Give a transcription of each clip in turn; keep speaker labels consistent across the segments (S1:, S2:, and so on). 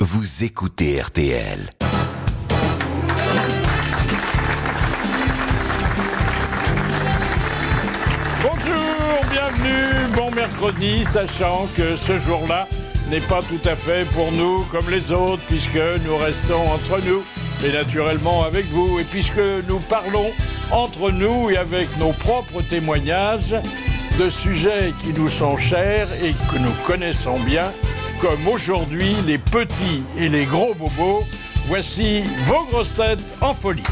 S1: Vous écoutez RTL.
S2: Bonjour, bienvenue, bon mercredi, sachant que ce jour-là n'est pas tout à fait pour nous comme les autres, puisque nous restons entre nous, mais naturellement avec vous, et puisque nous parlons entre nous et avec nos propres témoignages de sujets qui nous sont chers et que nous connaissons bien, comme aujourd'hui les petits et les gros bobos, voici vos grosses têtes en folie.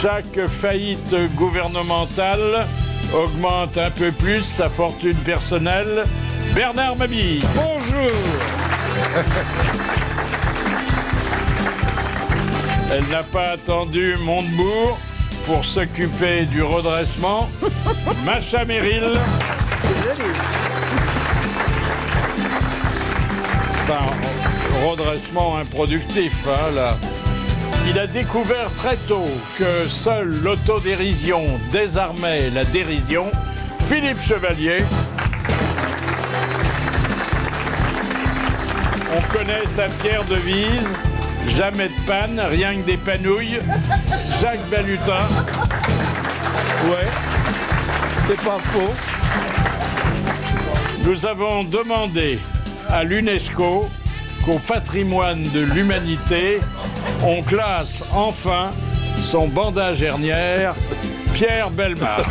S2: Chaque faillite gouvernementale augmente un peu plus sa fortune personnelle. Bernard Mabille, bonjour Elle n'a pas attendu Montebourg pour s'occuper du redressement. Macha Meryl. Enfin, redressement improductif, hein, là. Il a découvert très tôt que seule l'autodérision désarmait la dérision. Philippe Chevalier. On connaît sa fière devise. Jamais de panne, rien que des panouilles. Jacques Balutin. Ouais. C'est pas faux. Nous avons demandé à l'UNESCO qu'au patrimoine de l'humanité, on classe enfin son bandage hernière, Pierre Belmar.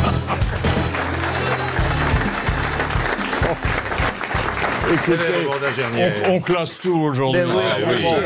S2: Écoutez, on, on classe tout aujourd'hui.
S3: Ben oui, Ah oui. bien sûr.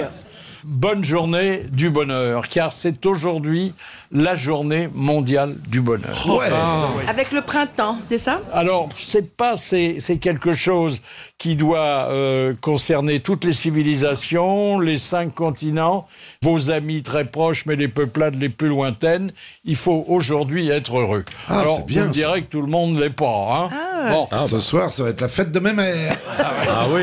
S2: Bonne journée du bonheur, car c'est aujourd'hui la journée mondiale du bonheur. Ah.
S4: Avec le printemps, c'est ça
S2: Alors, c'est pas c'est c'est quelque chose qui doit euh, concerner toutes les civilisations, les cinq continents, vos amis très proches, mais les peuplades les plus lointaines. Il faut aujourd'hui être heureux.
S5: Ah,
S2: Alors,
S5: c'est bien,
S2: vous me
S5: ça.
S2: direz que tout le monde l'est pas. Hein
S4: Ah.
S2: Bon.
S5: Ce soir, ça va être la fête de mes mères.
S3: Ah oui.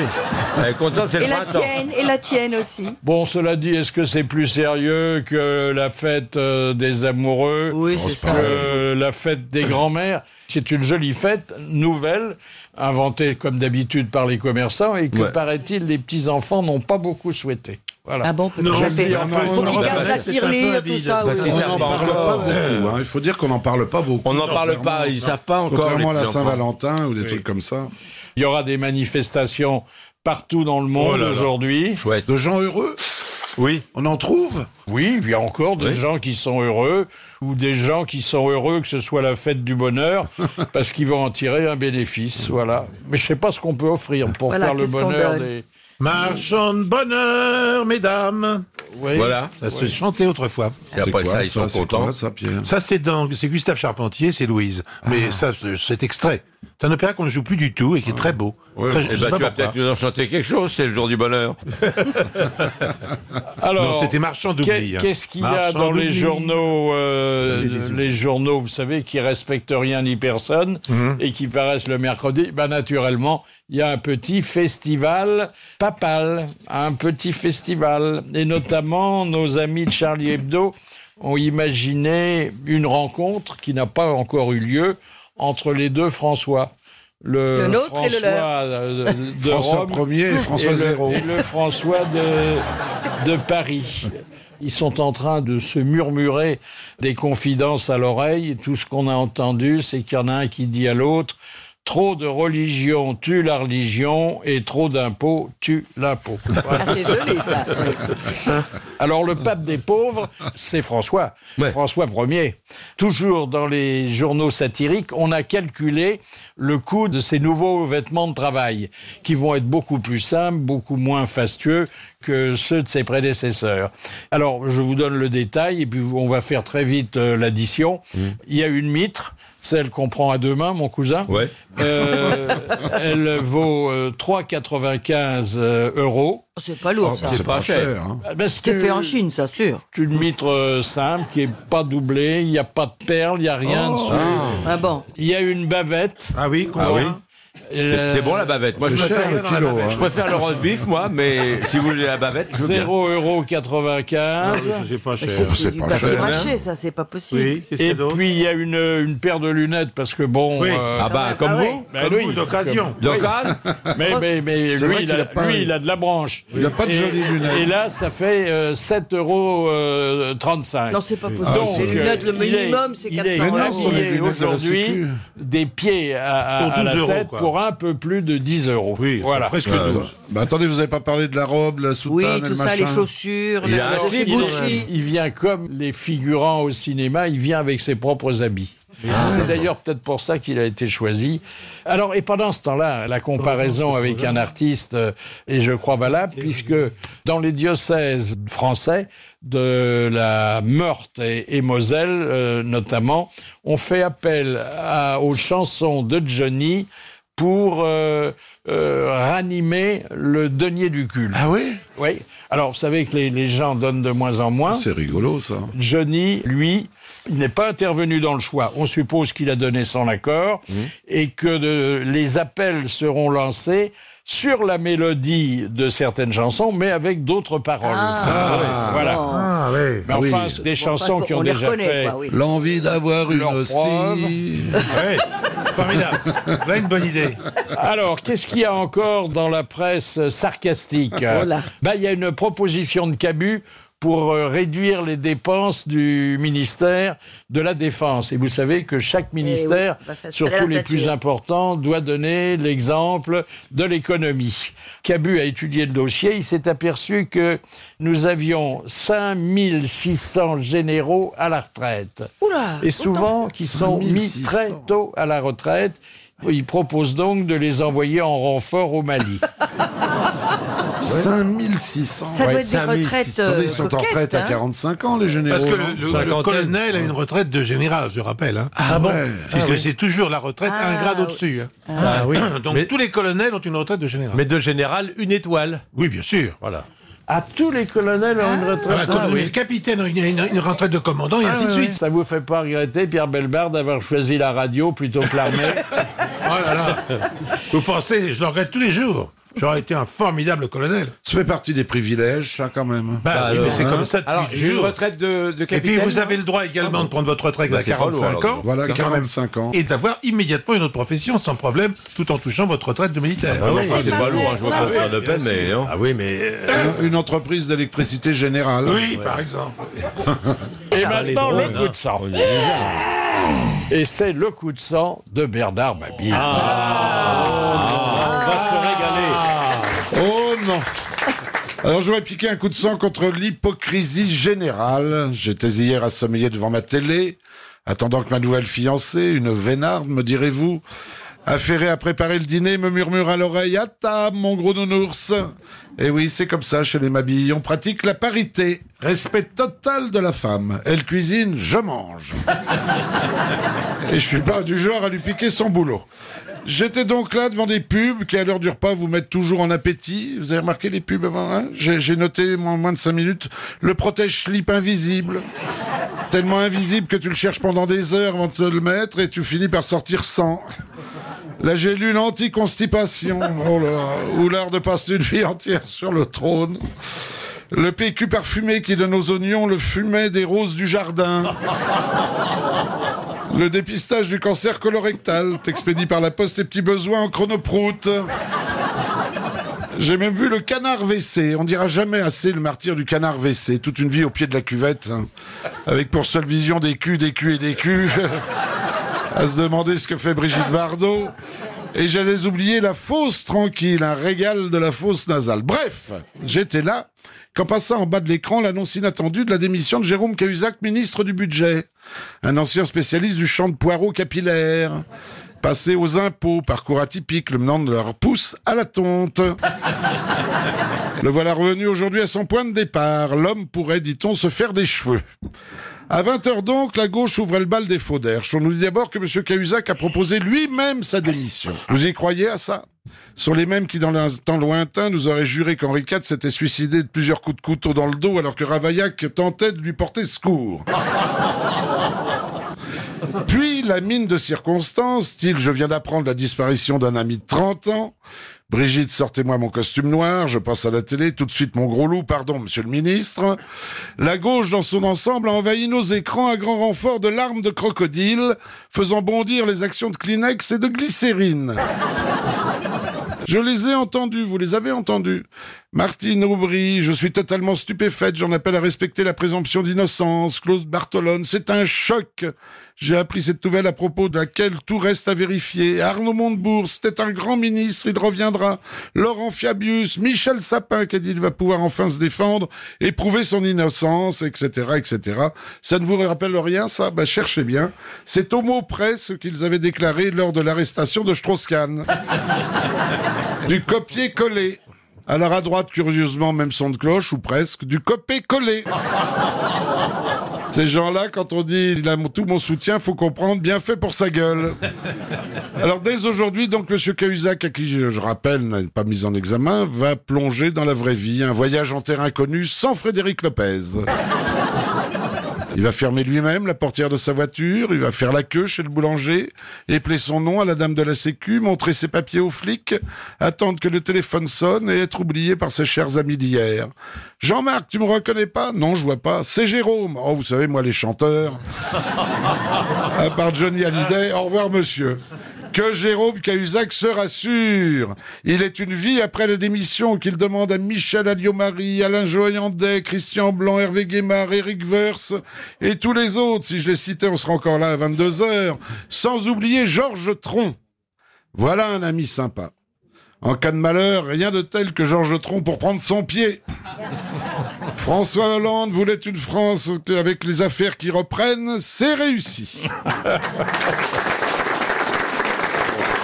S3: Elle est contente, c'est
S4: Et
S3: le
S4: la
S3: printemps.
S4: tienne, et la tienne aussi.
S2: Mm-hmm. Bon, cela dit, est-ce que c'est plus sérieux que la fête euh, des amoureux
S4: Oui, c'est ça.
S2: que la fête des grands-mères, c'est une jolie fête nouvelle, inventée comme d'habitude par les commerçants et que,
S3: Ouais.
S2: paraît-il, les petits-enfants n'ont pas beaucoup souhaité. Voilà.
S6: Ah bon, peut-être.
S2: Je
S4: c'est-
S2: dis un peu
S4: Faut
S2: ça.
S4: qu'ils gardent la tirelire, tout ça. oui.
S3: Ils
S5: On
S3: savent
S5: n'en
S3: pas
S5: parle
S3: encore.
S5: pas beaucoup. hein. Il faut dire qu'on n'en parle pas beaucoup.
S3: On n'en parle pas, ils savent pas encore.
S5: Contrairement à
S3: les
S5: la
S3: petits enfants.
S5: Saint-Valentin ou des trucs comme ça.
S2: Il y aura des manifestations partout dans le
S3: Oh
S2: monde
S3: là là.
S2: aujourd'hui.
S3: Chouette.
S5: De gens heureux,
S3: Oui.
S5: on en trouve
S2: Oui, il y a encore des
S3: Oui.
S2: gens qui sont heureux ou des gens qui sont heureux que ce soit la fête du bonheur parce qu'ils vont en tirer un bénéfice. Voilà. Mais je sais pas ce qu'on peut offrir pour
S4: Voilà,
S2: faire le
S4: qu'est-ce qu'on
S2: bonheur
S4: donne
S2: des.
S7: Marchand de bonheur, mesdames.
S2: Oui.
S3: Voilà.
S7: Ça se chantait autrefois.
S3: Et après
S5: C'est quoi,
S3: ça, ils sont
S5: C'est
S3: contents.
S5: quoi, ça, Pierre
S7: Ça, c'est dans, c'est Gustave Charpentier, c'est Louise. Mais ça, c'est- c'est extrait. C'est un opéra qu'on ne joue plus du tout et qui est très beau.
S8: Euh,
S5: Ouais.
S7: Très-
S3: Eh
S7: je sais
S3: ben,
S7: pas
S3: tu vas
S7: pourquoi.
S3: peut-être nous en chanter quelque chose, c'est le jour du bonheur.
S2: Alors,
S7: Non, c'était marchand d'oubli.
S2: qu'est-
S7: hein.
S2: Qu'est-ce qu'il y a
S7: Marchand
S2: dans les
S7: d'oubli.
S2: journaux, euh,
S5: Allez, bisous.
S2: les journaux, vous savez, qui respectent rien ni personne
S7: Mhm.
S2: et qui paraissent le mercredi Ben naturellement, il y a un petit festival papal, un petit festival, et notamment nos amis de Charlie Hebdo ont imaginé une rencontre qui n'a pas encore eu lieu entre les deux François. Le,
S4: Le nôtre et le
S2: François
S4: leur.
S2: euh, de, de
S5: François
S2: Rome
S5: Ier et François
S2: et le-
S5: Zéro.
S2: et le François de, de Paris. Ils sont en train de se murmurer des confidences à l'oreille. Tout ce qu'on a entendu, c'est qu'il y en a un qui dit à l'autre Trop de religion tue la religion et trop d'impôts tue l'impôt.
S4: Ah, c'est joli, ça.
S2: Hein Alors le pape des pauvres, c'est François,
S3: Ouais.
S2: François Ier. Toujours dans les journaux satiriques, on a calculé le coût de ces nouveaux vêtements de travail, qui vont être beaucoup plus simples, beaucoup moins fastueux que ceux de ses prédécesseurs. Alors je vous donne le détail et puis on va faire très vite euh, l'addition.
S3: Mm.
S2: Il y a une mitre. Celle qu'on prend à deux mains, mon cousin.
S3: Ouais.
S2: Euh, elle vaut euh, 3,95 euh, euros.
S4: Oh, C'est pas lourd, ça.
S3: c'est pas cher.
S5: hein.
S2: Parce
S4: C'est
S2: que-
S4: fait en Chine, ça, sûr.
S2: c'est une mitre euh, simple qui est pas doublée, il n'y a pas de perles, il n'y a rien dessus.
S4: Ah bon
S2: Il y a une bavette.
S7: Ah oui, qu'on
S2: Bon.
S7: voit.
S3: C'est c'est bon la bavette. Moi, je,
S5: C'est
S3: préfère,
S5: cher le kilo.
S3: je
S5: hein.
S3: préfère le roast beef, moi, mais si vous voulez la bavette, je veux bien.
S2: 0 euros 95.
S7: C'est pas cher.
S5: c'est
S4: du
S5: pas
S4: papier
S5: cher,
S4: mâché, ça, c'est pas possible.
S7: Oui, qu'est-ce qu'il y
S2: Et
S7: a d'autre
S2: puis il y a une, une paire de lunettes parce que bon.
S7: Oui.
S2: euh,
S3: Ah bah, comme
S4: Ah ouais.
S3: vous
S2: bah
S7: Comme
S2: lui,
S7: vous, d'occasion.
S3: Donc, Anne
S2: mais mais, mais
S5: C'est
S2: lui,
S5: vrai
S2: il
S5: qu'il
S2: a,
S5: a pas-
S2: lui, il a de la branche.
S5: Il a pas de
S2: Et-
S5: jolies
S2: Et
S5: lunettes.
S2: là, ça fait euh, 7,35 euros. euh, 35.
S4: Non, c'est
S5: Ah,
S4: pas possible.
S2: Donc,
S4: les lunettes, le
S2: euh, il est-
S4: minimum, c'est
S2: Il est
S4: 400 euros.
S5: sur les
S2: habillé
S5: lunettes de la
S2: aujourd'hui
S5: sécu.
S2: des pieds à, à-
S7: Pour
S2: à la
S7: 12 euros,
S2: tête
S7: quoi.
S2: pour un peu plus de 10 euros.
S7: Oui,
S2: voilà.
S7: presque
S5: Attends.
S7: tout.
S5: Bah, attendez, vous avez pas parlé de la robe, la
S4: Oui,
S5: soutane, et
S4: tout
S5: le
S4: ça,
S5: machin.
S4: les chaussures,
S3: Il
S4: le-
S3: a un
S4: le
S3: slip,
S2: Il,
S3: quand
S4: Gucci.
S2: il vient comme les figurants au cinéma, il vient avec ses propres habits.
S5: Ah,
S2: C'est d'ailleurs peut-être pour ça qu'il a été choisi. Alors, et pendant ce temps-là, la comparaison avec un artiste euh, est, je crois, valable, puisque dans les diocèses français de la Meurthe et, et Moselle, euh, notamment, on fait appel à- aux chansons de Johnny pour euh, euh, ranimer le denier du culte.
S5: Ah oui
S2: Oui. Alors, vous savez que les, les gens donnent de moins en moins.
S5: Ah, C'est rigolo,
S7: hein.
S5: ça.
S2: Hein Johnny, lui, il n'est pas intervenu dans le choix. On suppose qu'il a donné son accord
S7: Mmh.
S2: et que de- les appels seront lancés sur la mélodie de certaines chansons, mais avec d'autres paroles. Oui, voilà.
S7: Ah, oui.
S2: Mais enfin, c'est des chansons
S4: Enfin,
S2: qui ont
S4: on les
S2: déjà
S4: reconnaît,
S2: fait.
S4: quoi, oui.
S5: L'envie d'avoir une
S2: Leur preuve.
S5: hostie.
S7: Ah Ouais, Formidable. Là, une bonne idée.
S2: Alors, qu'est-ce qu'il y a encore dans la presse sarcastique
S4: Voilà.
S2: Bah, Il y a une proposition de Cabu pour euh, réduire les dépenses du ministère de la Défense. Et vous savez que chaque ministère,
S4: oui, bah, ça serait
S2: surtout
S4: la
S2: les plus
S4: satire.
S2: importants, doit donner l'exemple de l'économie. Cabu a étudié le dossier, il s'est aperçu que nous avions 5600 généraux à la retraite.
S4: Oula,
S2: Et souvent, qui sont mis
S5: 5600.
S2: très tôt à la retraite. Il propose donc de les envoyer en renfort au Mali.
S5: 5600.
S4: Ça doit
S3: Ouais,
S4: être des
S3: 5 000,
S4: retraites.
S5: Attendez,
S4: euh,
S5: ils sont en
S4: coquettes,
S5: retraite à
S4: hein.
S5: 45 ans, les généraux.
S7: Parce que
S5: non
S7: le, le-
S3: Cinquantaine.
S7: le colonel a une retraite de général, je rappelle. Hein. Ah
S3: bon
S7: Puisque c'est toujours la retraite à un
S4: Ah,
S7: grade
S4: oui.
S7: au-dessus. hein.
S6: Ah oui.
S7: Donc
S6: mais,
S7: tous les colonels ont une retraite de général.
S6: Ah. mais de général, une étoile.
S7: Oui, bien sûr.
S6: Voilà.
S2: À tous les colonels ont une
S7: Ah,
S2: retraite. Ah,
S7: comme Le capitaine a une, une- une retraite de commandant et ainsi de suite.
S2: Ça vous fait pas regretter, Pierre Belbar, d'avoir choisi la radio plutôt que l'armée
S7: Oh là là. Vous pensez, je le regrette tous les jours. J'aurais été un formidable colonel.
S5: Ça fait partie des privilèges, ça, quand même.
S7: Bah, oui,
S3: alors,
S7: mais c'est
S5: hein.
S7: comme ça depuis
S3: Alors,
S7: toujours.
S3: j'ai une retraite de, de
S7: Et
S3: capitaine.
S7: puis vous avez le droit également de prendre votre retraite
S3: Bah,
S7: à
S3: c'est pas lourd,
S7: 45
S3: alors.
S7: ans.
S5: Voilà,
S7: C'est quand même-
S5: 45 ans.
S7: Et d'avoir immédiatement une autre profession sans problème, tout en touchant votre retraite de militaire.
S3: Ah oui, c'est
S4: pas
S3: pas lourd, hein, je vois
S4: vrai.
S3: qu'on faire de peine, mais non.
S6: Ah oui, mais.
S5: Une- Une entreprise d'électricité générale.
S7: Oui, par exemple.
S2: Et
S6: Ah, les
S2: maintenant, le
S6: drones,
S2: coup
S6: hein.
S2: de
S7: Oh,
S2: sang. Et c'est le coup de sang de Bernard Mabille.
S7: Ah.
S2: Ah, on va se régaler.
S6: Ah,
S5: Oh non alors j'aurais piqué un coup de sang contre l'hypocrisie générale. J'étais hier assommé devant ma télé, attendant que ma nouvelle fiancée, une vénarde, me direz-vous, affairée à préparer le dîner, me murmure à l'oreille « À table, mon gros nounours !» Et oui, c'est comme ça chez les Mabilles, on pratique la parité, respect total de la femme. Elle cuisine, je mange. Et je suis pas du genre à lui piquer son boulot. J'étais donc là devant des pubs qui, à l'heure du repas, vous mettent toujours en appétit. Vous avez remarqué les pubs avant hein J'ai j'ai noté en moins de 5 minutes le protège-slip invisible. Tellement invisible que tu le cherches pendant des heures avant de te le mettre et tu finis par sortir sans. La gélule anti-constipation. Oh là là. Ou l'art de passer une vie entière sur le trône. Le PQ parfumé qui donne aux oignons le fumet des roses du jardin. Le dépistage du cancer colorectal, t'expédie par la poste tes petits besoins en chronoproute. J'ai même vu le canard WC. On dira jamais assez le martyr du canard WC. Toute une vie au pied de la cuvette. hein. Avec pour seule vision des culs, des culs et des culs. à se demander ce que fait Brigitte Bardot. Et j'allais oublier la fosse tranquille, un régal de la fosse nasale. Bref, j'étais là quand passa en bas de l'écran l'annonce inattendue de la démission de Jérôme Cahuzac, ministre du Budget. Un ancien spécialiste du champ de poireaux capillaire. Passé aux impôts, parcours atypique, le menant de leur pouce à la tonte. Le voilà revenu aujourd'hui à son point de départ. L'homme pourrait, dit-on, se faire des cheveux. À 20h donc, la gauche ouvrait le bal des faux d'air. On nous dit d'abord que M. Cahuzac a proposé lui-même sa démission. Vous y croyez à ça Ce sont les mêmes qui, dans un temps lointain, nous auraient juré qu'Henri IV s'était suicidé de plusieurs coups de couteau dans le dos alors que Ravaillac tentait de lui porter secours. Puis la mine de circonstances, style je viens d'apprendre la disparition d'un ami de 30 ans. Brigitte, sortez-moi mon costume noir, je passe à la télé, tout de suite mon gros loup, pardon monsieur le ministre. La gauche dans son ensemble a envahi nos écrans à grand renfort de larmes de crocodile, faisant bondir les actions de Kleenex et de glycérine. Je les ai entendus, vous les avez entendus. Martine Aubry, je suis totalement stupéfaite, j'en appelle à respecter la présomption d'innocence. Claude Bartolone, c'est un choc. J'ai appris cette nouvelle à propos de laquelle tout reste à vérifier. Arnaud Montebourg, c'était un grand ministre, il reviendra. Laurent Fabius, Michel Sapin qui a dit qu'il va pouvoir enfin se défendre et prouver son innocence, etc., etc. Ça ne vous rappelle rien, ça Bah, cherchez bien. C'est au mot près ce qu'ils avaient déclaré lors de l'arrestation de Strauss-Kahn. Du copier-coller. Alors à droite, curieusement, même son de cloche, ou presque, du copier-coller. Ces gens-là, quand on dit il a mon- tout mon soutien, faut comprendre, bien fait pour sa gueule. Alors dès aujourd'hui, donc, Monsieur Cahuzac, à qui je, je rappelle n'est pas mis en examen, va plonger dans la vraie vie, un voyage en terre inconnue sans Frédéric Lopez. Il va fermer lui-même la portière de sa voiture, il va faire la queue chez le boulanger, épeler son nom à la dame de la sécu, montrer ses papiers aux flics, attendre que le téléphone sonne et être oublié par ses chers amis d'hier. Jean-Marc, tu me reconnais pas Non, je vois pas. C'est Jérôme. Oh, vous savez, moi, les chanteurs. À part Johnny Hallyday, au revoir, monsieur. Que Jérôme Cahuzac se rassure. Il est une vie après la démission qu'il demande à Michel Alliot-Marie, Alain Joyandet, Christian Blanc, Hervé Guémard, Eric Verse et tous les autres. Si je les citais, on sera encore là à 22h. Sans oublier Georges Tron. Voilà un ami sympa. En cas de malheur, rien de tel que Georges Tron pour prendre son pied. François Hollande voulait une France avec les affaires qui reprennent. C'est réussi.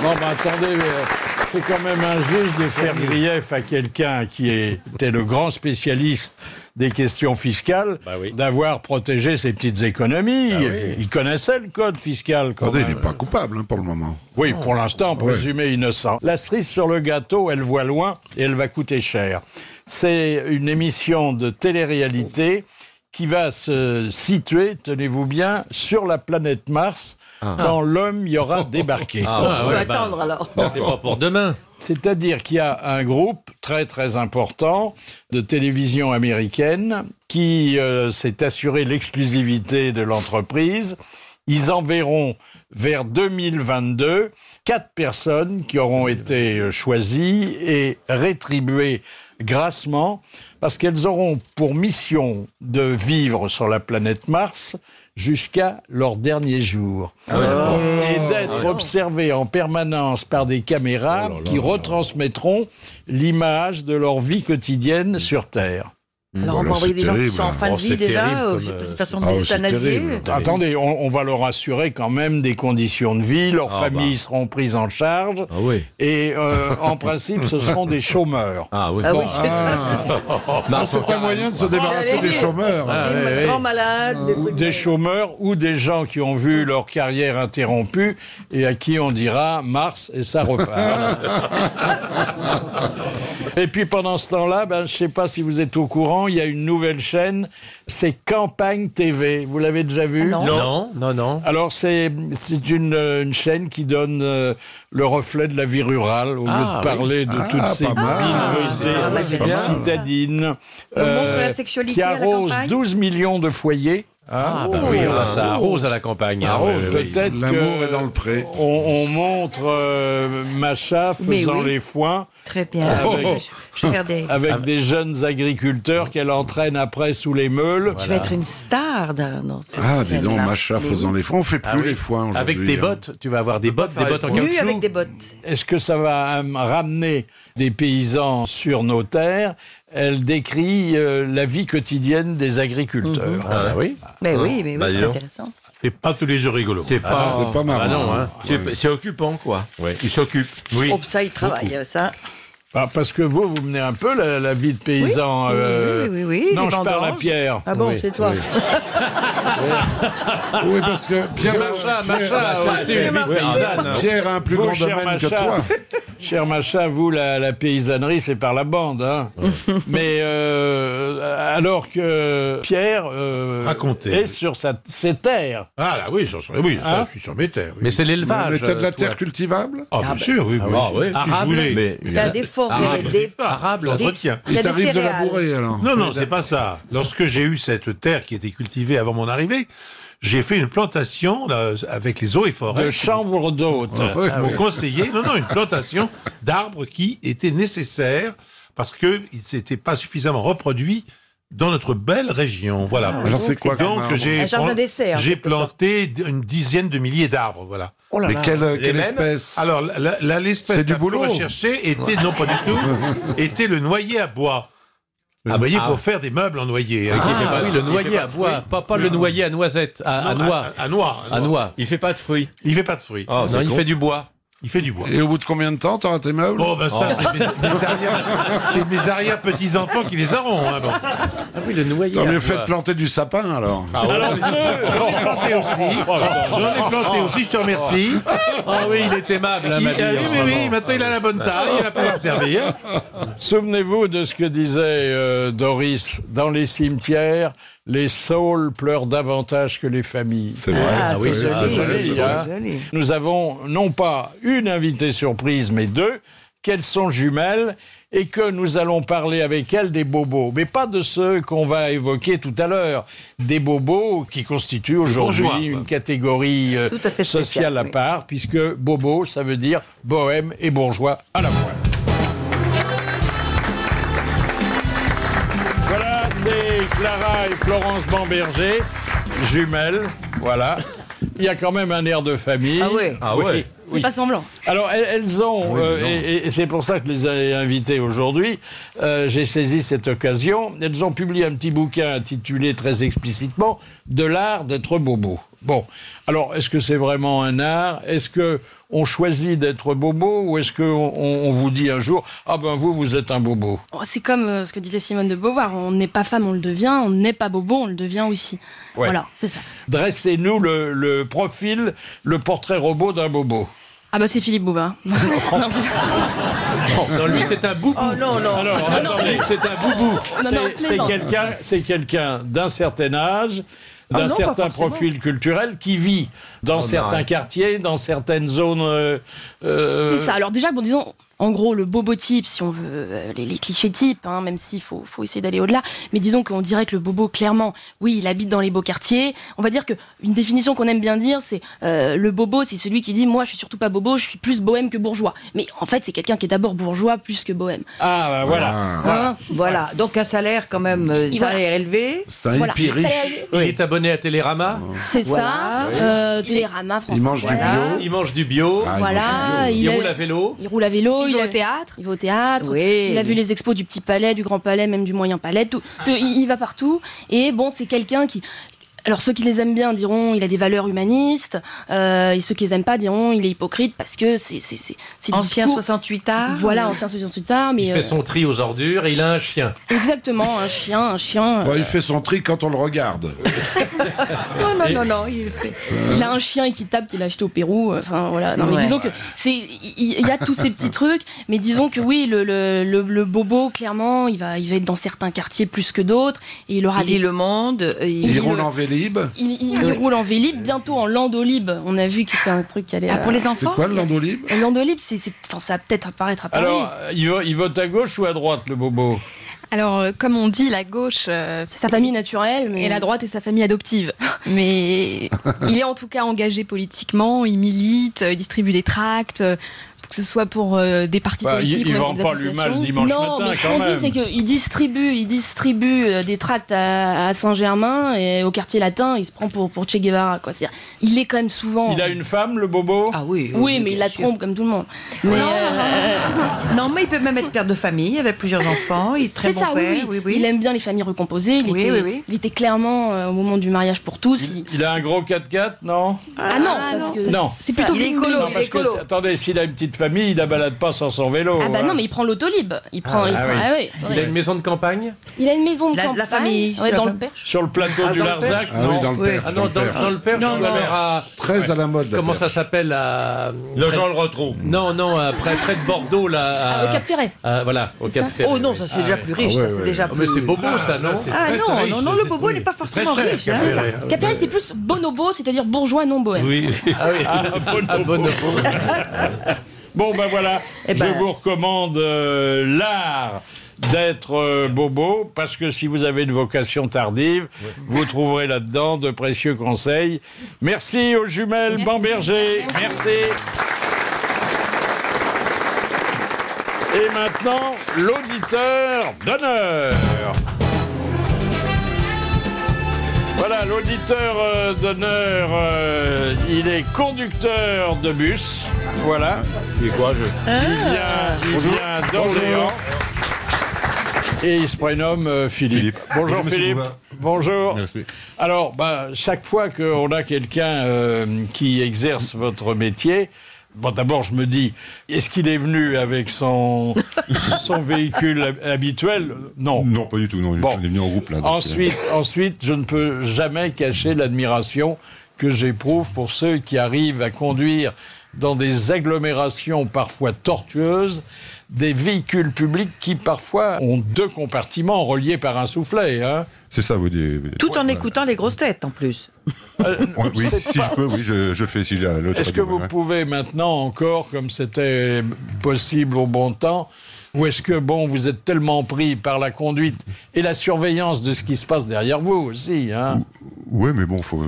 S2: Non, mais attendez, mais, euh, c'est quand même injuste de faire grief à quelqu'un qui est- était le grand spécialiste des questions fiscales, d'avoir protégé ses petites économies. Il connaissait le code fiscal quand
S5: Attendez, il
S2: même.
S5: n'est pas coupable hein, pour le moment.
S2: Oui, pour l'instant, présumé innocent. La cerise sur le gâteau, elle voit loin et elle va coûter cher. C'est une émission de télé-réalité qui va se situer, tenez-vous bien, sur la planète Mars quand l'homme y aura débarqué.
S6: Ah,
S4: On va attendre alors.
S6: bah, C'est pas pour demain.
S2: C'est-à-dire qu'il y a un groupe très très important de télévision américaine qui euh, s'est assuré l'exclusivité de l'entreprise. Ils enverront vers 2022 quatre personnes qui auront été euh, choisies et rétribuées grassement parce qu'elles auront pour mission de vivre sur la planète Mars jusqu'à leur dernier jour et d'être observés en permanence par des caméras qui retransmettront l'image de leur vie quotidienne sur Terre.
S4: Alors on va
S7: là,
S4: envoyer
S7: c'est
S4: des gens qui
S7: terrible,
S4: sont en
S7: hein.
S4: fin
S7: Oh,
S4: de vie
S7: c'est
S4: déjà,
S7: terrible
S4: euh,
S7: comme,
S4: de toute façon
S5: Ah,
S4: des
S5: ouais, c'est
S4: euthanasiés.
S5: terrible.
S2: Attendez, on, on va leur assurer quand même des conditions de vie, leurs familles seront prises en charge,
S3: Ah oui.
S2: et euh, en principe ce seront des chômeurs. euh,
S3: Ah oui.
S4: Ah oui, c'est
S5: Ah, c'est un moyen de se débarrasser des chômeurs.
S7: Ah,
S2: Ah,
S4: ça. Des
S6: ouais,
S4: grands malades, des trucs.
S2: Des chômeurs ou des gens qui ont vu leur carrière interrompue et à qui on dira Mars et ça repart. et puis pendant ce temps-là, ben, je ne sais pas si vous êtes au courant, il y a une nouvelle chaîne, c'est Campagne TV. Vous l'avez déjà vue
S4: Ah non.
S6: Non, non, non.
S2: Alors c'est c'est une, euh, une chaîne qui donne euh, le reflet de la vie rurale au
S6: Ah,
S2: lieu de parler de toutes ces
S4: Ah, bah,
S2: bilvesées
S4: c'est bien.
S2: citadines euh,
S4: On montre la sexualité
S2: qui
S4: à la
S2: arrosent
S4: campagne.
S2: 12 millions de foyers. hein.
S6: Ah, bah Oui, enfin, ça arrose à la campagne. hein,
S2: Ah,
S6: oui, oui, oui.
S2: peut-être
S5: L'amour
S2: que
S5: est dans le pré.
S2: on, on montre euh, Macha
S4: Mais
S2: faisant
S4: oui.
S2: les foins
S4: Très bien. euh,
S2: Avec-
S4: Je, je vais faire
S2: Ah,
S4: des.
S2: oh.
S4: Ah,
S2: avec
S6: Ah.
S2: des jeunes agriculteurs qu'elle entraîne après sous les meules.
S4: Je vais être une star dans dans cette
S5: Ah, dis donc,
S4: scène-là.
S5: Macha
S4: Mais
S5: faisant
S4: oui.
S5: les foins, on fait plus
S6: Ah oui.
S5: les foins aujourd'hui.
S6: Avec des
S5: hein.
S6: bottes, tu vas avoir des bottes, des bottes en
S4: Nu avec
S6: caoutchouc.
S4: des bottes.
S2: Est-ce que ça va euh, ramener des paysans sur nos terres Elle décrit euh, la vie quotidienne des agriculteurs.
S6: Ah oui.
S4: Mhm. Mais
S2: Hein,
S4: oui, mais
S3: Bah,
S4: oui,
S3: dis
S4: c'est
S3: donc.
S4: intéressant.
S7: C'est pas tous les jeux rigolos.
S3: C'est pas.
S5: C'est pas marrant.
S6: Ah non, hein.
S3: C'est c'est occupant quoi. Il s'occupe. Oui.
S4: Oh, ça, il travaille, ça.
S2: Ah, parce que vous, vous menez un peu la, la vie de paysan.
S4: Oui,
S2: euh,
S4: oui, oui, oui,
S2: Non,
S4: les
S2: je parle à
S4: vendanges.
S2: Pierre.
S4: Ah bon, c'est toi.
S5: Oui, parce que Pierre,
S6: Macha,
S5: Pierre-
S6: Macha, aussi,
S4: Pierre-
S6: une vie paysanne.
S2: hein.
S5: Pierre a un plus
S2: Vous,
S5: grand
S2: cher
S5: domaine que
S2: Macha.
S5: toi.
S2: Cher machin, vous, la, la paysannerie, c'est par la bande. hein. Mais euh, alors que Pierre euh,
S7: Racontez.
S2: est sur sa, ses terres.
S7: Ah là, oui, j'en suis- oui, ça,
S2: Hein
S7: je suis sur mes terres. oui.
S6: Mais c'est l'élevage.
S5: Mais t'as de la
S6: euh,
S5: terre
S6: toi.
S5: cultivable
S7: Ah, bien sûr, oui. oui,
S3: Ah ouais.
S7: si
S6: Arabe,
S7: vous voulez.
S3: Mais
S4: bah, Il y a des forêts, des...
S6: Arable,
S4: des-
S7: Entretien.
S4: il y a
S5: Il
S4: des
S5: t'arrive de
S4: céréales.
S5: labourer, alors
S7: Non, non, c'est pas ça. Lorsque j'ai eu cette terre qui était cultivée avant mon arrivée, j'ai fait une plantation là, avec les eaux et forêts.
S2: De chambre d'hôte.
S5: Ouais,
S4: Ah
S7: Mon conseiller, non, non, une plantation d'arbres qui était nécessaire parce qu'ils n'étaient pas suffisamment reproduits dans notre belle région. Voilà.
S5: Alors, c'est quoi comme
S7: Donc
S5: arbre
S7: j'ai
S4: Un jardin
S7: plan-
S4: d'essai, en
S7: j'ai
S4: quelque sorte.
S7: planté d- une dizaine de milliers d'arbres, voilà.
S5: Mais quelle, euh,
S3: Les
S5: quelle
S3: mêmes
S5: espèce
S7: Alors la- la- la- l'espèce
S5: C'est du
S7: la plus
S5: boulot.
S7: recherchée était non pas du tout, était le noyer à bois. Le noyer
S5: ah.
S7: pour faire des meubles en noyer. hein, qui fait pas-
S6: Ah oui, le
S7: qui fait
S6: noyer
S7: pas
S6: à
S7: de
S6: bois,
S7: fruits.
S6: pas, pas le noyer à noisette, à, à
S7: Non,
S6: noix,
S7: À, à noix.
S6: à noix.
S3: Il fait pas de fruits.
S7: Il fait pas de fruits.
S3: Ah,
S6: non, il fait du bois.
S7: Il fait du bois.
S5: Et au bout de combien de temps t'auras tes meubles Ah.
S7: Bon, ben ça, c'est mes, mes arrière- c'est mes arrière-petits-enfants qui les auront. Hein, bon.
S6: Ah oui, le noyer.
S5: T'as mieux fait de planter du sapin, alors.
S6: Ah
S2: Alors
S7: J'en ai
S2: que...
S7: planté aussi. J'en ai planté aussi, je te remercie.
S6: Oh, Ah oui, il est aimable, hein,
S7: Il-
S6: Mabille,
S7: ah
S6: en
S7: oui,
S6: ce
S7: oui, oui,
S6: moment.
S7: maintenant il a la bonne taille, il va pouvoir servir.
S2: Souvenez-vous de ce que disait euh, Doris. Dans les cimetières, les saules pleurent davantage que les familles.
S5: C'est vrai.
S4: Ah, oui,
S5: c'est
S4: joli,
S5: vrai, c'est
S4: c'est
S5: vrai.
S4: joli.
S2: Nous avons non pas une invitée surprise, mais deux, qu'elles sont jumelles et que nous allons parler avec elles des bobos, mais pas de ceux qu'on va évoquer tout à l'heure, des bobos qui constituent
S7: bourgeois,
S2: aujourd'hui
S7: quoi.
S2: une catégorie euh,
S4: Tout à fait spéciale,
S2: sociale à
S4: oui.
S2: part, puisque bobo, ça veut dire bohème et bourgeois à la fois. Voilà, c'est Clara et Florence Bamberger, jumelles, voilà. Il y a quand même un air de famille.
S4: Ah ouais.
S3: Ah ouais.
S2: Oui, oui.
S9: Pas semblant.
S2: Alors, elles, elles ont, euh, et, et- et c'est pour ça que je les ai invitées aujourd'hui, euh, j'ai saisi cette occasion, elles ont publié un petit bouquin intitulé très explicitement « De l'art d'être bobo ». Bon, alors, est-ce que c'est vraiment un art Est-ce que on choisit d'être bobo ou est-ce qu'on on, on vous dit un jour « Ah ben vous, vous êtes un bobo
S9: Oh, C'est comme euh, ce que disait Simone de Beauvoir, on n'est pas femme, on le devient, on n'est pas bobo, on le devient aussi.
S2: Ouais.
S9: Voilà, c'est ça. ».
S2: Dressez-nous le, le profil, le portrait robot d'un bobo.
S9: Ah bah c'est Philippe Bouvard.
S6: Non, lui, c'est un boubou.
S4: Oh non, non.
S2: Alors, attendez,
S6: C'est un
S9: Non,
S6: boubou.
S9: non,
S2: C'est- C'est
S9: plaisante.
S2: quelqu'un, c'est quelqu'un d'un certain âge,
S4: Ah
S2: d'un
S4: non, pas
S2: certain
S4: forcément.
S2: profil culturel qui vit
S5: Oh,
S2: dans certains quartiers, dans certaines zones. euh, euh,
S9: C'est ça. Alors déjà, bon, disons, en gros, le bobo type, si on veut, euh, les, les clichés types, hein, même s'il faut, faut essayer d'aller au-delà, mais disons qu'on dirait que le bobo, clairement, oui, il habite dans les beaux quartiers. On va dire que une définition qu'on aime bien dire, c'est euh, le bobo, c'est celui qui dit, moi, je suis surtout pas bobo, je suis plus bohème que bourgeois. Mais en fait, c'est quelqu'un qui est d'abord bourgeois plus que bohème.
S2: Ah, bah, voilà.
S9: Hein
S4: Voilà, donc un salaire quand même, euh,
S9: Il-
S4: salaire élevé.
S5: C'est un
S9: Voilà.
S5: hippie riche.
S6: Il est abonné à Télérama.
S9: C'est
S4: Voilà.
S9: ça. Euh, Télérama, France
S5: Il mange du
S9: Voilà.
S5: bio.
S6: Il mange du bio.
S5: Ah, il
S9: Voilà,
S6: Il
S9: il,
S6: roule à
S9: a-
S6: vélo.
S9: il roule à vélo,
S10: Il
S9: il,
S10: va
S9: a-
S10: au théâtre.
S9: il va au théâtre,
S4: Oui.
S9: il a vu les expos du Petit Palais, du Grand Palais, même du Moyen Palais, tout, de- il, il va partout. Et bon, c'est quelqu'un qui... Alors ceux qui les aiment bien diront il a des valeurs humanistes, euh, et ceux qui les aiment pas diront il est hypocrite parce que c'est... c'est- c'est- c'est le
S4: Ancien
S9: discours-
S4: 68 art.
S9: Voilà, ancien 68 tard, mais...
S6: Il
S9: euh,
S6: fait son tri aux ordures et il a un chien.
S9: Exactement, un chien, un chien... euh,
S5: Bon, il fait son tri quand on le regarde.
S4: Non, non, non, non. il fait-
S5: Euh.
S9: Il a un chien équitable qu'il a acheté au Pérou. euh, Enfin voilà. Non, mais
S4: Ouais.
S9: disons que c'est il il y a tous ces petits trucs, mais disons que oui, le, le, le, le bobo clairement, il va il va être dans certains quartiers plus que d'autres et il aura
S4: Il lit
S9: des-
S4: le monde. euh, il-
S5: Il
S9: Il
S5: roule
S9: le-
S5: en vélib.
S9: il, il- il roule en vélib, bientôt en landolib. On a vu que c'est un truc qui allait.
S4: Ah, pour les
S5: C'est
S4: enfants
S5: quoi le landolib
S9: euh, landolib, c'est c'est- enfin ça va peut-être apparaître à Paris.
S2: Ah Alors, il, vo- il vote à gauche ou à droite, le bobo
S10: Alors, euh, comme on dit, la gauche. euh,
S9: sa famille naturelle, mais
S10: Et la droite est sa famille adoptive. Mais il est en tout cas engagé politiquement, il milite, euh, il distribue des tracts, euh, que ce soit pour euh, des partis
S2: Bah,
S10: politiques.
S2: Il ne
S10: ou
S2: vend
S10: des
S2: pas le
S10: associations.
S2: mal dimanche
S9: non,
S2: matin,
S9: mais ce
S2: quand
S9: qu'on dit,
S2: même.
S9: c'est qu'il distribue, il distribue euh, des tracts à, à Saint-Germain et au quartier latin, il se prend pour, pour Che Guevara. Quoi. C'est-à-dire, Il est quand même souvent.
S2: Il a une femme, le bobo
S4: Oh. Ah oui.
S9: Oui, mais il
S4: bien
S9: la
S4: sûr.
S9: trompe comme tout le monde.
S10: Oh
S9: Mais euh,
S4: Non, mais il peut même être père de famille avec plusieurs enfants. Il est très
S9: c'est
S4: bon
S9: ça, oui,
S4: père.
S9: oui. Il aime bien les familles recomposées. Il,
S4: Oui,
S9: était,
S4: oui, oui.
S9: il était clairement euh, au moment du mariage pour tous. il-
S2: Il a un gros 4x4, non
S9: Ah non,
S10: Ah,
S9: parce
S10: non.
S9: que
S2: Non.
S10: C'est plutôt
S4: Il est
S10: bling-bling.
S4: écolo,
S2: Non,
S4: ah, il est
S2: parce que,
S4: écolo.
S2: attendez, s'il a une petite petite famille, il la balade pas sans son vélo.
S9: ah bah
S2: hein.
S9: non, mais il prend l'autolib. Il prend.
S2: Ah
S9: il,
S2: ouais.
S9: prend-
S2: Ah
S9: ah ouais,
S6: Il a
S9: ouais.
S6: une maison de campagne
S9: Il a une maison de
S4: La- la
S9: campagne.
S4: famille.
S9: Ouais,
S4: La
S9: dans le
S4: fam-
S9: Perche.
S2: Sur le plateau
S6: Ah,
S2: du
S6: dans le
S2: Larzac,
S5: Ah
S2: non
S5: oui, dans le
S4: Oui.
S5: Perche,
S6: Ah
S5: dans
S6: non,
S5: le
S6: dans,
S5: Perche.
S6: dans le Perche,
S4: Non,
S6: on avait
S4: non.
S6: à-
S5: Très à la mode. la
S6: Comment ça
S5: Perche.
S6: s'appelle à...
S3: Le
S6: près-
S3: gens le retrouvent.
S6: Non, non, à- près, près de Bordeaux, là.
S9: Ah, au Cap Ferret.
S6: Ah, voilà, au
S9: C'est
S6: Cap
S9: ça
S6: Ferret.
S4: Oh non, ça c'est
S6: Ah,
S4: déjà
S6: ouais.
S4: plus riche,
S5: Ah ouais,
S4: ça c'est
S5: ouais.
S4: déjà
S6: Ah,
S4: plus.
S6: mais c'est bobo, ça, non
S4: Ah non, non, non, le bobo n'est pas forcément riche, hein.
S9: C'est ça. Cap Ferret, c'est plus bonobo, c'est-à-dire bourgeois non bohème.
S7: Oui,
S6: Ah oui, à Bonobo.
S2: Bon, ben voilà,
S4: Eh ben-
S2: je vous recommande euh, l'art d'être euh, bobo, parce que si vous avez une vocation tardive, vous trouverez là-dedans de précieux conseils. Merci aux jumelles Bamberger. Merci. Et maintenant, l'auditeur d'honneur. Voilà, l'auditeur euh, d'honneur, euh, il est conducteur de bus. Voilà.
S3: Il est courageux.
S2: Il vient, il vient d'Orléans. Et il se prénomme euh, Philippe.
S11: Philippe.
S2: Bonjour,
S11: Bonjour, monsieur
S2: Philippe.
S11: Bouvard.
S2: Bonjour.
S11: Merci.
S2: Alors, bah, chaque fois qu'on a quelqu'un euh, qui exerce votre métier, bon, d'abord, je me dis, est-ce qu'il est venu avec son, son véhicule hab- habituel Non.
S11: Non, pas du tout. Non,
S2: Oh. Bon.
S11: on est venu en groupe là. donc, euh,
S2: Ensuite, ensuite, je ne peux jamais cacher l'admiration que j'éprouve pour ceux qui arrivent à conduire dans des agglomérations parfois tortueuses, des véhicules publics qui parfois ont deux compartiments reliés par un soufflet. hein.
S11: euh, c'est ça, vous dites.
S4: Tout en écoutant les grosses têtes en plus.
S2: Euh,
S11: oui,
S2: c'est
S11: si
S2: pas-
S11: je peux, oui, je, je fais. Si j'ai l'autre
S2: Est-ce que
S11: radio,
S2: vous
S11: ouais.
S2: pouvez maintenant encore, comme c'était possible au bon temps, ou est-ce que, bon, vous êtes tellement pris par la conduite et la surveillance de ce qui se passe derrière vous aussi hein
S11: Oui, mais bon, faut,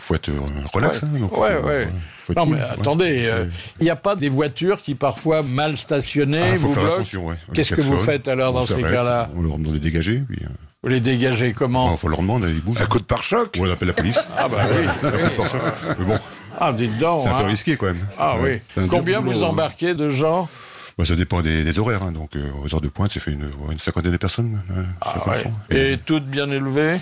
S11: faut être euh, relax. hein, donc,
S2: Ouais,
S11: euh,
S2: ouais.
S11: faut être
S2: Non, mais
S11: cool, ouais.
S2: attendez, euh, il n'y a pas des voitures qui parfois mal stationnées
S11: Ah, faut
S2: vous
S11: faire
S2: bloquent
S11: attention, ouais. On
S2: Qu'est-ce
S11: les
S2: que vous
S11: klaxonne,
S2: faites alors
S11: on
S2: dans ces
S11: s'arrête,
S2: cas-là
S11: On leur demande de dégager. Puis, euh,
S2: Vous les dégagez comment
S11: enfin, faut leur demander, ils bougent.
S5: Un coup de pare-choc
S11: Ou on appelle la police.
S2: Ah, bah oui.
S11: mais bon,
S2: Ah, dites donc.
S11: c'est un
S2: hein.
S11: peu risqué quand même.
S2: Ah
S11: Ouais.
S2: oui. Combien
S5: boulot,
S2: vous
S5: hein.
S2: embarquez de gens
S11: Bah, ça dépend des, des horaires. hein, donc, euh, aux heures de pointe, ça fait une, une cinquantaine de personnes. euh,
S2: Ah,
S11: 50,
S2: ouais.
S11: Et-
S2: Et toutes bien élevées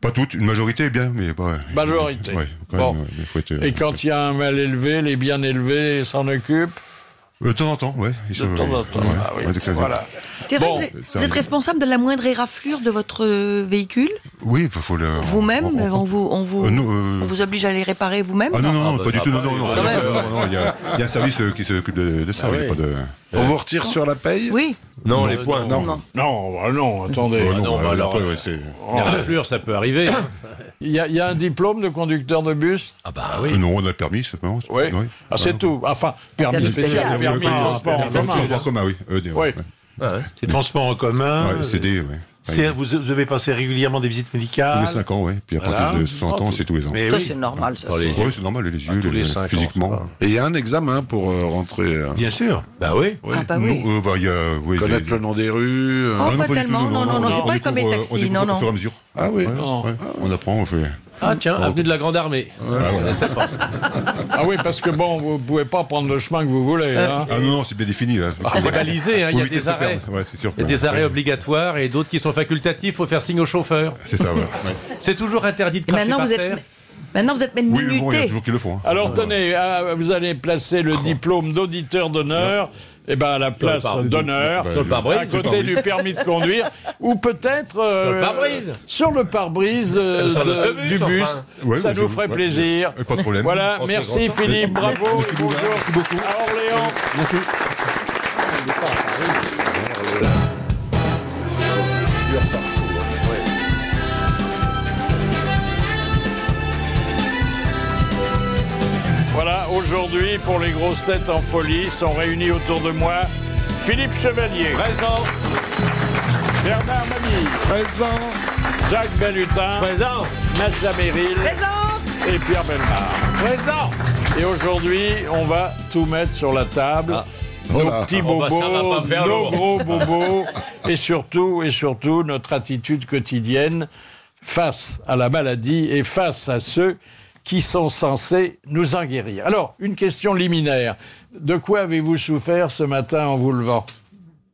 S11: Pas toutes, une majorité, bien, mais bah,
S2: Majorité.
S11: Ouais, quand
S2: Bon.
S11: même, ouais, mais faut être, euh,
S2: Et quand il y a un mal élevé, les bien élevés s'en occupent
S11: Euh, De temps en temps, ouais. Ils
S2: De temps en temps.
S11: ouais,
S2: Ah oui,
S11: ouais, de-
S2: Voilà.
S4: C'est vrai,
S2: Bon,
S4: que vous êtes-
S11: ça
S4: vous êtes
S11: arrive.
S4: responsable de la moindre éraflure de votre euh, véhicule
S11: Oui, faut, faut le.
S4: Vous-même
S11: on- on-
S4: on, vous, on, vous,
S11: Euh, non, euh,
S4: on vous oblige à les réparer vous-même
S11: Ah non, non,
S6: Ah,
S11: non,
S6: bah,
S11: pas du
S6: ça
S11: tout,
S6: va,
S11: non, non, non,
S6: il
S11: pas
S6: va.
S11: du tout, non, non, il y a il y a un service euh, qui s'occupe de
S2: Ah
S11: de ça, il y a pas de.
S5: On vous retire sur la paye
S4: Oui.
S3: Non, les points.
S11: Non,
S2: Non, bah non, attendez.
S11: Oh,
S6: non,
S11: bah,
S6: bah, alors,
S11: après, ouais, c'est.
S6: Les raflures, ça peut arriver. hein.
S2: Oh. Il y, a- il y a un diplôme de conducteur de bus
S6: Ah bah
S11: Euh,
S6: oui.
S11: Non, on a le permis, simplement.
S2: Oui. Ah, c'est tout. Enfin, permis
S4: Permis
S2: spécial,
S4: spécial.
S11: Ah,
S2: permis de transport en commun.
S11: Transport commun, oui. ED,
S2: Oui.
S11: ouais.
S6: Ah
S7: c'est transport en commun.
S11: Ouais, CD, oui.
S7: Ah, C'est- Vous devez passer régulièrement des visites
S11: Tous
S7: médicales.
S11: les 5 ans, oui. Puis à
S7: Voilà. Oh,
S11: partir de 100 ans, c'est tous les ans.
S7: Mais
S4: Ça,
S7: oui,
S4: c'est normal. Ça,
S6: Dans
S4: c'est-
S6: les-
S11: Oui, c'est normal, les yeux,
S6: tous les
S11: les-
S6: cinq ans, ça
S11: physiquement.
S6: va.
S5: Et il y a un examen pour euh, rentrer. euh,
S7: bien sûr.
S3: Bah oui.
S4: Ah, bah oui.
S11: Non, euh, bah, il y a. oui,
S5: connaître
S11: des-
S5: le nom des rues. euh.
S4: Oh,
S11: Ah
S4: pas
S11: du tout,
S4: tellement. Non, non, non, c'est
S11: on
S4: pas
S11: découvre,
S4: comme les
S11: euh, on
S4: taxis,
S11: découvre
S4: non,
S11: au fur et à mesure.
S5: Ah oui.
S11: Ouais,
S2: Non.
S11: ouais. On apprend, on fait.
S6: Ah tiens, avenue de la Grande Armée.
S11: Ah, voilà.
S2: Ah oui, parce que bon, vous pouvez pas prendre le chemin que vous voulez. hein.
S11: Ah non, non, c'est bien défini. là.
S6: C'est balisé, hein, il y a
S11: Faut éviter de
S6: des
S11: se
S6: arrêts.
S11: perdre. Ouais, c'est sûr.
S6: Il y a
S11: que-
S6: des arrêts
S11: ouais,
S6: obligatoires et d'autres qui sont facultatifs, faut faire signe au chauffeur.
S11: C'est ça, voilà. Ouais.
S6: C'est toujours interdit de
S4: Et
S6: cracher
S4: maintenant,
S6: par
S4: vous
S6: terre.
S4: êtes, maintenant, vous êtes même
S11: Oui, mais bon, il y a
S4: minuté.
S11: toujours qui le font. hein.
S2: Alors tenez, ah, vous allez placer le diplôme d'auditeur d'honneur. Eh ben, à la place
S6: pardon.
S2: d'honneur,
S11: Dans le
S6: pare-brise.
S2: à
S11: Dans le
S2: côté
S11: pare-brise.
S2: du permis de conduire, ou peut-être euh,
S6: Dans le pare-brise.
S2: sur le pare-brise euh,
S6: Dans le
S2: de-
S6: autobus,
S2: du bus.
S6: enfin.
S11: Ouais,
S2: Ça
S11: bah, je-
S2: nous ferait
S11: ouais,
S2: plaisir.
S11: ouais, Pas de problème.
S2: Voilà,
S6: On se
S2: merci
S6: rencontre.
S2: Philippe, bravo,
S11: Merci,
S2: et
S11: Bouvard.
S2: bonjour
S11: Merci beaucoup.
S2: à Orléans.
S11: Merci.
S2: Voilà, aujourd'hui, pour les grosses têtes en folie, sont réunis autour de moi Philippe Chevalier,
S6: Présent,
S2: Bernard Mamie,
S5: Présent.
S2: Jacques Bellutin,
S6: présent,
S2: Macha Meryl
S4: Présente
S2: et Pierre Belmar.
S6: présent.
S2: Et aujourd'hui, on va tout mettre sur la table. Nos
S5: Voilà.
S2: petits
S6: Oh, bah, ça
S2: bobos,
S6: va pas faire
S2: nos
S6: lourd.
S2: gros bobos, et surtout, et surtout, notre attitude quotidienne face à la maladie et face à ceux qui sont censés nous en guérir. Alors, une question liminaire. De quoi avez-vous souffert ce matin en vous levant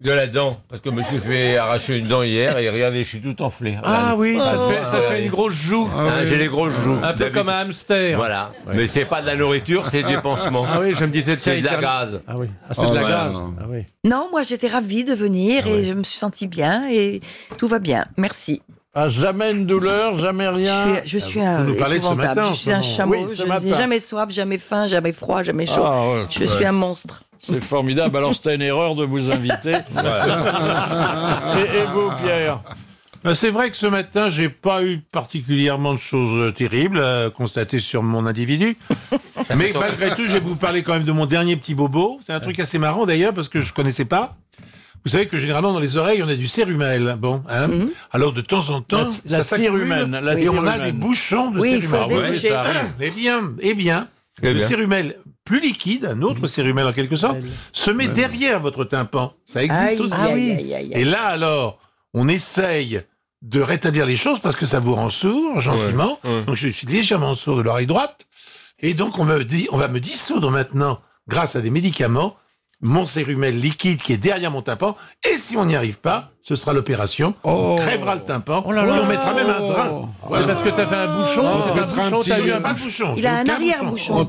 S8: De la dent, parce que je me suis fait arracher une dent hier et regardez, je suis tout enflé.
S6: Ah
S8: Regardez.
S6: oui, ça, te
S8: Ah,
S6: fait, ça
S8: ouais.
S6: fait une grosse joue.
S8: Ah, J'ai les grosses joues.
S6: Un peu
S8: d'habitude.
S6: comme un hamster.
S8: Voilà. Mais c'est pas de la nourriture, c'est du pansement.
S6: Ah oui, je me disais, tiens,
S8: C'est de
S6: il
S8: la Oh,
S6: termine-
S8: gaze.
S6: Ah oui, ah, c'est de la gaze. Ah oui.
S4: Non, moi j'étais ravie de venir
S11: Ah
S4: et je me suis sentie bien et tout va bien. Merci.
S12: Ah, jamais une douleur, jamais rien.
S4: Je suis, je suis
S7: Ah,
S4: un Euh, épouvantable. je suis un chameau.
S12: Oui, ce
S4: je n'ai
S12: matin.
S4: jamais soif, jamais faim, jamais froid, jamais chaud.
S2: Ah ouais,
S4: je
S2: ouais.
S4: suis un monstre.
S2: C'est formidable. Alors, c'était une erreur de vous inviter. et, et vous,
S7: Ah.
S2: Pierre
S7: Ben, C'est vrai que ce matin, j'ai pas eu particulièrement de choses euh, terribles à constater sur mon individu. Mais malgré tout, je vais vous parler quand même de mon dernier petit bobo. C'est un truc assez marrant d'ailleurs parce que je connaissais pas. Vous savez que généralement dans les oreilles, on a du cérumel. Bon, hein Alors de temps en temps,
S2: Mhm. La- la
S7: ça s'accumule
S2: cérumène, la
S7: et on a
S2: cérumène.
S7: des bouchons de
S2: Oui, il faut
S7: cérumel.
S2: déboucher. Ah oui, ça arrive.
S7: Eh bien, eh bien,
S2: Eh
S7: le
S2: bien.
S7: cérumel plus liquide, un
S2: Mhm.
S7: autre cérumel en quelque sorte, se met derrière votre tympan. Ça
S12: Aïe,
S7: existe aussi.
S12: aïe, aïe, aïe, aïe.
S7: Et là, alors, on essaye de rétablir les choses parce que ça vous rend sourd, gentiment. Donc, je suis légèrement sourd de l'oreille droite. Et donc, on, me dit, on va me dissoudre maintenant, grâce à des médicaments, mon cérumel liquide qui est derrière mon tympan. Et si on n'y arrive pas, ce sera l'opération. On
S5: Oh.
S7: crèvera le tympan. et on mettra même un
S2: Oh.
S7: drain.
S6: Oh. C'est parce que t'as fait un bouchon,
S7: Non,
S6: c'est pas un
S7: mettra un
S6: bouchon,
S7: petit-
S6: t'as eu un
S7: pas de
S6: bouchon.
S7: bouchon. Il a un
S4: arrière-bouchon.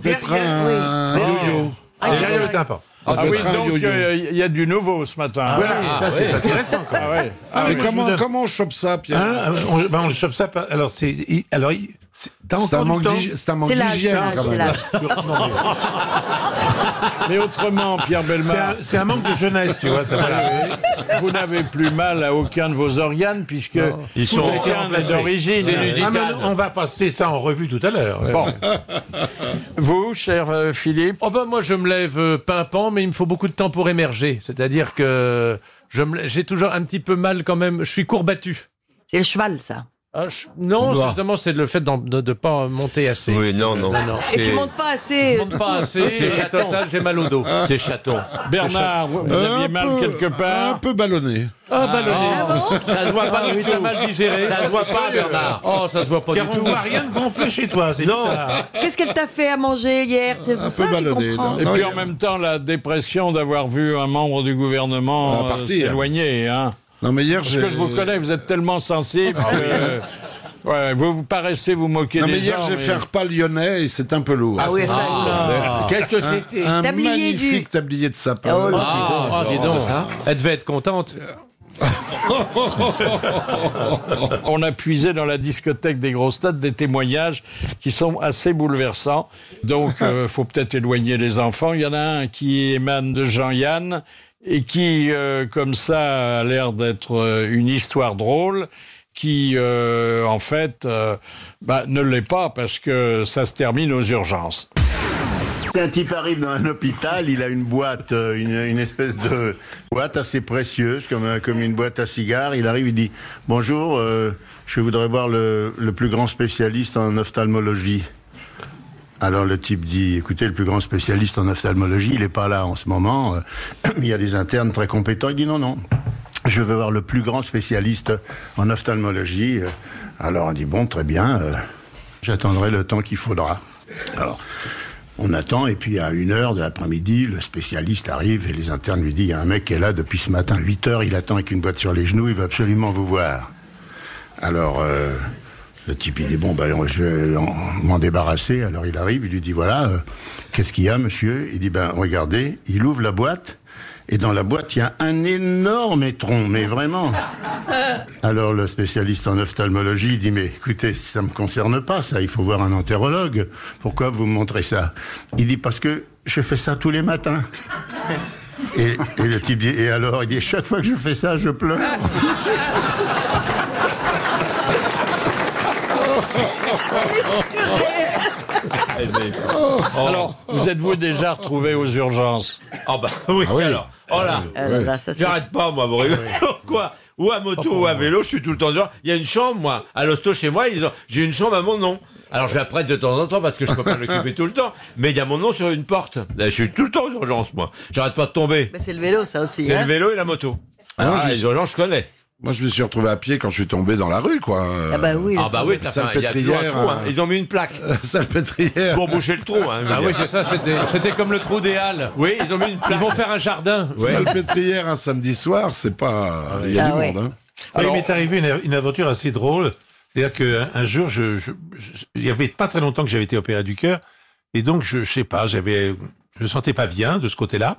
S7: Ah, derrière le tympan.
S2: Ah,
S7: On
S2: oui,
S7: mettra un
S2: donc
S7: yo-yo.
S2: euh, il y a du nouveau ce matin.
S7: Voilà, ça, c'est intéressant, quand
S2: Ah, ouais. Ah,
S7: mais
S2: oui.
S7: je vous donne-
S5: comment on chope ça, Pierre
S7: Hein, on, ben, on le chope ça. par- Alors, c'est. il- Alors, il- c'est t'as
S5: C'est un
S7: encore du
S5: manque
S7: temps
S5: d'hyg- c'est un manque C'est l'âge, d'hygiène, c'est quand l'âge, même.
S2: Mais autrement, Pierre
S7: C'est
S2: Belmar.
S7: un- c'est un manque de jeunesse, tu vois, ça, voilà.
S2: Vous n'avez plus mal à aucun de vos organes, puisque
S7: Ils sont
S2: aucun n'est d'origine.
S7: Ah, mais on va passer ça en revue tout à l'heure.
S2: Bon. Vous, cher euh, Philippe
S6: oh ben Moi, je me lève euh, pimpant, mais il me faut beaucoup de temps pour émerger. C'est-à-dire que je me lè- j'ai toujours un petit peu mal quand même. Je suis courbattu.
S4: C'est le cheval, ça
S7: Ah,
S6: Non,
S8: Bah.
S6: Oh, justement, c'est le fait d'en- de ne pas monter assez.
S8: Oui, non, non.
S6: Non, non.
S4: Et
S8: C'est-
S4: tu montes pas assez.
S6: Je monte pas assez.
S8: C'est
S6: et au
S8: chaton.
S6: total, J'ai mal au dos.
S8: Hein C'est chaton.
S2: Bernard, vous, vous aviez
S5: Un
S2: mal
S5: peu-
S2: quelque part
S5: Un peu ballonné.
S6: Ah, ballonné.
S8: Ça se voit pas
S6: Ah
S8: du
S6: oui,
S8: tout.
S6: t'as mal digéré.
S8: Ça se voit pas, Ah, Bernard.
S6: Oh, ça se voit pas
S7: Car
S6: du
S7: on
S6: tout.
S7: voit rien de gonfler chez toi, c'est
S8: Non.
S7: bizarre.
S4: Qu'est-ce qu'elle t'a fait à manger hier C'est pour ça, tu comprends.
S2: Et puis en même temps, la dépression d'avoir vu un membre du
S5: Ah,
S2: gouvernement euh,
S5: partir.
S2: s'éloigner. hein.
S5: Non, mais hier,
S2: Parce
S5: j'ai-
S2: que je vous connais, vous êtes tellement
S7: Ah
S2: sensible. que, euh, ouais, vous vous paraissez vous moquer
S5: Non,
S2: des
S5: mais hier,
S2: gens.
S5: j'ai
S2: mais-
S5: fait un repas lyonnais et c'est un peu lourd.
S2: Ah oui, ça, Ah.
S5: Un-
S2: Qu'est-ce que c'était
S5: Un,
S2: Tablier du- oh,
S5: magnifique tablier de sapin. oh,
S6: Ah, ah, dis donc.
S2: hein.
S5: Hein
S6: Elle devait être contente.
S2: On a puisé dans la discothèque des grosses têtes des témoignages qui sont assez bouleversants. Donc, il faut peut-être éloigner les enfants. Il y en a un qui émane de Jean-Yann et qui, euh, comme ça, a l'air d'être euh, une histoire drôle qui, euh, en fait, euh, bah, ne l'est pas parce que ça se termine aux urgences.
S13: Un type arrive dans un hôpital, il a une boîte, euh, une, une espèce de boîte assez précieuse, comme, un- comme une boîte à cigares. Il arrive, il dit Bonjour, euh, je voudrais voir le, le plus grand spécialiste en ophtalmologie. Alors le type dit Écoutez, le plus grand spécialiste en ophtalmologie, il n'est pas là en ce moment. euh, il y a des internes très compétents. Il dit Non, non. Je veux voir le plus grand spécialiste en ophtalmologie. Euh, Alors on dit Bon, très bien. euh, J'attendrai le temps qu'il faudra. Alors, on attend, et puis à une heure de l'après-midi, le spécialiste arrive et les internes lui disent Il y a un mec qui est là depuis ce matin, 8 heures, il attend avec une boîte sur les genoux, il veut absolument vous voir. Alors, euh, le type, il dit Bon, ben, je vais en- m'en débarrasser. Alors, il arrive, il lui dit Voilà, euh, qu'est-ce qu'il y a, monsieur Il dit Ben, regardez, il ouvre la boîte, et dans la boîte, il y a un énorme étron, mais vraiment. Alors le spécialiste en ophtalmologie il dit mais écoutez ça me concerne pas ça il faut voir un entérologue pourquoi vous me montrez ça il dit parce que je fais ça tous les matins et, et le type dit et alors il dit chaque fois que je fais ça je pleure
S2: Eh ben, Alors, vous êtes-vous déjà retrouvé aux urgences
S8: Oh. Ah bah oui, alors. Oh là.
S4: Ah là là, ça, c'est-
S8: J'arrête pas, moi, vous rigolez. Quoi Ou à moto ou à vélo, je suis tout le temps dehors. Il y a une chambre, moi. À l'hosto, chez moi, ils ont... j'ai une chambre à mon nom. Alors je la prête de temps en temps parce que je peux pas l'occuper tout le temps. Mais il y a mon nom sur une porte. Là, je suis tout le temps aux urgences, moi. J'arrête pas de tomber.
S4: Mais Bah, c'est le vélo, ça aussi.
S8: C'est
S4: hein.
S8: le vélo et la moto.
S5: Ah non,
S8: Ah,
S5: je-
S8: les urgences, je connais.
S5: Moi, je me suis retrouvé à pied quand je suis tombé dans la rue, quoi.
S4: Ah bah oui.
S8: Ah bah oui, t'as fait un- il y a toujours un
S5: Salpêtrière,
S8: trou, hein.
S5: euh,
S8: Ils ont mis une plaque.
S5: Salpêtrière.
S8: Pour boucher le trou. Hein, je veux
S6: Ah oui,
S8: dire.
S6: c'est ça, c'était c'était comme le trou des Halles.
S8: Oui, ils ont mis une plaque.
S6: Ils vont faire un jardin.
S5: Salpêtrière un samedi soir, c'est pas. Il y a
S7: Ah
S5: du
S7: ouais.
S5: monde, hein.
S7: Oui, il m'est arrivé une, une aventure assez drôle. C'est-à-dire qu'un un jour, je, je- je- il y avait pas très longtemps que j'avais été opéré du cœur. Et donc, je, je sais pas, j'avais, je me sentais pas bien de ce côté-là.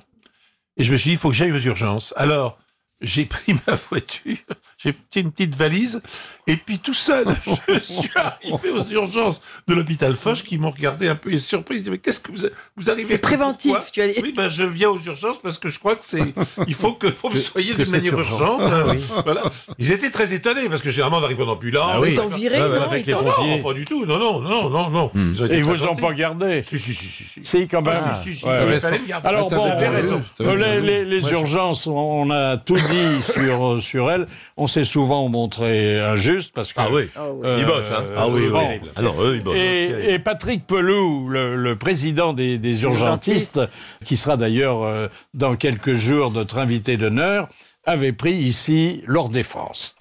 S7: Et je me suis dit, il faut que j'aille aux urgences. Alors, j'ai pris ma voiture, j'ai pris une petite valise, et puis tout seul, je suis arrivé aux urgences de l'hôpital Foch qui m'ont regardé un peu et surpris. Ils disaient, mais qu'est-ce que vous, a- vous arrivez
S4: C'est préventif,
S7: tu as dit. Oui, ben, je viens aux urgences parce que je crois que c'est, il faut que, faut que vous
S8: Que-
S7: soyez
S8: que
S7: d'une manière
S8: c'est urgent.
S7: urgente. hein.
S8: Oui.
S7: Voilà. Ils étaient très étonnés parce que généralement on arrive en ambulance.
S8: Ah oui. Ils t'ont viré, non Ils t'ont-
S7: non,
S8: pompiers.
S7: pas du tout. Non, non, non, non, non. ont été
S2: Et
S7: très
S2: ils vous ont
S7: gentils.
S2: pas gardé
S7: Si, si, si, si. si.
S2: Si, quand
S8: ben.
S2: même.
S7: Ah, si, si, si.
S2: ben. Ouais,
S7: Il
S2: ouais.
S7: fallait me garder.
S2: Alors
S7: Ah,
S2: bon,
S7: t'avais raison.
S2: euh,
S7: T'avais
S2: les,
S7: raison.
S2: les- les
S7: Moi, je-
S2: urgences, on a tout dit sur, euh, sur elles. On s'est souvent montré injuste parce que...
S8: Ah oui. Ils bossent, hein. Ah oui, oui.
S2: bon.
S8: Alors, eux, ils bossent.
S2: Et, et Patrick Pelou, le, le président des, des urgentistes, qui sera d'ailleurs euh, dans quelques jours notre invité d'honneur, avait pris ici leur défense.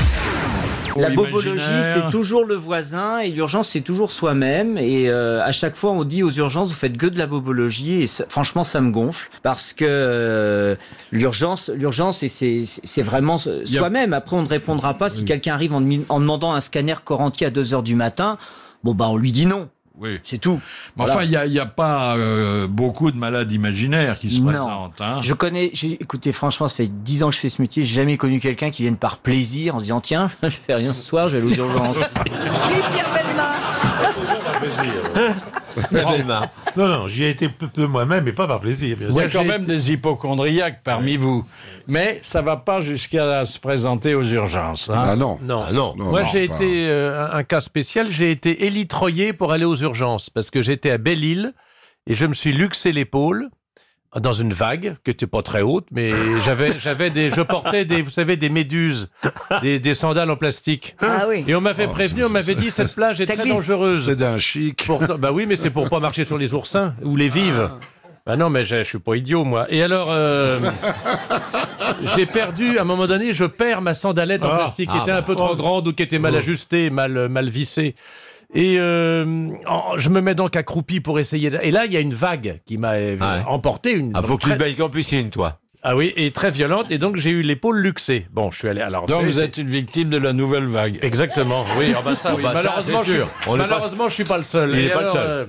S14: La bobologie, c'est toujours le voisin et l'urgence, c'est toujours soi-même. Et euh, à chaque fois, on dit aux urgences, vous faites que de la bobologie. Et ça- franchement, ça me gonfle parce que euh, l'urgence, l'urgence, c'est- c'est c'est vraiment so-
S15: y a-
S14: soi-même. Après, on ne répondra pas si quelqu'un arrive en, demi- en demandant un scanner corps entier à 2 heures du matin. Bon, bah, on lui dit non.
S16: Oui.
S14: C'est tout.
S16: Mais
S14: Voilà.
S16: enfin, il n'y a, il y a pas euh, beaucoup de malades imaginaires qui se
S14: Non.
S16: présentent. hein.
S14: Je connais, j'ai, écoutez, franchement, ça fait 10 ans que je fais ce métier, j'ai jamais connu quelqu'un qui vienne par plaisir en se disant, tiens, je vais faire rien ce soir, je vais aller aux urgences.
S7: Non, non, j'y ai été peu, peu moi-même, mais pas par plaisir. bien
S2: Il y a
S7: sûr.
S2: quand même des hypochondriaques parmi vous, mais ça va pas jusqu'à se présenter aux urgences. Hein.
S5: Ah non.
S6: Non.
S2: non.
S6: Moi, j'ai été euh, un- un cas spécial. J'ai été élitroyé pour aller aux urgences parce que j'étais à Belle-Île et je me suis luxé l'épaule dans une vague qui n'était pas très haute, mais j'avais, j'avais des, je portais des, vous savez, des méduses, des, des sandales en plastique.
S4: Ah oui.
S6: Et on m'avait prévenu, on m'avait dit cette plage est
S4: Ça
S6: très
S4: glisse.
S6: dangereuse.
S5: C'est d'un chic.
S6: bah oui, mais c'est pour pas marcher sur les oursins ou les vives. Bah non, mais je, je suis pas idiot moi. Et alors, euh, j'ai perdu à un moment donné, je perds ma sandalette en
S8: Ah.
S6: plastique qui
S8: Ah
S6: était un
S8: bah.
S6: peu trop
S8: Oh.
S6: grande ou qui était mal ajustée, mal euh, mal vissée. Et euh, en- je me mets donc accroupi pour essayer. de- Et là, il y a une vague qui m'a euh, emporté. Une
S8: Ah, faut que tu
S6: très-
S8: te baignes en piscine, toi.
S6: ah oui, et très violente, et donc j'ai eu l'épaule luxée. Bon, je suis allé. Alors,
S2: Donc
S6: c'est-
S2: vous êtes une victime de la nouvelle vague.
S6: Exactement, oui. ah bah ça, oui.
S2: Bah ça,
S6: malheureusement,
S2: c'est
S6: je,
S2: sûr. On n'est pas-
S6: malheureusement, je suis pas le seul.
S2: Il
S6: Et
S2: est pas le
S6: alors,
S2: seul.
S6: euh,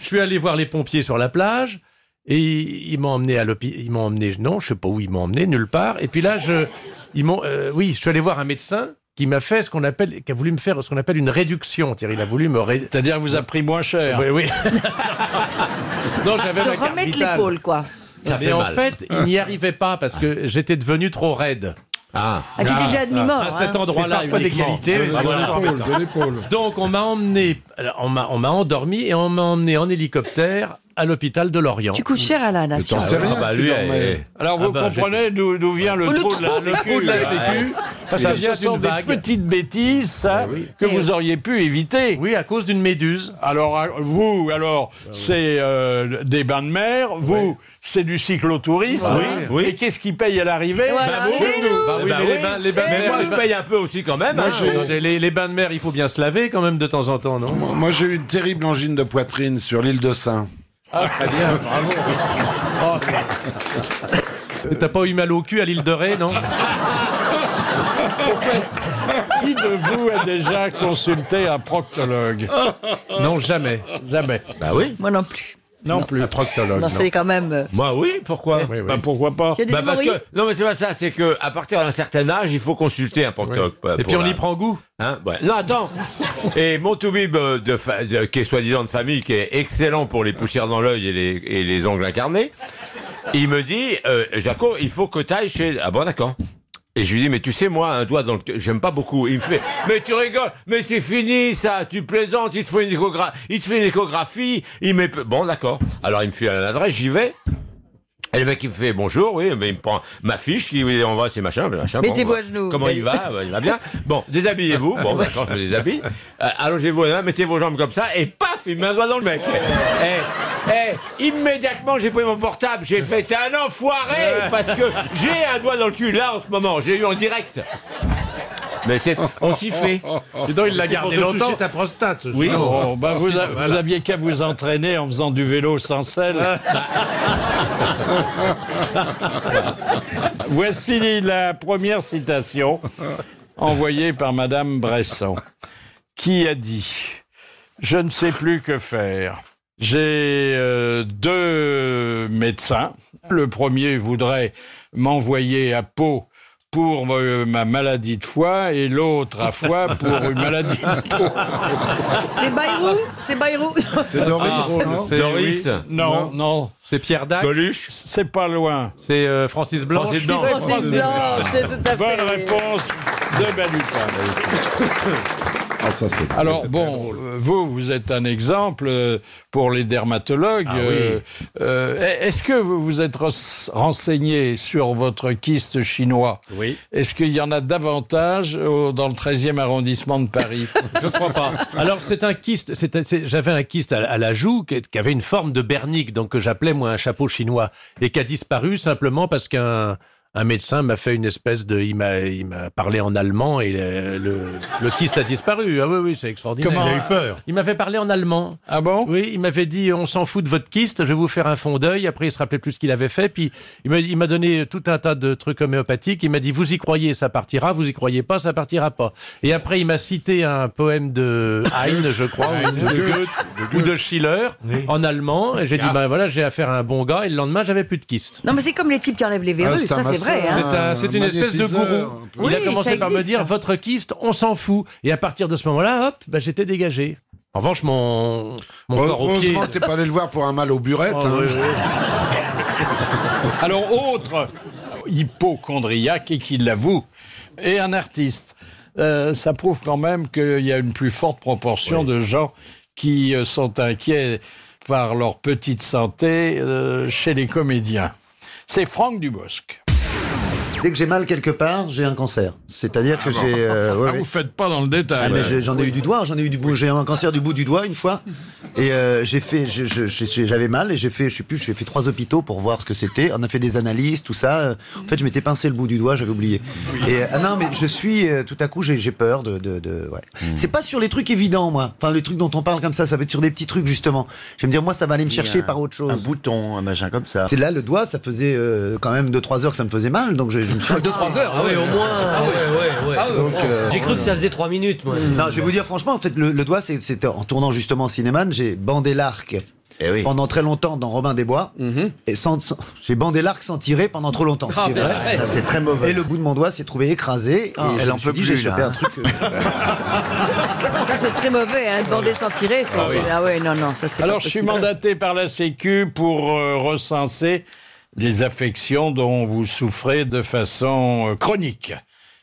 S6: je suis allé voir les pompiers sur la plage. Et ils ils m'ont emmené à l'hôpital. Ils m'ont emmené, non, je sais pas où ils m'ont emmené, nulle part. Et puis là, je, ils m'ont, euh, oui, je suis allé voir un médecin qui m'a fait ce qu'on appelle, qui a voulu me faire ce qu'on appelle une réduction. C'est-à-dire, il a voulu me.
S2: C'est-à-dire, vous a pris moins cher.
S6: Oui, oui. non, j'avais
S4: Te
S6: ma carte
S4: remettre
S6: vitale.
S4: l'épaule, quoi.
S6: Mais en fait, il n'y arrivait pas parce que j'étais devenu trop raide. Ah,
S4: t'étais déjà à demi-mort,
S6: À cet
S4: hein.
S6: endroit-là,
S7: C'est parfois des
S6: uniquement.
S7: qualités, mais
S6: Ah,
S7: c'est
S6: voilà.
S7: vraiment embêtant.
S6: Donc, on m'a emmené, alors, on m'a on m'a endormi et on m'a emmené en hélicoptère à l'hôpital de Lorient.
S4: Tu coûtes cher à la nation.
S2: Alors vous
S6: Ah bah,
S2: comprenez d'où d'où vient le,
S6: Oh, le
S2: trou de la,
S6: trou, le trou de la
S2: sécu,
S6: sécu.
S2: hein. Parce
S6: Ça
S2: que
S6: vient
S2: ce sont
S6: d'une
S2: des
S6: vague.
S2: petites bêtises ça, que
S6: Eh
S2: vous
S6: oui.
S2: auriez pu éviter.
S6: Oui, à cause d'une méduse. Ah
S2: Alors à- vous, alors c'est euh, des bains de mer. Vous, c'est du cyclotourisme.
S8: Voilà. Oui, oui.
S2: Et qu'est-ce qui paye à l'arrivée
S8: Voilà, Bah, vous. chez nous.
S6: Bah oui,
S8: Bah
S6: mais les
S8: oui.
S6: bains, les bains de
S8: Mais
S6: mer,
S8: moi,
S6: les
S8: je
S6: bains-
S8: paye un peu aussi quand même,
S6: Moi,
S8: hein.
S6: je- Attendez, les, les bains de mer, il faut bien se laver quand même de temps en temps, non
S5: Moi, j'ai eu une terrible angine de poitrine sur l'île de Saint.
S6: Ah, très bien, bravo.
S7: Ah,
S8: Euh,
S6: T'as pas eu mal au cul à l'île de Ré, non
S2: Au fait, qui de vous a déjà consulté un proctologue
S6: Non, jamais.
S2: Jamais.
S8: Bah oui.
S4: Moi non plus.
S2: Non, plus. Un proctologue.
S4: Non, c'est quand même. euh,
S8: Moi oui, pourquoi
S2: Bah, pourquoi pas
S4: Il y a des
S8: Bah, parce que,
S4: hémorroïdes
S8: Non mais c'est pas ça, c'est que à partir d'un certain âge, il faut consulter un proctologue.
S6: Ouais. Et puis on y prend goût.
S8: Hein ouais. Non attends. et mon toubib euh, de fa- de- qui est soi-disant de famille, qui est excellent pour les poussières dans l'œil et les, et les ongles incarnés, il me dit, euh, Jaco, il faut que tu ailles chez... Ah bon d'accord. Et je lui dis, mais tu sais, moi, un doigt dans le... J'aime pas beaucoup. Il me fait, mais tu rigoles, mais c'est fini, ça, tu plaisantes, il te faut une échographie, il te fait une échographie, il met... Bon, d'accord. Alors, il me fait à l'adresse, j'y vais. Et le mec, il me fait bonjour, oui, mais il me prend ma fiche, il me envoie ses machins, mes machins.
S17: Mettez-vous
S8: bon,
S17: à genoux.
S8: Comment il va Ouais, Il va bien. Bon, déshabillez-vous. Bon, d'accord, je me déshabille. Euh, Allongez-vous, hein, mettez vos jambes comme ça, et paf, il met un doigt dans le mec. Eh, eh, immédiatement, j'ai pris mon portable, j'ai fait, t'es un enfoiré, parce que j'ai un doigt dans le cul, là, en ce moment, j'ai eu en direct. Mais c'est, on s'y fait.
S6: Dis donc, il l'a gardé longtemps.
S7: ta prostate. ce
S8: Oui.
S7: soir.
S15: Oh, bah, vous, a-
S7: Voilà.
S15: vous aviez qu'à vous entraîner en faisant du vélo sans selle.
S2: Voici la première citation envoyée par Madame Bresson, qui a dit Je ne sais plus que faire. J'ai euh, deux médecins. Le premier voudrait m'envoyer à Pau pour euh, ma maladie de foie et l'autre à foie pour une maladie de peau.
S4: C'est Bayrou C'est Bayrou
S2: Ah, C'est Doris Non, non.
S6: C'est Pierre Dac
S2: Coluche C'est pas loin.
S6: C'est euh, Francis Blanche
S2: Francis Blanche. C'est Francis Blanche, c'est tout à fait. Bonne réponse de
S5: Ah,
S2: Alors bon, euh, vous, vous êtes un exemple euh, pour les dermatologues.
S6: Ah oui.
S2: Euh, euh, Est-ce que vous vous êtes res- renseigné sur votre kyste chinois
S6: Oui.
S2: Est-ce qu'il y en a davantage au- dans le 13e arrondissement de Paris
S6: Je crois pas. Alors, c'est un kyste. c'est un- c'est- J'avais un kyste à, la- à la joue qui, qui avait une forme de bernique, donc que j'appelais moi un chapeau chinois, et qui a disparu simplement parce qu'un un médecin m'a fait une espèce de. Il m'a il m'a parlé en allemand et euh, le, le kyste a disparu. Ah oui, oui, c'est extraordinaire.
S15: Comment- Il a eu
S6: peur. Il m'avait parlé en allemand.
S2: Ah bon
S6: Oui, il m'avait dit on s'en fout de votre kyste, je vais vous faire un fond d'œil. Après, il se rappelait plus ce qu'il avait fait. Puis, il m'a- il m'a donné tout un tas de trucs homéopathiques. Il m'a dit vous y croyez, ça partira. Vous y croyez pas, ça partira pas. Et après, il m'a cité un poème de Heine, je crois, ou
S3: Heine,
S6: de
S3: de
S6: Goethe, ou de Schiller, en allemand. Et j'ai dit
S4: Ah.
S6: ben voilà, j'ai affaire à un bon gars. Et le lendemain, j'avais plus de kyste.
S4: Non, mais c'est comme les types qui enlèvent les verrues, ça c'est vrai. hein.
S6: C'est Ah, un- C'est une espèce de
S4: magnétiseur,
S6: gourou.
S4: un peu.
S6: Il a
S4: Oui,
S6: commencé
S4: ça
S6: par me
S4: existe,
S6: dire
S4: ça.
S6: votre kyste, on s'en fout. Et à partir de ce moment-là, hop, bah, j'étais dégagé. En revanche, mon, mon corps au pied.
S5: Heureusement, t'es pas allé le voir pour un mal aux burettes.
S6: Oh,
S5: hein.
S6: oui, oui.
S2: Alors, autre hypochondriaque, et qui l'avoue, et un artiste. Euh, ça prouve quand même qu'il y a une plus forte proportion de gens qui euh, sont inquiets par leur petite santé euh, chez les comédiens. C'est Franck Dubosc.
S17: Dès que j'ai mal quelque part, j'ai un cancer. C'est-à-dire que
S16: bon.
S17: j'ai. euh, ouais,
S16: Ah,
S17: ouais.
S16: vous faites euh, pas dans le détail.
S17: Ah, mais j'ai- j'en ai eu du doigt, j'en ai eu du bout, j'ai eu un cancer du bout du doigt une fois, et euh, j'ai fait, je- je- je- j'avais mal et j'ai fait, je sais plus, j'ai fait trois hôpitaux pour voir ce que c'était. On a fait des analyses, tout ça. Euh, En fait, je m'étais pincé le bout du doigt, j'avais oublié. Et euh, ah non, mais je suis, euh, tout à coup, j'ai j'ai peur de, de, de- ouais.
S16: Hmm.
S17: C'est pas sur les trucs évidents, moi. Enfin, les trucs dont on parle comme ça, ça va être sur des petits trucs justement. Je vais me dire, moi, ça va aller me chercher
S14: un-
S17: par autre chose.
S14: un bouton, un machin comme ça.
S17: C'est là le doigt, ça faisait euh, quand même 2-3 heures que ça me faisait mal, donc je, je me suis.
S14: 2-3 heures, ah ouais, au moins.
S17: Donc, euh,
S14: J'ai cru que ça faisait 3 minutes, moi.
S17: Non, je vais vous dire franchement, en fait, le, le doigt, c'est- c'était en tournant justement au Cinéman, j'ai bandé l'arc.
S14: Eh
S17: Pendant très longtemps dans Robin des Bois, et sans, sans- j'ai bandé l'arc sans tirer pendant trop longtemps. ce qui
S14: Mhm. Ah,
S17: est
S14: ben,
S17: vrai.
S14: ouais. Ça, c'est très mauvais.
S17: Et le bout de mon doigt s'est trouvé écrasé. Et
S14: Ah,
S17: je
S14: elle
S17: me
S14: en
S17: suis
S14: peut
S17: dit,
S14: plus,
S17: j'ai chopé
S14: là.
S17: un truc. euh,
S4: Ça c'est très mauvais, hein, de bander sans tirer. ça.
S2: Ah oui.
S4: Ah ouais, non, non, ça c'est
S2: Alors,
S4: pas
S2: je suis
S4: possible.
S2: mandaté par la Sécu pour euh, recenser les affections dont vous souffrez de façon euh, chronique.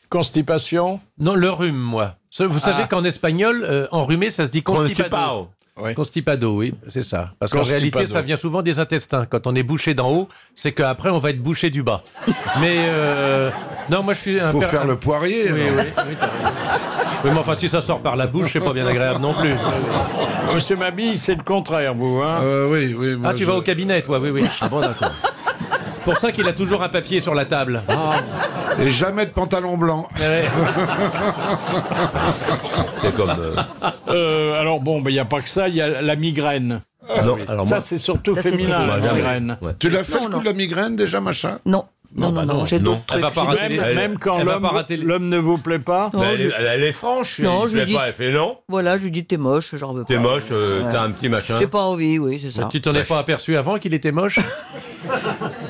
S2: Constipation
S6: Non, le rhume, moi. Ce- Vous savez
S2: Ah.
S6: qu'en espagnol, euh, enrhumé, ça se dit constipado.
S2: Constipao. Oui.
S6: Constipado, oui, c'est ça. Parce qu'en
S2: Constipado.
S6: réalité, ça vient souvent des intestins. Quand on est bouché d'en haut, c'est qu'après, on va être bouché du bas. Mais euh, non, moi, je suis un
S5: Faut
S6: per-
S5: faire
S6: un-
S5: le poirier.
S6: Oui,
S5: alors.
S6: oui, oui, t'as raison. Oui, mais enfin, si ça sort par la bouche, c'est pas bien agréable non plus.
S2: Monsieur Mabille, c'est le contraire, vous, hein
S5: Euh, Oui, oui.
S6: Ah, tu
S2: je-
S6: vas au cabinet, toi, oui, oui. Ah bon, d'accord. C'est pour ça qu'il a toujours un papier sur la table. Ah.
S5: Et jamais de pantalon blanc.
S8: C'est comme.
S2: Euh, alors bon, il n'y a pas que ça, il y a la migraine.
S6: Ah
S8: Non, alors
S2: ça,
S8: moi-
S2: c'est surtout
S8: Ça, c'est
S2: féminin, la
S8: terrible. Ouais,
S2: migraine.
S8: ouais.
S5: Tu l'as fait le coup de la migraine déjà, machin
S4: Non.
S5: Non,
S2: bah
S4: non, non,
S5: j'ai
S8: d'autres
S6: Elle va pas rater les-
S2: Même, même quand
S6: elle va
S2: l'homme
S6: pas rater les-
S2: l'homme ne vous plaît pas
S4: Non,
S8: Bah, elle,
S4: je-
S8: est, elle- elle est franche.
S4: Non,
S8: elle
S4: je
S8: plaît
S4: lui dis-
S8: pas, elle fait non.
S4: Voilà, je lui dis, t'es moche, j'en veux pas.
S8: T'es moche, euh,
S4: Ouais.
S8: t'as un petit machin.
S4: J'ai pas envie, oui, c'est ça.
S6: Tu t'en es pas aperçu avant qu'il était moche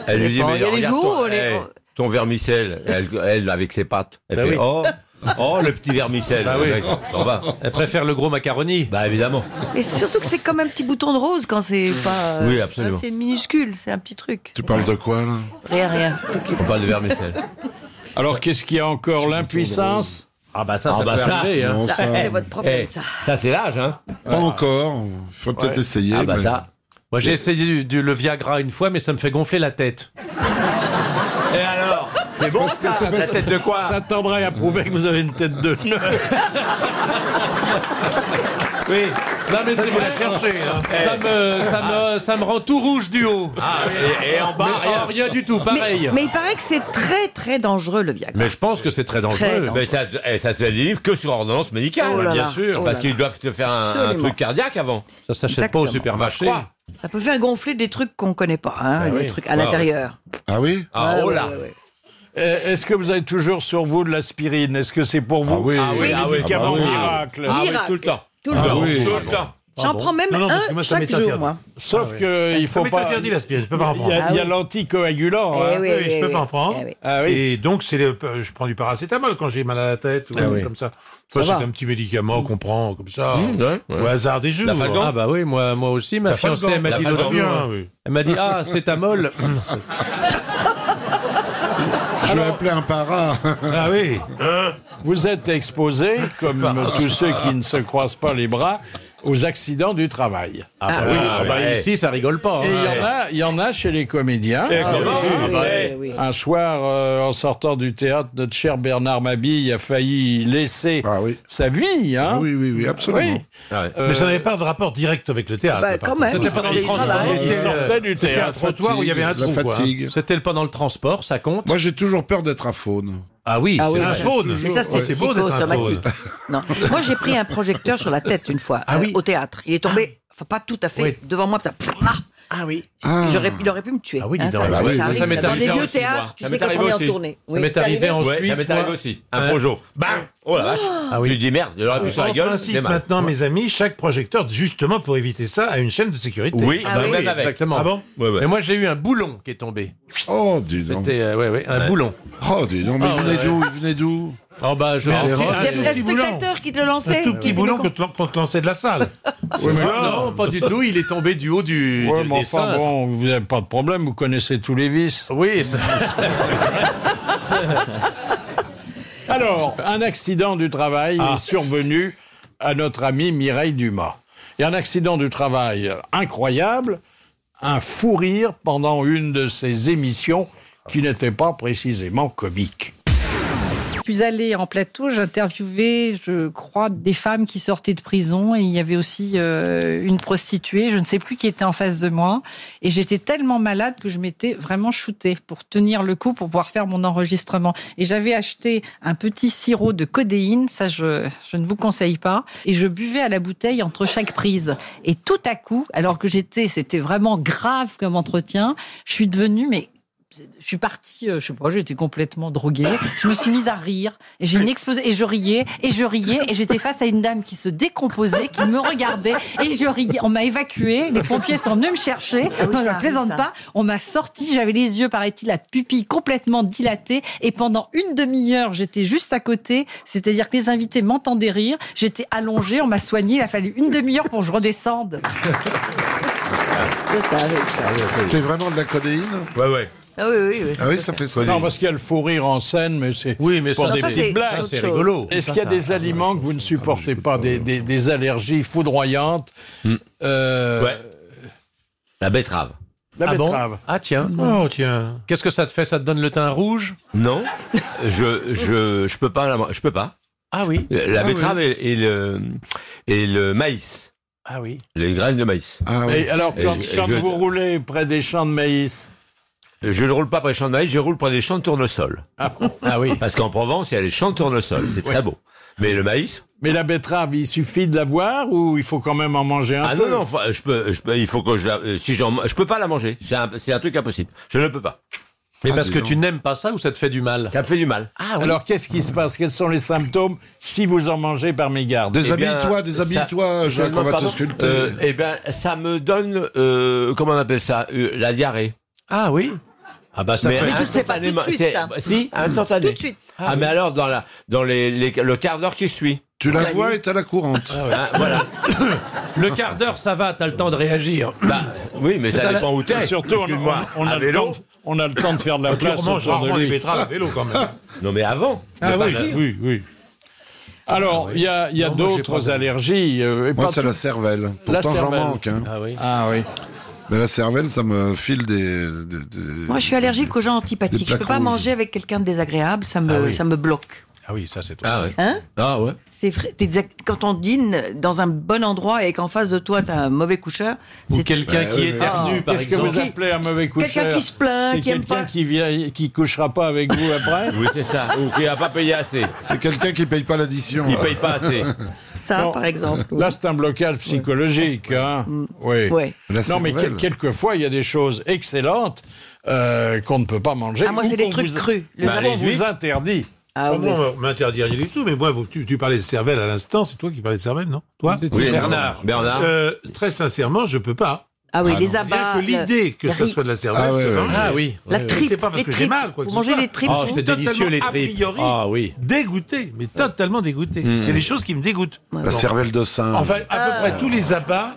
S8: Elle lui dit,
S4: dépend.
S8: mais
S4: Il y a les
S8: regarde
S4: jours
S8: ton,
S4: où les-
S8: hey, ton vermicelle, elle, elle, avec ses pattes, elle
S6: Bah
S8: fait
S6: oui.
S8: oh, oh le petit vermicelle,
S6: Bah
S8: le
S6: oui.
S8: mec, ça va.
S6: Elle préfère le gros macaroni.
S8: Bah évidemment.
S4: Et surtout que c'est comme un petit bouton de rose quand c'est pas. euh,
S8: Oui, absolument.
S4: C'est minuscule, c'est un petit truc.
S5: Tu parles de quoi, là
S4: Rien, rien.
S8: On parle de vermicelle.
S2: Alors qu'est-ce qu'il y a encore L'impuissance
S6: Ah bah
S8: ça, ça peut arriver, hein.
S4: Ça, c'est votre problème,
S8: Eh,
S4: ça.
S8: Ça c'est l'âge, hein
S5: Pas encore. Faut peut-être
S6: Ouais.
S5: essayer.
S6: Ah, bah,
S5: mais-
S6: ça. Moi, j'ai essayé du, du- le Viagra une fois, mais ça me fait gonfler la tête.
S8: Et alors
S2: Mais bon,
S8: Parce que c'est parce que-
S2: Ça tendrait à prouver que vous avez une tête de nœud.
S6: Oui. Non, mais c'est
S2: Faut
S6: vrai.
S2: la chercher, hein.
S8: Eh.
S6: Ça, me, ça, me, ça me rend tout rouge du haut.
S8: Ah. et- et en bas,
S6: Mais-
S8: rien.
S6: oh, rien du tout, pareil.
S4: Mais, mais il paraît que c'est très très dangereux le Viagra.
S8: Mais je pense que c'est très
S4: dangereux. Très dangereux.
S8: Mais ça, eh, ça se délivre que sur ordonnance médicale,
S4: Oh là
S8: bien
S4: là,
S8: sûr.
S4: oh là
S8: parce
S4: là.
S8: qu'ils doivent te faire un, un
S4: Absolument.
S8: truc cardiaque avant. Bah,
S6: Ça
S4: s'achète pas au Exactement. supermarché.
S8: Je crois.
S4: Ça peut faire gonfler des trucs qu'on connaît pas, hein,
S2: Ah
S4: des
S2: oui.
S4: trucs à
S2: Ah
S4: l'intérieur.
S5: Ah oui
S4: Ah, oh là.
S2: Euh, Est-ce que vous avez toujours sur vous de l'aspirine Est-ce que c'est pour vous
S5: oui. Ah oui,
S2: les
S5: ah oui.
S2: médicaments
S5: Ah bah oui.
S2: miracles
S4: Ah oui, Miracle. tout le temps.
S8: Tout
S4: le temps.
S2: oui.
S8: Tout le temps.
S4: J'en prends même
S2: Non, non, parce
S4: un
S2: que moi, ça
S4: chaque
S2: m'est
S4: jour,
S2: interdit.
S4: moi.
S2: Sauf
S4: Ah oui.
S2: que il
S7: Ça
S2: faut
S7: m'est
S2: pas.
S7: interdit, l'aspirine, je peux pas en
S2: Il y a,
S7: prendre.
S2: il y a
S7: Ah oui.
S2: l'anticoagulant.
S4: Eh
S2: hein.
S7: je peux pas en prendre. Ah Et donc, c'est le- euh, je prends du paracétamol quand j'ai mal à la tête ou
S2: Ah
S7: un truc
S2: oui.
S7: comme ça.
S2: Ça
S7: Enfin,
S2: va.
S7: c'est un petit médicament qu'on prend comme ça, euh,
S6: Mmh, ouais, ouais.
S7: Oh. au hasard des jours.
S6: La Falgan. Ah bah oui, moi, moi aussi, ma
S7: La
S6: fiancée
S7: Falgan.
S6: elle m'a
S7: La
S6: dit l'autre
S7: Falgan,
S6: jour, hein.
S7: oui.
S6: Elle m'a dit ah c'est ta molle.
S5: Je vais appeler un para.
S7: Ah oui.
S2: Vous êtes exposé, comme tous ceux qui ne se croisent pas les bras, aux accidents du travail.
S6: Ah bah oui, ah bah ici ça rigole pas.
S2: Et il y en a, il y en a chez les comédiens.
S6: Eh, comment
S2: oui,
S6: Ah bah
S2: oui. Un soir, euh, en sortant du théâtre, notre cher Bernard Mabille a failli laisser sa vie. Hein oui,
S5: Ah
S2: Euh,
S5: oui, Ah oui,
S2: absolument.
S7: Mais ça n'avait pas de rapport direct avec le théâtre.
S2: Bah,
S7: par
S2: quand
S7: contre.
S2: même. C'était pas dans le
S7: Il-
S2: transport.
S7: il-
S2: Il
S5: euh,
S2: sortait du
S7: c'était un
S2: théâtre.
S7: trottoir où il y avait un
S5: La
S7: trou. quoi, hein.
S5: fatigue.
S6: C'était pas dans le transport, ça compte
S5: Moi, j'ai toujours peur d'être un faune.
S6: Ah oui,
S4: Ah oui, oui. Mais ça, c'est psychosomatique. Non. Moi, j'ai pris un projecteur sur la tête une fois euh, au théâtre. Il est tombé, enfin pas tout à fait, devant moi. Ça... Ah oui. J'aurais- Il aurait pu me tuer.
S6: oui, dis
S4: hein,
S6: donc.
S4: ça,
S6: Ah oui,
S4: ça
S6: ça
S4: arrive.
S6: m'est
S4: dans
S6: arrivé
S4: des vieux
S6: aussi, moi.
S4: théâtres, tu
S6: Ça
S4: sais
S6: m'est
S4: quand
S6: arrivé
S4: on est en
S6: aussi.
S4: tournée.
S6: Ça
S4: Oui,
S6: m'est
S4: c'est
S6: arrivé en
S8: Ouais,
S6: Suisse.
S8: ça m'est arrivé
S6: moi.
S8: aussi. Un Peugeot. Bam Oh la vache
S7: Ah
S8: Tu dis merde, j'aurais pu
S7: On
S8: sur la
S7: prend
S8: gueule.
S7: Euh, principe
S8: mais mal.
S7: maintenant, mes amis, chaque projecteur, justement pour éviter ça, a une chaîne de sécurité.
S6: Oui, Ah bah oui, même avec.
S7: exactement.
S6: exactement.
S7: Ah bon
S6: Mais moi j'ai eu un boulon qui est tombé.
S5: Oh, dis donc.
S6: C'était euh, ouais, ouais, un boulon.
S5: Oh, dis donc, mais
S6: Ah,
S5: il venait
S6: ouais.
S5: d'où Il venait d'où
S6: Oh bah je.
S5: Mais c'est
S6: sais
S5: rare.
S6: pas.
S4: Ah, Il y a un spectateur qui te le lançait.
S7: Un tout petit
S4: Il dit,
S7: boulon
S4: mais
S7: que te- qu'on te lançait de la salle.
S6: C'est
S2: mais
S6: rare.
S2: alors.
S6: Non, pas du tout. Il est tombé du haut du,
S2: Ouais,
S6: du
S2: mais
S6: dessin.
S2: enfin bon, vous n'avez pas de problème, vous connaissez tous les vices.
S6: Oui.
S2: Alors, un accident du travail
S6: Ah.
S2: est survenu à notre amie Mireille Dumas. Et un accident du travail incroyable, un fou rire pendant une de ses émissions qui n'était pas précisément comique.
S18: Je suis allée en plateau, j'interviewais, je crois, des femmes qui sortaient de prison et il y avait aussi euh, une prostituée, je ne sais plus qui était en face de moi. Et j'étais tellement malade que je m'étais vraiment shootée pour tenir le coup, pour pouvoir faire mon enregistrement. Et j'avais acheté un petit sirop de codéine, ça je, je ne vous conseille pas, et je buvais à la bouteille entre chaque prise. Et tout à coup, alors que j'étais, c'était vraiment grave comme entretien, je suis devenue, mais je suis partie, euh, je sais pas, j'étais complètement droguée. Je me suis mise à rire et j'ai une explosion et je riais et je riais et j'étais face à une dame qui se décomposait, qui me regardait et je riais. On m'a évacuée, les pompiers sont venus me chercher.
S4: Ah oui,
S18: non,
S4: ça
S18: je
S4: arrive,
S18: plaisante
S4: ça.
S18: pas. On m'a sortie, j'avais les yeux, paraît-il, la pupille complètement dilatée et pendant une demi-heure, j'étais juste à côté. C'est-à-dire que les invités m'entendaient rire. J'étais allongée, on m'a soignée. Il a fallu une demi-heure pour que je redescende.
S5: T'es vraiment de la codéine
S8: Ouais, ouais.
S4: Ah oui, oui, oui.
S5: Ah oui, ça fait ça.
S2: Non, parce qu'il y a le fou rire en scène, mais c'est oui,
S5: mais
S2: pour
S5: ça,
S2: des
S5: ça, c'est-
S2: petites
S5: ça,
S2: blagues.
S5: c'est rigolo.
S2: Est-ce
S5: Ça,
S2: qu'il y a
S5: ça,
S2: des
S5: ça,
S2: aliments que vous ne supportez pas, des, des- des allergies foudroyantes
S5: Mm.
S2: Euh,
S8: Ouais. La betterave.
S2: La
S6: Ah bon
S2: betterave.
S6: Ah tiens.
S7: Oh tiens.
S6: Qu'est-ce que ça te fait Ça te donne le teint rouge
S8: Non, je, je, je peux pas. la- Je peux pas.
S6: Ah oui.
S8: Euh, La
S6: Ah
S8: betterave
S6: oui.
S8: et, et le, et le maïs.
S6: Ah oui.
S8: Les graines de maïs.
S5: Ah
S2: Et alors, quand,
S8: Et- et
S2: quand
S8: je,
S2: vous roulez près des champs de maïs,
S8: Je ne roule pas près des champs de maïs, je roule près des champs de tournesol.
S2: Ah,
S8: oui. Parce qu'en Provence, il y a les champs de tournesol. C'est très beau. Mais le maïs
S2: mais la betterave, il suffit de la boire ou il faut quand même en manger un
S8: Ah
S2: peu
S8: non, non, faut- je peux, je peux- il faut que je la. euh, Si j'en, je peux pas la manger. C'est un, c'est un truc impossible. Je ne peux pas. Ah,
S6: Mais parce que tu n'aimes pas ça ou ça te fait du mal
S8: Ça me fait du mal.
S6: Ah oui.
S2: Alors, qu'est-ce qui se passe Quels sont les symptômes si vous en mangez par mégarde
S5: Eh
S8: Déshabille-toi,
S5: déshabille-toi, Jacques, on va te sculpter.
S8: eh bien, ça me donne, euh, comment on appelle ça, euh, la diarrhée.
S6: Ah oui. Ah bah ça
S8: Mais
S6: fait-
S8: instantanément, c'est- Si, instantané. Tout de suite. Ah, mais alors, dans, la, dans les, les- le quart d'heure qui suit.
S5: Tu la vois et t'as la courante.
S8: Ah, voilà.
S6: Le quart d'heure, ça va, t'as le temps de réagir.
S8: Bah, oui, mais
S6: C'est
S8: ça
S6: à la-
S8: dépend où t'es.
S2: Surtout, on,
S8: Excuse-moi,
S2: on- on
S8: à
S2: a le
S8: vélo.
S2: temps de, on a le temps de faire de la
S8: Parce qu'on
S2: place.
S8: mange
S2: autour de
S8: rarement
S2: lui.
S8: les betteraves à vélo, quand même. Non, mais avant.
S2: Ah
S8: de
S2: oui,
S8: partir.
S2: oui, oui. Alors, il y a, il y a
S5: Ah moi, j'ai pas
S2: d'autres
S5: de-
S2: allergies. euh, et
S5: Moi,
S2: pas
S5: c'est
S2: tout-
S5: la cervelle.
S2: La
S5: Pourtant, j'en
S2: cervelle.
S5: manque. hein.
S6: Ah oui.
S2: Ah oui.
S5: Mais la cervelle, ça me file des. des- des-
S4: Moi, je suis allergique aux gens antipathiques.
S5: Des
S4: Je peux pas
S5: plaques rouges.
S4: manger avec quelqu'un de désagréable, ça me,
S5: Ah oui.
S4: ça me bloque.
S6: Ah oui, ça c'est toi. Ah ouais.
S4: Hein
S6: Ah ouais.
S4: C'est vrai. T'es exact- Quand on dîne dans un bon endroit et qu'en face de toi, t'as un mauvais coucheur.
S6: Ou
S4: c'est-
S7: Bah
S6: quelqu'un
S5: Euh,
S6: qui
S7: Ah,
S6: éternue, par
S2: Ah, Qu'est-ce que vous
S6: exemple.
S2: appelez un mauvais coucheur
S4: Quelqu'un qui se plaint,
S2: C'est
S4: qui aime
S2: quelqu'un
S4: pas.
S2: qui vient, qui couchera pas avec vous après.
S8: Oui, c'est ça. Ou qui n'a pas payé assez.
S5: C'est quelqu'un qui paye pas l'addition.
S8: Il paye pas assez.
S4: Ça, par exemple. Mm.
S2: Là, c'est un blocage psychologique. hein. Oui.
S5: La
S2: Non, mais
S5: cervelle.
S2: quel- quelquefois, il y a des choses excellentes euh, qu'on ne peut pas manger.
S4: Ah, moi,
S2: ou
S4: c'est les
S2: qu'on
S4: trucs
S2: vous-
S4: crus. Le
S2: Bah,
S4: lapin
S2: on
S4: vous
S2: vous interdit.
S4: Ah
S8: Oh,
S7: Pas
S4: oui.
S7: moi, on m'interdit rien du tout, mais moi, vous- tu, tu parlais de cervelle à l'instant, c'est toi qui parlais de cervelle, non Toi
S8: Oui, toi. Bernard. Bernard.
S7: Euh, très sincèrement, je peux pas.
S4: Ah oui, les
S7: non.
S4: abats,
S7: Rien que l'idée
S4: le-
S7: que
S4: la
S7: ça
S4: ri-
S7: soit de la cervelle.
S4: Ah ouais,
S7: je peux
S4: ouais,
S7: manger.
S4: ouais. Oui, La ouais, tripe,
S7: C'est pas parce
S4: les
S7: que j'ai
S4: tripes.
S7: mal, quoi. que
S4: Vous
S7: ce
S4: mangez
S7: soit.
S4: les tripes, Ah,
S7: Je
S4: c'est
S7: suis
S4: délicieux,
S7: totalement,
S4: les tripes.
S7: A priori,
S4: Ah
S6: oui.
S7: dégoûté, mais totalement dégoûté. Il y a des choses qui me dégoûtent.
S5: La hein.
S7: Bon.
S5: cervelle de singe.
S7: Enfin, à peu
S4: Euh.
S7: près tous les abats,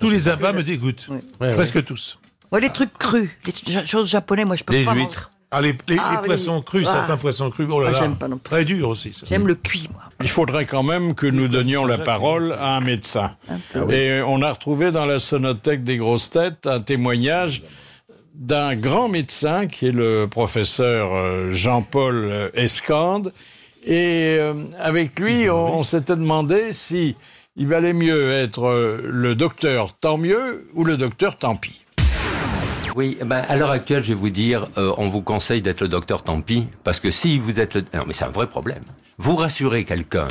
S7: tous les abats me dégoûtent.
S5: Ouais,
S7: Presque tous.
S4: Ouais, les trucs crus, les t- choses japonaises, moi, je peux pas. manger.
S7: Ah, les, les-
S4: Ah,
S7: les
S4: oui.
S7: poissons crus,
S4: Ah.
S7: certains poissons crus. Oh là
S4: Ah,
S7: là.
S4: j'aime pas non plus.
S7: Très dur aussi. ça.
S4: J'aime le cuit, moi.
S2: Il faudrait quand même que nous donnions la parole à un médecin.
S4: Ah
S2: Et on a retrouvé dans la sonothèque des grosses têtes un témoignage d'un grand médecin qui est le professeur euh, Jean-Paul euh, Escande. Et euh, avec lui, on, on s'était demandé si il valait mieux être euh, le docteur tant mieux ou le docteur tant pis.
S19: Oui, eh ben, à l'heure actuelle, je vais vous dire, euh, on vous conseille d'être le docteur tant pis, parce que si vous êtes le... Non, mais c'est un vrai problème. Vous rassurez quelqu'un,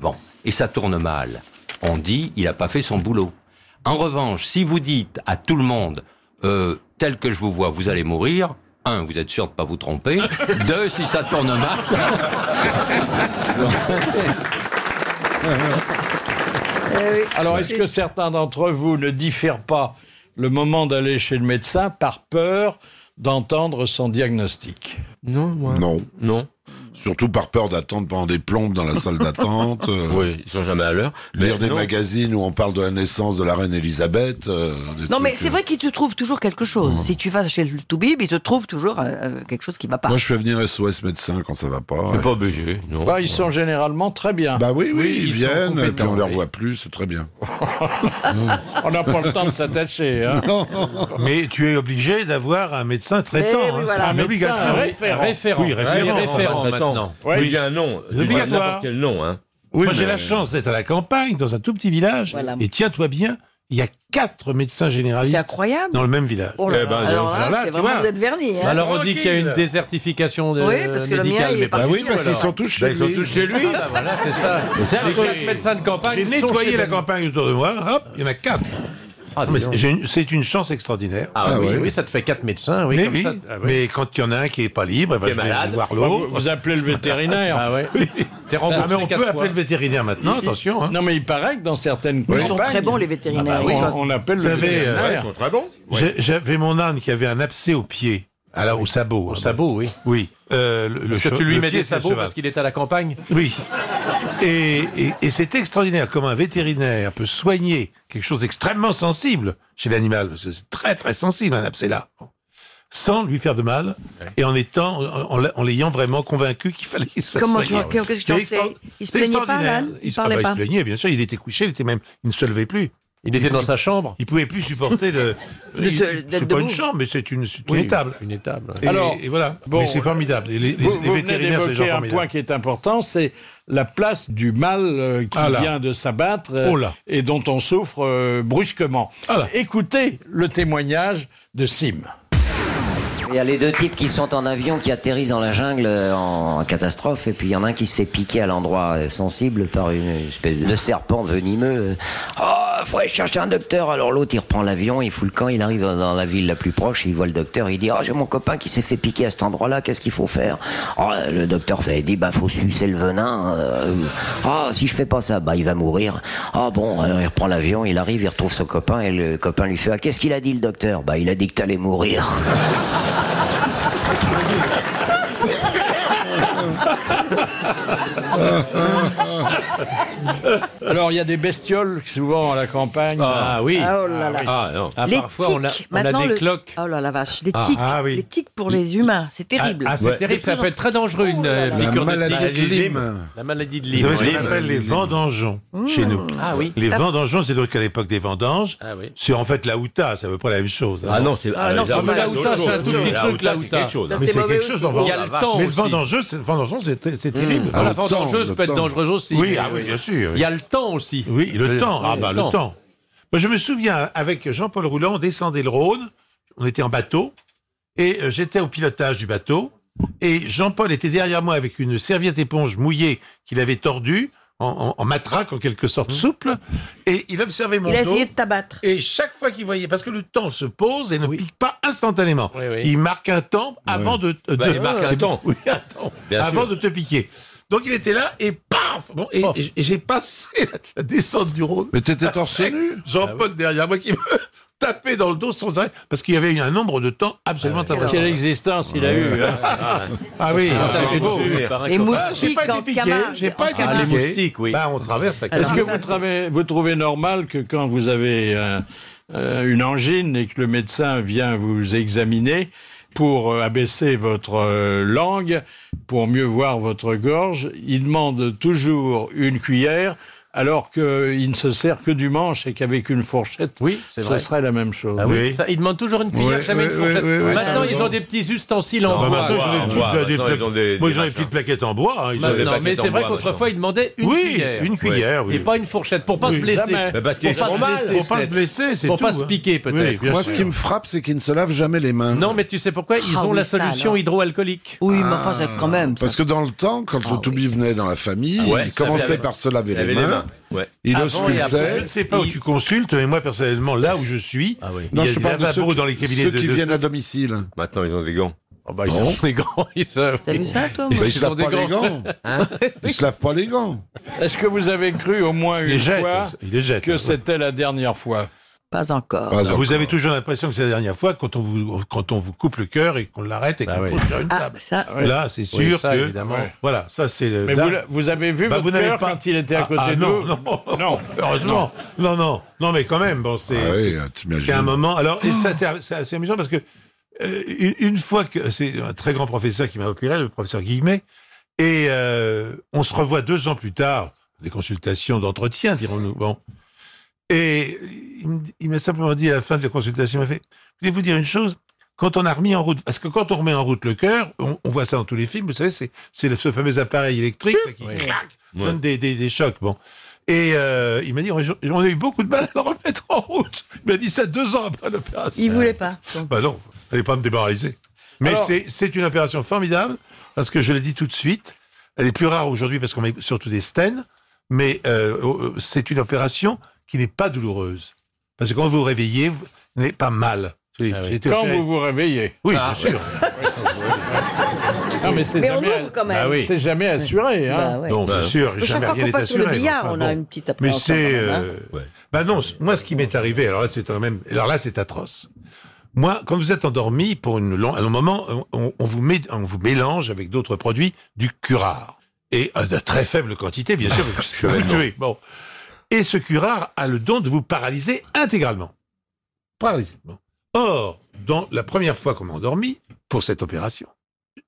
S19: bon, et ça tourne mal, on dit, il n'a pas fait son boulot. En revanche, si vous dites à tout le monde, euh, tel que je vous vois, vous allez mourir, un, vous êtes sûr de ne pas vous tromper, deux, si ça tourne mal...
S2: Alors, est-ce que certains d'entre vous ne diffèrent pas le moment d'aller chez le médecin par peur d'entendre son diagnostic
S5: Non, Non.
S8: Non.
S5: Surtout par peur d'attendre pendant des plombes dans la salle d'attente. euh.
S8: Oui, ils sont jamais à l'heure.
S5: Lire
S8: Mais
S5: des
S8: non.
S5: magazines où on parle de la naissance de la reine Elisabeth. euh, des
S4: Non,
S5: trucs,
S4: mais c'est
S5: euh.
S4: vrai qu'il te trouve toujours quelque chose. Si tu vas chez le Toubib, il te trouve toujours euh, euh, quelque chose qui va pas.
S5: Moi, je fais venir SOS médecin quand ça va pas.
S8: C'est
S5: ouais.
S8: pas obligé, non.
S2: Bah, ils sont généralement très bien.
S5: Bah oui, oui,
S2: Oui,
S5: ils,
S2: ils sont
S5: viennent, et puis
S2: compétents,
S5: on les
S2: oui.
S5: revoit plus, c'est très bien.
S2: On n'a pas le temps de s'attacher. hein.
S7: Mais tu es obligé d'avoir un médecin traitant.
S2: Eh oui,
S7: hein,
S2: voilà.
S7: c'est
S2: Un
S7: une
S2: médecin,
S7: obligation.
S2: un référent. Référent.
S7: Oui, référent.
S8: Ah, il est référent
S7: Enfin,
S8: maintenant.
S7: traitant.
S8: Oui,
S7: Oui.
S8: il a un nom.
S7: C'est obligatoire.
S8: N'importe quel nom, hein.
S7: Moi, j'ai la chance d'être à la campagne, dans un tout petit village. Et tiens-toi bien, il y a quatre médecins généralistes.
S4: C'est incroyable.
S7: Dans le même village.
S4: Oh là là. alors là, c'est
S7: Ah, tu
S4: vraiment
S7: vois.
S4: vous êtes vernis. Hein.
S6: Alors on dit qu'il y a une
S4: Tranquille.
S6: désertification de
S4: Oui, parce que le mien,
S6: médicale,
S4: il est
S6: mais pas
S4: parti.
S7: Bah
S6: du
S4: Ah oui,
S6: tout,
S4: parce qu'ils
S6: alors.
S4: sont tous chez
S6: Ben, Ils
S4: lui.
S6: sont tous chez lui.
S8: bah,
S6: Ah, voilà, c'est ça.
S7: C'est
S6: Les
S7: vrai.
S6: quatre médecins de campagne
S7: J'ai
S6: sont chez
S7: nettoyé la
S6: Ben.
S7: campagne autour de moi, hop, il y en a quatre. Non, mais
S6: dis donc.
S7: c'est j'ai une- c'est une chance extraordinaire.
S6: Ah, oui, oui, ça te fait quatre médecins, oui,
S7: mais,
S6: comme
S7: oui,
S6: ça. Ah, oui.
S7: mais quand il y en a un qui n'est pas libre, eh ben,
S6: Qui est
S7: je vais
S6: malade.
S7: voir l'autre.
S2: Vous, vous appelez le vétérinaire.
S6: Ah ouais. T'es
S7: Ah, mais
S6: remboursé
S7: on
S6: quatre
S7: peut
S6: fois.
S7: appeler le vétérinaire maintenant, attention. hein.
S2: Non, mais il paraît que dans certaines
S4: Ils
S2: campagnes...
S4: sont très bons, les
S7: Ah
S4: vétérinaires.
S7: bah
S2: on- on, appelle
S7: Vous
S2: le
S7: savez,
S2: vétérinaire.
S7: euh, J'ai- J'avais mon âne qui avait un abcès au pied. Ah là, au sabot. Au
S6: sabot, oui.
S7: Oui. Euh, le,
S6: Parce que
S7: che-
S6: tu lui
S7: le
S6: mets
S7: pied,
S6: des
S7: c'est le
S6: sabots
S7: cheval.
S6: parce qu'il est à la campagne
S7: Oui. Et, et- et c'est extraordinaire comment un vétérinaire peut soigner quelque chose d'extrêmement sensible chez l'animal, parce que c'est très très sensible un abcès là, sans lui faire de mal et en étant, en, en l'a- en l'ayant vraiment convaincu qu'il fallait qu'il se fasse
S4: Comment tu
S7: soigner.
S4: vois- qu'est-ce que tu en sais Il se
S7: c'est
S4: plaignait pas,
S7: extraordinaire.
S4: l'âne Il
S7: se-
S4: parlait
S7: ah bah,
S4: pas
S7: Il se plaignait, bien sûr. Il était couché, il était même, il ne se levait plus.
S6: Il était dans sa chambre.
S7: Il pouvait plus supporter de.
S4: De-
S7: il-
S4: d'être
S7: c'est pas une
S4: debout.
S7: chambre, mais c'est une, c'est une
S6: Oui,
S7: étable.
S6: Une étable. ouais.
S7: Et,
S2: Alors,
S7: et voilà.
S2: bon,
S7: Mais c'est formidable. Et Les, les-
S2: vous,
S7: les
S2: vous venez
S7: vétérinaires, c'est des gens
S2: d'évoquer un
S7: formidables.
S2: point qui est important, c'est la place du mal euh, qui
S7: Ah là.
S2: vient de s'abattre euh,
S7: Oh là. Ah
S2: et dont on souffre euh, brusquement. Écoutez le témoignage de Sim.
S20: Il y a les deux types qui sont en avion, qui atterrissent dans la jungle euh, en catastrophe, et puis il y en a un qui se fait piquer à l'endroit euh, sensible par une espèce de serpent venimeux. Oh, faut aller chercher un docteur. Alors l'autre, il reprend l'avion, il fout le camp, il arrive dans la ville la plus proche, il voit le docteur, il dit, oh, j'ai mon copain qui s'est fait piquer à cet endroit-là, qu'est-ce qu'il faut faire Oh, le docteur fait, dit, bah, faut sucer le venin. euh, Ah, si je fais pas ça, bah, il va mourir. Ah bon, alors il reprend l'avion, il arrive, il retrouve son copain, et le copain lui fait, ah, qu'est-ce qu'il a dit le docteur Bah, il a dit que t'allais mourir.
S2: Alors, il y a des bestioles, souvent, à la campagne.
S6: Ah oui.
S4: Ah, oh là là.
S6: Ah, non. Ah,
S4: les
S6: parfois, on a-
S4: tiques,
S6: on a
S4: maintenant,
S6: des
S4: le-
S6: cloques.
S4: Oh là la vache, les tiques.
S6: Ah. Ah oui.
S4: Les tiques pour les humains, c'est terrible.
S6: Ah, ah, c'est terrible, ça peut être très dangereux, une euh,
S7: là.
S6: piqûre
S7: La maladie
S6: tigre.
S7: de Lyme.
S6: La maladie de
S7: Vous
S6: Lyme.
S7: savez ce
S6: oui.
S7: qu'on appelle les vendangeons chez nous.
S6: Ah oui.
S7: Les
S6: Ah.
S7: vendangeons, c'est donc à l'époque des vendanges.
S6: Ah oui.
S7: C'est en fait la houta, c'est à peu près la même chose. hein.
S8: Ah non, c'est- Ah ah, non, la c'est pas la houta,
S6: c'est un tout petit truc, la houta. Ça,
S7: Mais
S6: c'est
S7: c'est
S6: mauvais
S7: quelque chose.
S6: aussi.
S7: en
S6: Il y a
S7: vendange.
S6: le temps
S7: Mais le
S6: aussi.
S7: vendangeeux, c'est- vendangeon, c'est c'est terrible.
S6: Ah, la vendangeuse peut être dangereuse aussi.
S7: Oui,
S6: mais,
S7: ah oui,
S6: euh,
S7: bien sûr.
S6: Il y a le temps aussi.
S7: Oui, le temps. Ah bah, le
S6: temps.
S7: temps. Moi, je me souviens, avec Jean-Paul Roulant, on descendait le Rhône, on était en bateau, et euh, j'étais au pilotage du bateau, et Jean-Paul était derrière moi avec une serviette éponge mouillée qu'il avait tordue, en, en- en matraque en quelque
S8: Mmh.
S7: sorte souple, et il observait mon
S4: Il a
S7: dos.
S4: essayé de t'abattre.
S7: Et chaque fois qu'il voyait, parce que le temps se pose et ne pique pas instantanément.
S8: oui.
S7: Il marque un temps avant de, euh,
S8: Bah,
S7: de-
S8: il marque un
S7: c'est-
S8: temps.
S7: Oui, un temps.
S8: Bien
S7: avant
S8: sûr.
S7: de te piquer. Donc il était là et paf bon, et, et- et j'ai passé la descente du Rhône. Oh. Mais t'étais torse nu Ah Jean-Paul derrière moi qui me tapait dans le dos sans arrêt parce qu'il y avait eu un nombre de temps absolument
S2: Quelle
S7: impressionnant.
S2: existence il a
S7: Ouais.
S2: eue. hein.
S7: Ah oui,
S2: Ah,
S7: c'est
S2: c'est
S7: beau.
S2: dessus,
S7: Oui.
S2: par
S7: Les
S2: exemple.
S7: moustiques J'ai pas été en piqué, Camargue. j'ai pas été Ah, les piqué. moustiques, oui. Bah, on traverse la
S2: Est-ce que
S7: Camargue.
S2: vous, travez- vous trouvez normal que quand vous avez euh, euh, une angine et que le médecin vient vous examiner pour euh, abaisser votre euh, langue, pour mieux voir votre gorge, il demande toujours une cuillère alors qu'il ne se sert que du manche et qu'avec une fourchette, oui,
S6: c'est
S2: ce
S6: vrai.
S2: serait la même chose.
S6: Ah oui. Ça, ils demandent toujours une cuillère,
S2: Oui,
S6: jamais
S2: oui,
S6: une fourchette.
S2: oui, oui, oui,
S6: Maintenant,
S2: t'as
S6: ils
S2: raison.
S6: ont des petits ustensiles en
S7: Non,
S6: bois.
S7: Bah,
S6: Bah,
S7: maintenant, ils ont des petites- des
S8: ils ont des-
S7: petites- moi,
S8: des
S7: ils ont des
S8: machins.
S7: petites plaquettes en bois. hein, ils ont des
S6: Maintenant,
S7: plaquettes
S6: Bah, mais
S7: en
S6: c'est vrai
S7: bois,
S6: qu'autrefois, ils demandaient une
S7: Oui,
S6: cuillère.
S7: une cuillère, oui.
S6: Et pas une fourchette, pour pas
S7: Oui,
S6: se blesser.
S7: jamais. Mais parce qu'ils
S6: Pour euh, pas
S7: sont
S6: se
S7: mal,
S6: blesser,
S7: pour pas se
S6: peut-être.
S7: blesser, c'est
S6: Pour pas
S7: tout,
S6: se
S7: hein.
S6: piquer, peut-être.
S5: Moi, ce qui me frappe, c'est qu'ils ne se lavent jamais les mains.
S6: Non, mais tu sais pourquoi Ils
S5: Ah
S6: ont
S5: oui,
S6: la
S5: ça,
S6: solution
S5: alors.
S6: hydroalcoolique.
S5: Ah.
S7: Ah.
S5: Parce que dans le temps,
S4: Ah
S5: quand le Toubi venait dans la famille,
S7: Ouais,
S5: il
S7: ça
S5: commençait
S7: lavait-
S5: par se laver
S7: laver
S5: les
S7: les
S5: mains.
S7: mains,
S8: ouais.
S5: Il
S7: Avant et après.
S5: auscultait.
S7: Je ne sais pas où tu consultes, mais moi personnellement, là où je suis, il y
S5: Ah Non,
S7: a
S5: je te
S7: des
S5: parle de ceux,
S7: lavabos
S5: qui-
S7: dans les cabinets
S5: ceux
S7: de
S5: qui
S7: de-
S5: viennent à domicile.
S8: Maintenant, ils ont des gants.
S2: Ah
S6: Bah, ils sont des grands, ils savent.
S4: T'as vu ça, toi
S5: Bah,
S4: moi Ah
S5: ils se lavent pas les gants. Ils se lavent pas les gants.
S2: Est-ce que vous avez cru au moins
S7: Il les
S2: une
S7: jette,
S2: fois
S7: il les jette,
S2: que
S7: ouais.
S2: c'était la dernière fois
S4: Pas encore.
S7: Vous avez toujours l'impression que c'est la dernière fois quand on vous, quand on vous coupe le cœur et qu'on l'arrête
S5: Bah
S7: et qu'on pose sur
S4: Ah
S7: une table.
S4: ça.
S7: Là, c'est sûr
S2: Oui, ça,
S7: que.
S2: évidemment.
S7: Voilà, ça c'est le.
S2: Mais
S7: là-
S2: vous, l'a- vous avez vu
S7: Bah, vous
S2: votre
S7: n'avez
S2: cœur
S7: pas-
S2: quand il était à
S7: Ah,
S2: côté
S7: ah,
S2: de
S7: non,
S2: nous
S7: non, non, heureusement. Non, non, non, mais quand même, bon, c'est
S5: Ah oui,
S7: c'est-
S5: t'imagines.
S7: c'est un moment. Alors, et ça, c'est c'est assez amusant parce que euh, une, une fois que c'est un très grand professeur qui m'a opéré, le professeur Guillemet, et euh, on se revoit deux ans plus tard, des consultations d'entretien, dirons-nous. Bon, et il me- il m'a simplement dit à la fin de la consultation, il m'a fait, je vais vous dire une chose, quand on a remis en route, parce que quand on remet en route le cœur, on, on voit ça dans tous les films, vous savez, c'est, c'est le- ce fameux appareil électrique là, qui claque,
S8: Ouais.
S7: donne des, des- des chocs. Bon. Et euh, il m'a dit, on on a eu beaucoup de mal à le remettre en route. Il m'a dit ça deux ans après l'opération.
S4: Il voulait pas. donc.
S7: Bah non, fallait pas me démoraliser. Mais
S4: Alors-
S7: c'est, c'est une opération formidable, parce que je l'ai dit tout de suite, elle est plus rare aujourd'hui parce qu'on met surtout des stènes, mais euh, euh, c'est une opération qui n'est pas douloureuse. Parce que quand vous vous réveillez, vous n'êtes pas mal. J'ai été
S2: Ah Quand
S7: opéré-
S2: vous vous réveillez. Ah.
S7: Oui, bien sûr.
S2: Non, mais c'est
S4: Mais on
S2: jamais, Bah
S4: ouvre quand même. Ah oui.
S2: c'est jamais assuré. Hein.
S4: Bah ouais.
S7: Non, bien sûr,
S4: Mais chaque
S7: jamais
S4: fois
S7: rien
S4: qu'on
S7: n'est
S4: passe sur le
S7: assuré,
S4: billard,
S7: mais enfin,
S4: on a
S7: bon.
S4: une petite
S7: Mais
S4: appréhension.
S7: c'est.
S4: quand même, hein.
S7: euh, Bah non, c- moi, ce qui m'est arrivé, alors là, c'est quand même. Alors là, c'est atroce. Moi, quand vous êtes endormi pour une long- un long moment, on, on vous met, on vous mélange avec d'autres produits du curare. Et à de très faible quantité, bien sûr. parce que vous le tuez. Bon. Et ce curare a le don de vous paralyser intégralement. Paralysé. Bon. Or, dans la première fois qu'on m'a endormi pour cette opération,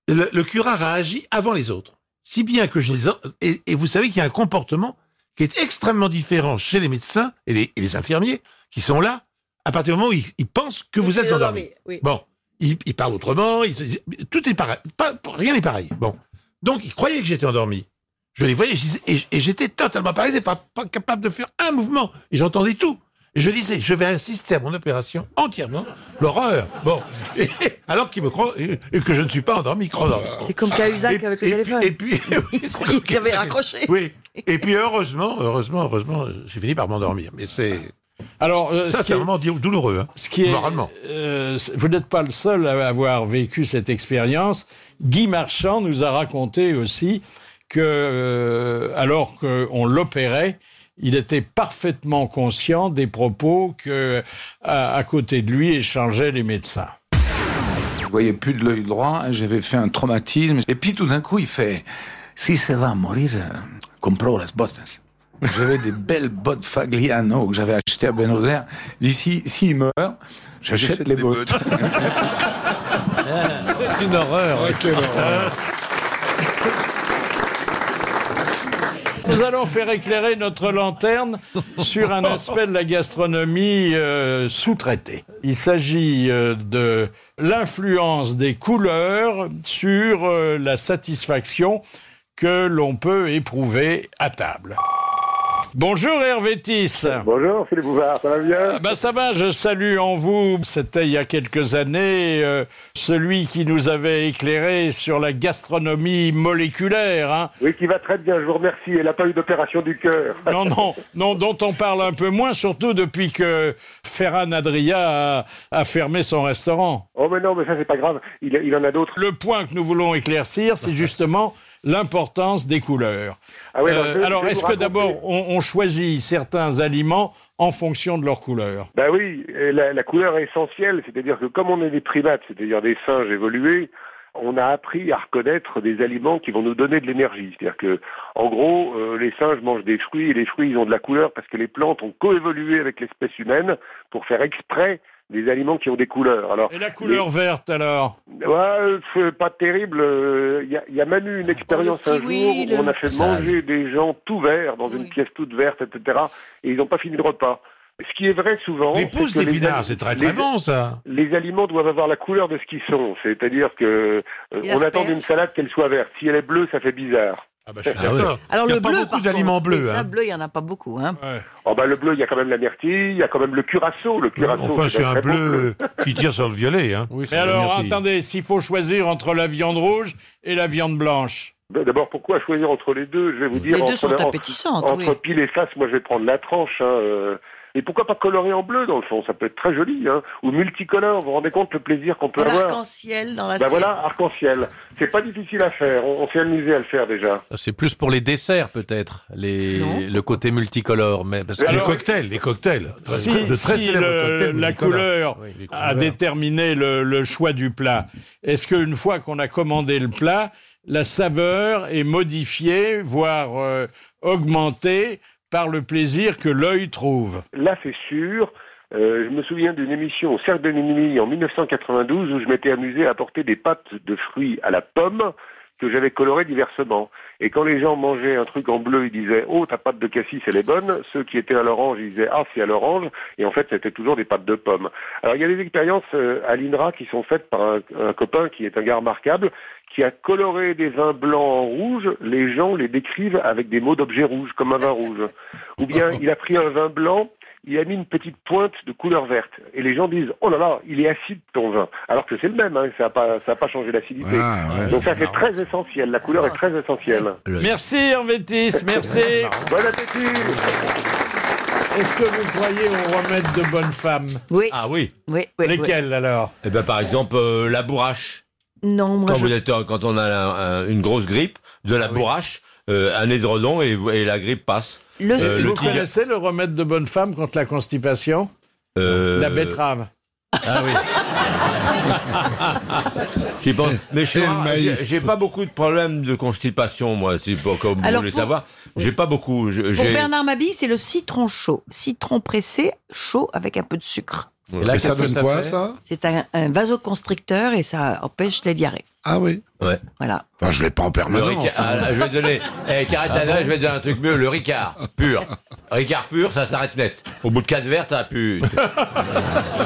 S7: le, le curare a agi avant les autres. Si bien que je les... en- Et, et vous savez qu'il y a un comportement qui est extrêmement différent chez les médecins et les, et les infirmiers qui sont là à partir du moment où ils, ils pensent que vous êtes
S4: sont
S7: endormi.
S4: endormis, oui.
S7: Bon, ils, ils parlent autrement, ils se disent- tout est pareil, pas, rien n'est pareil. Bon, donc ils croyaient que j'étais endormi. Je les voyais je disais- et, et j'étais totalement paralysé, pas, pas capable de faire un mouvement. Et j'entendais tout. Et je disais, je vais assister à mon opération entièrement. L'horreur. Bon. Et- alors qu'ils me croient et, et que je ne suis pas endormi, ils croient dans-
S4: C'est comme Cahuzac avec le téléphone.
S7: et puis,
S4: il avait raccroché.
S7: Oui. Et puis heureusement, heureusement, heureusement, j'ai fini par m'endormir. Mais c'est.
S2: Alors, euh,
S7: ça,
S2: ce qui
S7: c'est
S2: est-
S7: vraiment dou- douloureux. hein.
S2: Ce qui est,
S7: Moralement.
S2: euh, vous n'êtes pas le seul à avoir vécu cette expérience. Guy Marchand nous a raconté aussi que, euh, alors qu'on l'opérait, il était parfaitement conscient des propos que, à, à côté de lui, échangeaient les médecins.
S1: Je voyais plus de l'œil droit, hein, j'avais fait un traumatisme. Et puis tout d'un coup, il fait Si ça va mourir, euh, comprends las bottes.
S21: J'avais des belles bottes Fagliano que j'avais achetées à Buenos Aires. D'ici, s'il meurt, j'achète les bottes.
S6: C'est une horreur.
S2: Nous allons faire éclairer notre lanterne sur un aspect de la gastronomie euh, sous-traitée. Il s'agit euh, de l'influence des couleurs sur euh, la satisfaction que l'on peut éprouver à table. Bonjour Hervé Tis.
S1: Bonjour Philippe Bouvard, ça va bien
S2: Ah Ben ça va, je salue en vous. C'était il y a quelques années euh, celui qui nous avait éclairé sur la gastronomie moléculaire. hein.
S1: Oui, qui va très bien, je vous remercie. Elle n'a pas eu d'opération du cœur.
S2: Non, non, non, dont on parle un peu moins, surtout depuis que Ferran Adria a, a fermé son restaurant.
S1: Oh mais non, mais ça c'est pas grave, il, il en a d'autres.
S2: Le point que nous voulons éclaircir, c'est justement l'importance des couleurs. Euh,
S1: Ah oui, alors, je- je vais
S2: alors
S1: vous
S2: est-ce que
S1: raconter.
S2: d'abord on, on choisit certains aliments en fonction de leur couleur
S1: Ben oui, et la, la couleur est essentielle, c'est-à-dire que comme on est des primates, c'est-à-dire des singes évolués, on a appris à reconnaître des aliments qui vont nous donner de l'énergie. C'est-à-dire que, en gros, euh, les singes mangent des fruits et les fruits ils ont de la couleur parce que les plantes ont coévolué avec l'espèce humaine pour faire exprès des aliments qui ont des couleurs. Alors,
S2: Et la couleur verte alors
S1: Ouais, euh, c'est pas terrible. euh, Il y, a- il y a même eu une expérience un
S2: kiwi,
S1: jour où
S2: Ah, le-
S1: on a fait
S2: Ça,
S1: manger des gens tout verts dans une pièce toute verte, etc. Et ils n'ont pas fini le repas. Ce qui est vrai souvent.
S7: Les
S1: c'est
S7: pousses
S1: que
S7: d'épinards,
S1: ali-
S7: c'est très, très
S1: les-
S7: bon, ça.
S1: Les aliments doivent avoir la couleur de ce qu'ils sont. C'est-à-dire que euh,
S7: Et
S1: on
S7: l'asperge.
S1: attend d'une salade qu'elle soit verte. Si elle est bleue, ça fait bizarre.
S7: Ah
S1: bah
S7: je suis d'accord.
S4: Alors,
S1: Il y a
S4: le
S1: pas
S4: bleu,
S1: beaucoup
S4: par
S1: d'aliments
S4: contre,
S1: bleus,
S4: mais ça,
S1: hein.
S4: bleu, il n'y en a pas beaucoup. Hein.
S1: Oh bah le bleu, il y a quand même la myrtille, il y a quand même le curaçao. Le curaçao.
S7: Enfin,
S1: un
S7: c'est un
S1: très beau
S7: bleu euh, qui tire sur le violet. Hein.
S2: Mais alors attendez, s'il faut choisir entre la viande rouge et la viande blanche
S1: Ben, D'abord, pourquoi choisir entre les deux Je vais vous dire.
S2: deux
S1: entre
S2: sont
S1: la- en-
S2: appétissantes,
S1: Entre
S2: oui.
S1: pile et face, moi, je vais prendre la tranche. hein, euh. Et pourquoi pas colorer en bleu, dans le fond Ça peut être très joli. hein. Ou multicolore. Vous vous rendez compte le plaisir qu'on peut avoir
S4: L'arc-en-ciel dans la
S1: Ben
S4: série.
S1: voilà, arc-en-ciel. C'est pas difficile à faire. On, on s'est amusé à le faire déjà.
S6: Ça, C'est plus pour les desserts peut-être, les... le côté multicolore. Mais parce que
S7: les cocktails, les cocktails.
S2: Si,
S7: de très
S2: si
S7: célèbres
S2: le-
S7: cocktails
S2: la
S7: multicolores.
S2: couleur
S7: Oui, les
S2: a
S7: couleurs.
S2: déterminé le, le choix du plat, est-ce qu'une fois qu'on a commandé le plat, la saveur est modifiée, voire euh, augmentée par le plaisir que l'œil trouve
S1: Là, c'est sûr. Euh, je me souviens d'une émission au Cercle de Minuit en 1992 où je m'étais amusé à apporter des pâtes de fruits à la pomme que j'avais colorées diversement. Et quand les gens mangeaient un truc en bleu, ils disaient « Oh, ta pâte de cassis, elle est bonne ». Ceux qui étaient à l'orange, ils disaient « Ah, c'est à l'orange ». Et en fait, c'était toujours des pâtes de pommes. Alors, il y a des expériences euh, à l'INRA qui sont faites par un, un copain qui est un gars remarquable, qui a coloré des vins blancs en rouge. Les gens les décrivent avec des mots d'objets rouges, comme un vin rouge. Ou bien, il a pris un vin blanc, il a mis une petite pointe de couleur verte. Et les gens disent, oh là là, il est acide ton vin. Alors que c'est le même, hein, ça n'a pas, ça a pas changé l'acidité. Donc ça c'est très essentiel, la couleur est très essentielle.
S2: Merci Hervétis, merci.
S1: Bon appétit
S2: Est-ce que vous croyez on remette de bonnes femmes
S4: Oui.
S8: Ah oui.
S2: Lesquelles alors
S8: Eh ben, par exemple, euh, la bourrache.
S4: Non, moi,
S8: Quand,
S4: je-
S8: vous êtes, euh, quand on a la- un- une grosse grippe, de
S2: Ah
S8: la bourrache, euh, un édredon et, et la grippe passe.
S2: Le,
S8: Euh,
S2: vous
S8: tigre-
S2: connaissez le remède de bonne femme contre la constipation
S8: Euh,
S2: La betterave.
S8: Ah oui. J'y pense. Mais je suis
S2: Et le
S8: rare. j'ai
S2: maïs.
S8: j'ai pas beaucoup de problèmes de constipation, moi, si, pour- comme vous
S4: Alors,
S8: voulez
S4: pour-
S8: savoir. J'ai pas beaucoup. Je-
S4: Pour
S8: j'ai-
S4: Bernard Mabille, c'est le citron chaud. Citron pressé, chaud avec un peu de sucre.
S8: Et là, Et ça qu'est-ce que donne ça quoi, fait ça
S4: C'est un, un vasoconstricteur et ça empêche les diarrhées.
S5: Ah oui
S8: Ouais.
S4: Voilà.
S5: Enfin, je l'ai pas en
S8: Le
S5: permanence.
S8: Ricard- ah, là, je vais donner. Eh, Caratana,
S5: Ah bon
S8: je vais te donner un truc mieux. Le Ricard pur. Ricard pur, ça s'arrête net. Au bout de quatre verres, t'as pu.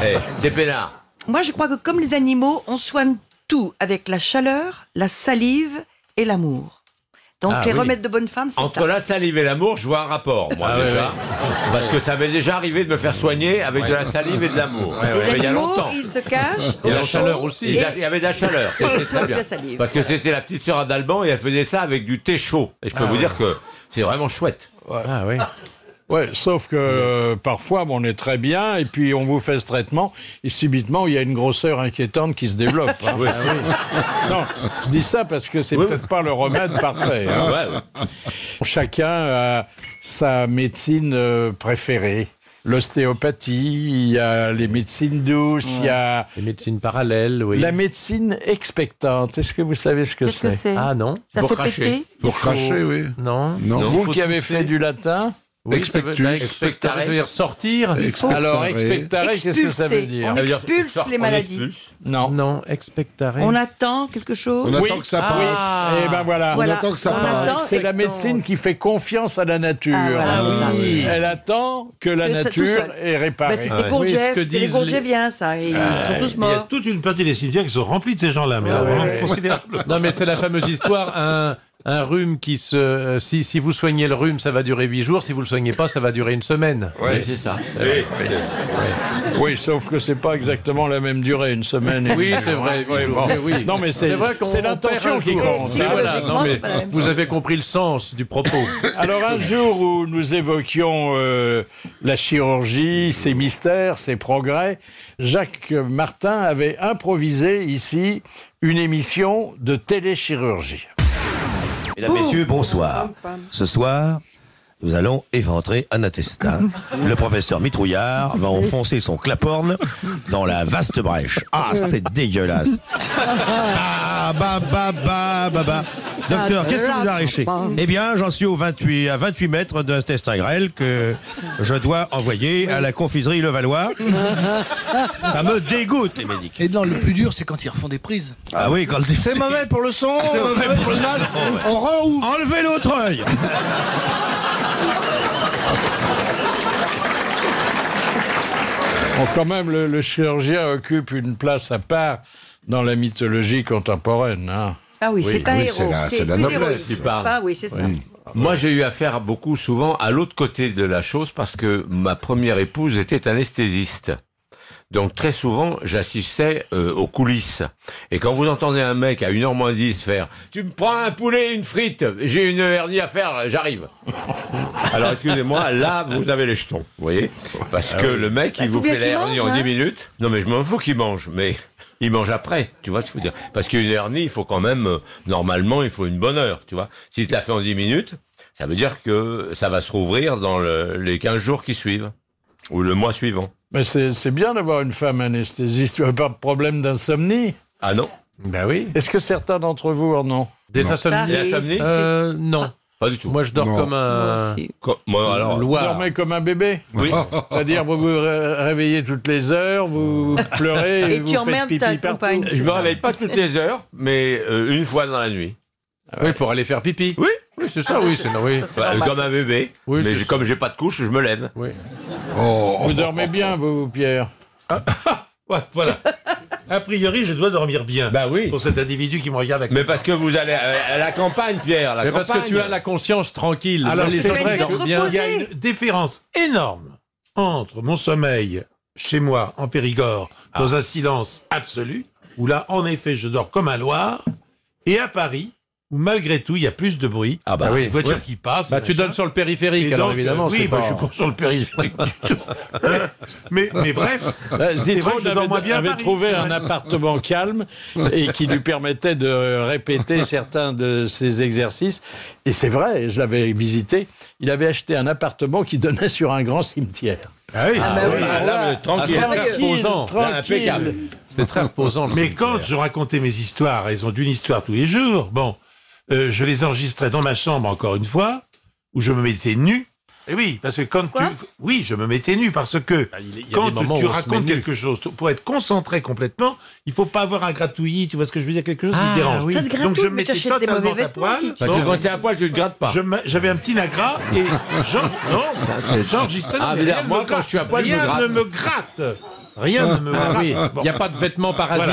S8: eh, t'es peinard.
S4: Moi, je crois que comme les animaux, on soigne tout avec la chaleur, la salive et l'amour. Donc,
S8: Ah
S4: les
S8: oui.
S4: remèdes de bonne femme, c'est
S8: Entre
S4: ça.
S8: la salive et l'amour, je vois un rapport, moi,
S6: Ah ouais,
S8: déjà.
S6: ouais.
S8: Parce que ça m'est déjà arrivé de me faire soigner avec de la salive et de l'amour.
S4: Les
S8: Mais il y a
S4: animaux,
S8: longtemps.
S4: ils Oh, se cachent.
S8: Il y a
S4: au
S8: la chaleur
S4: chaud
S8: aussi.
S4: et-
S8: Il y a- il y avait de la chaleur, c'était très
S4: Avec
S8: bien.
S4: la salive.
S8: Parce que c'était la petite sœur à d'Alban et elle faisait ça avec du thé chaud. Et je peux
S2: Ah
S8: vous
S2: ouais.
S8: dire que c'est vraiment chouette.
S2: Ah oui. Ouais, sauf que euh, parfois bon, on est très bien et puis on vous fait ce traitement et subitement il y a une grosseur inquiétante qui se développe. hein.
S8: Oui. Ah
S2: Non, je dis ça parce que c'est peut-être pas le remède parfait. hein.
S8: Ouais, ouais.
S2: Chacun a sa médecine euh, préférée. l'ostéopathie, il y a les médecines douces, il y a
S6: Les médecines parallèles, oui.
S2: la médecine expectante. Est-ce que vous savez ce que
S6: Qu'est-ce que
S2: c'est
S6: c'est Ah, non. Ça Pour fait cracher. péter
S5: Pour cracher, oui.
S6: Non.
S5: Non.
S2: Vous
S5: Faut
S2: qui avez
S5: tousser.
S2: fait du latin
S6: bah,
S5: Oui, ça veut- Expectus.
S6: expectare, ça veut dire sortir.
S2: Expectare. Alors, expectare, qu'est-ce que ça veut
S4: Expulser.
S2: dire
S4: On Ça veut dire expulse qu'on les maladies. expulse.
S2: Non.
S6: Non, expectare.
S4: On attend quelque chose
S2: Oui. Ah, oui. Et ben voilà.
S4: Voilà. On attend
S2: C'est
S4: et-
S2: la médecine qui fait confiance à la nature.
S4: Ah, voilà, Ah, c'est ça. oui.
S2: Elle attend que la
S4: Que ça- tout
S2: nature
S4: seul.
S2: est réparée. Ah
S4: Bah, c'était Gourdjieff,
S7: que
S4: c'était les
S7: disent
S4: Gourdjieffiens, ça.
S7: Ah,
S4: et ils sont tous
S7: Il y a
S4: morts.
S7: toute une partie des cimetières qui sont remplis de ces gens-là, mais là, vraiment considérable.
S6: Non, mais c'est la fameuse histoire, un, un rhume qui se... euh, si, si vous soignez le rhume, ça va durer 8 jours, si vous le soignez pas, ça va durer une semaine.
S2: Oui,
S6: c'est ça.
S2: Oui, sauf que c'est pas exactement la même durée, une semaine. et
S6: Oui,
S2: demie.
S6: c'est vrai.
S2: Oui, bon.
S6: Mais oui.
S2: Non, mais c'est
S6: vrai qu'on-
S2: c'est
S6: on perd
S2: l'intention
S6: un
S2: qui
S6: jour.
S2: compte.
S6: Oui,
S2: hein.
S6: voilà. Non, mais vous avez compris le sens du propos.
S2: Oh. Alors un jour où nous évoquions euh, la chirurgie, ses mystères, ses progrès, Jacques Martin avait improvisé ici une émission de téléchirurgie.
S10: Mesdames, Messieurs, bonsoir. Ce soir, nous allons éventrer un intestin. Le professeur Mitrouillard va enfoncer son claporne dans la vaste brèche. Ah, c'est dégueulasse. Ah, bah, bah, bah, bah, bah.
S8: Ah,
S10: Docteur, qu'est-ce que vous arrachez Eh bien, j'en suis au 28, à 28 mètres d'un intestin grêle que je dois envoyer à la confiserie Levallois. Ça me dégoûte, les médics.
S22: Et non, le plus dur, c'est quand ils refont des prises.
S10: Ah oui, quand
S22: C'est mauvais pour le
S7: Ah,
S22: son,
S10: C'est
S6: Oh,
S10: mauvais pour le-
S22: l'image. On rend
S10: Enlevez l'autre œil
S2: Bon, quand même, le, le chirurgien occupe une place à part dans la mythologie contemporaine. hein.
S4: Ah oui, c'est un héros. plus héroïque,
S8: qui
S4: n'est-ce
S8: parle.
S4: pas Oui, c'est ça.
S8: Moi, j'ai eu affaire beaucoup souvent à l'autre côté de la chose parce que ma première épouse était anesthésiste. Donc très souvent, j'assistais euh, aux coulisses. Et quand vous entendez un mec à 1h moins 10 faire « Tu me prends un poulet, une frite, j'ai une hernie à faire, j'arrive ». Alors excusez-moi, là, vous avez les jetons, vous voyez Parce que le mec,
S2: Bah,
S8: il
S2: faut
S8: vous
S2: bien
S8: fait la
S2: qu'il
S8: hernie
S2: mange,
S8: en 10
S2: hein.
S8: minutes. Non mais je m'en fous qu'il mange, mais... Il mange après, tu vois ce que je veux dire. Parce qu'une hernie, il faut quand même, euh, normalement, il faut une bonne heure, tu vois. Si tu l'as fait en 10 minutes, ça veut dire que ça va se rouvrir dans le- les 15 jours qui suivent, ou le mois suivant.
S2: Mais c'est c'est bien d'avoir une femme anesthésiste. Tu n'as pas de problème d'insomnie
S8: Ah non
S6: Ben oui.
S2: Est-ce que certains d'entre vous oh en ont
S6: Des insomnies Euh, Non.
S8: Pas du tout.
S6: Moi, je dors
S2: Non.
S6: comme
S2: Moi
S6: un...
S2: aussi.
S8: Co- moi, alors,
S2: Vous dormez comme un bébé
S8: Oui.
S2: C'est-à-dire, vous vous ré- réveillez toutes les heures, vous pleurez et,
S4: Et
S2: vous
S4: tu
S2: faites
S4: emmerdes
S2: pipi
S4: ta
S2: partout.
S4: compagne.
S8: Je me réveille pas toutes les heures, mais euh, une fois dans la nuit.
S6: Ah Oui, pour aller faire pipi.
S8: Oui,
S6: oui c'est ça, oui.
S2: Ah,
S6: c'est oui.
S8: Bah,
S6: normal.
S8: comme un bébé.
S6: Oui,
S8: mais
S6: c'est
S8: j'ai-
S6: ça.
S8: comme j'ai pas de couche, je me lève.
S6: Oui.
S2: Vous dormez bien, vous, Pierre
S7: Ouais, voilà. A priori, je dois dormir bien.
S8: Bah oui.
S7: Pour cet individu qui me regarde.
S8: Mais parce que vous allez à, à la campagne, Pierre. La
S6: Mais
S8: campagne.
S6: parce que tu as la conscience tranquille.
S7: Alors,
S6: Moi, les
S7: c'est
S6: gens qui
S7: vrai
S6: dorment
S7: qu'il
S6: bien-
S7: y a une différence énorme entre mon sommeil chez moi, en Périgord,
S6: Ah.
S7: dans un silence absolu, où là, en effet, je dors comme un loir, et à Paris, où malgré tout, il y a plus de bruit.
S6: Ah bah
S7: Les
S6: oui.
S7: voitures
S6: Oui.
S7: qui passent.
S6: Bah, tu
S7: machin.
S6: donnes sur le périphérique,
S7: Et
S6: alors
S7: donc,
S6: évidemment.
S7: euh, oui,
S6: c'est
S7: bah,
S6: pas-
S7: je suis pas sur le périphérique du tout. mais, mais bref,
S2: Euh,
S7: c'est vrai
S2: Zitrone
S7: que je dors moins
S2: avait,
S7: bien à
S2: avait
S7: Paris,
S2: trouvé
S7: c'est
S2: un
S7: vrai.
S2: appartement calme et qui lui permettait de répéter certains de ses exercices. Et c'est vrai, je l'avais visité. Il avait acheté un appartement qui donnait sur un grand cimetière.
S7: Ah oui,
S2: Ah bah oui,
S7: Ah,
S2: voilà.
S7: là, mais tranquille,
S2: Ah, c'est très reposant.
S7: tranquille.
S2: Là, impeccable. C'est très reposant, le
S7: Mais
S2: cimetière.
S7: quand je racontais mes histoires, elles ont d'une histoire tous les jours. Bon, euh, je les enregistrais dans ma chambre encore une fois, où je me mettais nu. Et oui, parce que quand tu, oui, je me mettais nu parce que
S6: y a des
S7: quand
S6: moments
S7: tu
S6: où on se met
S7: racontes
S6: nu.
S7: quelque chose, pour être concentré complètement, il faut pas avoir un gratouillis. Tu vois ce que je veux dire Quelque chose
S6: Ah,
S7: qui dérange.
S6: oui. Ça te
S7: Donc
S6: gratouille,
S7: je
S6: mais
S7: me mettais
S6: t'achètes des
S7: totalement
S6: mauvais
S7: à
S6: vêtements,
S7: poil.
S6: si tu Bah, veux.
S7: Donc,
S6: quand t'es à poil, tu te grattes pas.
S7: je me- J'avais un petit nagra et j'en- non, j'enregistrais.
S8: Ah,
S7: mais
S8: mais
S7: rien ne me
S8: moi, quand
S7: gratte.
S8: je suis à poil, je me
S7: Rien
S8: gratte.
S7: ne me gratte. Rien ne me
S6: Ah
S7: gratte.
S6: oui,
S7: Bon.
S6: il n'y a pas de vêtements parasites.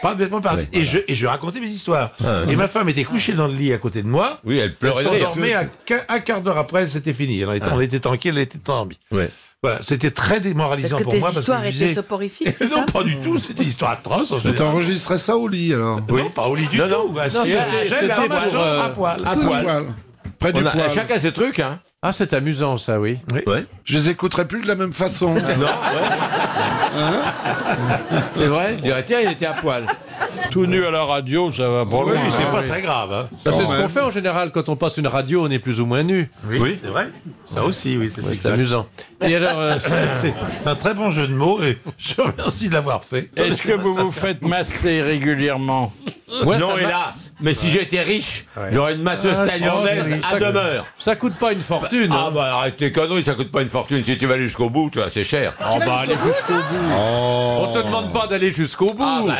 S7: Voilà. Pas de vêtements parasites. Et, je, et je racontais mes histoires.
S6: ouais.
S7: Et ma femme était couchée dans le lit à côté de moi.
S8: Oui, elle pleurait. de
S7: Elle
S8: rire.
S7: s'endormait à qu'un- un quart d'heure après, c'était fini. Elle était-
S8: Ah.
S7: On était tranquille, elle était endormie.
S8: Ouais.
S7: Voilà, c'était très démoralisant
S4: Parce que
S7: pour
S4: tes
S7: moi.
S4: histoires
S7: parce que je
S4: étaient
S7: disais-
S4: soporifiques, c'est
S7: Non,
S4: ça
S7: pas du tout. C'était une histoire atroce. en
S5: Mais
S7: général.
S5: t'enregistrais ça au lit, alors
S7: Non, pas au lit du tout.
S5: non,
S7: C'est-
S5: c'était-
S7: j'ai
S5: c'était
S7: la main
S5: pour, euh,
S7: à poil.
S5: à poil. Près du
S8: On a-
S5: poil.
S8: Chacun ses trucs, hein.
S6: Ah, c'est amusant, ça, oui.
S5: Je les écouterai plus de la même façon.
S7: Hein
S8: Non, ouais. C'est vrai Je dirais, tiens, il était à poil.
S2: Tout nu à la radio, ça va pas
S7: Oui,
S2: loin.
S7: c'est
S2: hein.
S7: pas très grave. hein.
S6: Parce que
S7: Quand
S6: ce qu'on
S7: même.
S6: fait en général quand on passe une radio, on est plus ou moins nu.
S7: Oui, c'est vrai. Ça aussi, oui.
S6: Ouais, c'est
S7: exact.
S6: amusant. Et alors, euh,
S7: c'est un très bon jeu de mots et je vous remercie de l'avoir fait.
S2: Est-ce que vous vous faites masser régulièrement
S8: non, hélas. Mais si j'étais riche, j'aurais une masseuse
S2: Ah,
S8: thaïlandaise
S2: c'est-
S8: à
S2: ça-
S8: demeure.
S6: Ça coûte pas une fortune. hein.
S8: Ah bah arrête tes conneries, ça coûte pas une fortune. Si tu vas aller jusqu'au bout, tu vois, c'est cher.
S6: Ah, tu vas aller jusqu'au bout.
S8: Oh.
S6: On te demande pas d'aller jusqu'au bout.
S8: Ah bah,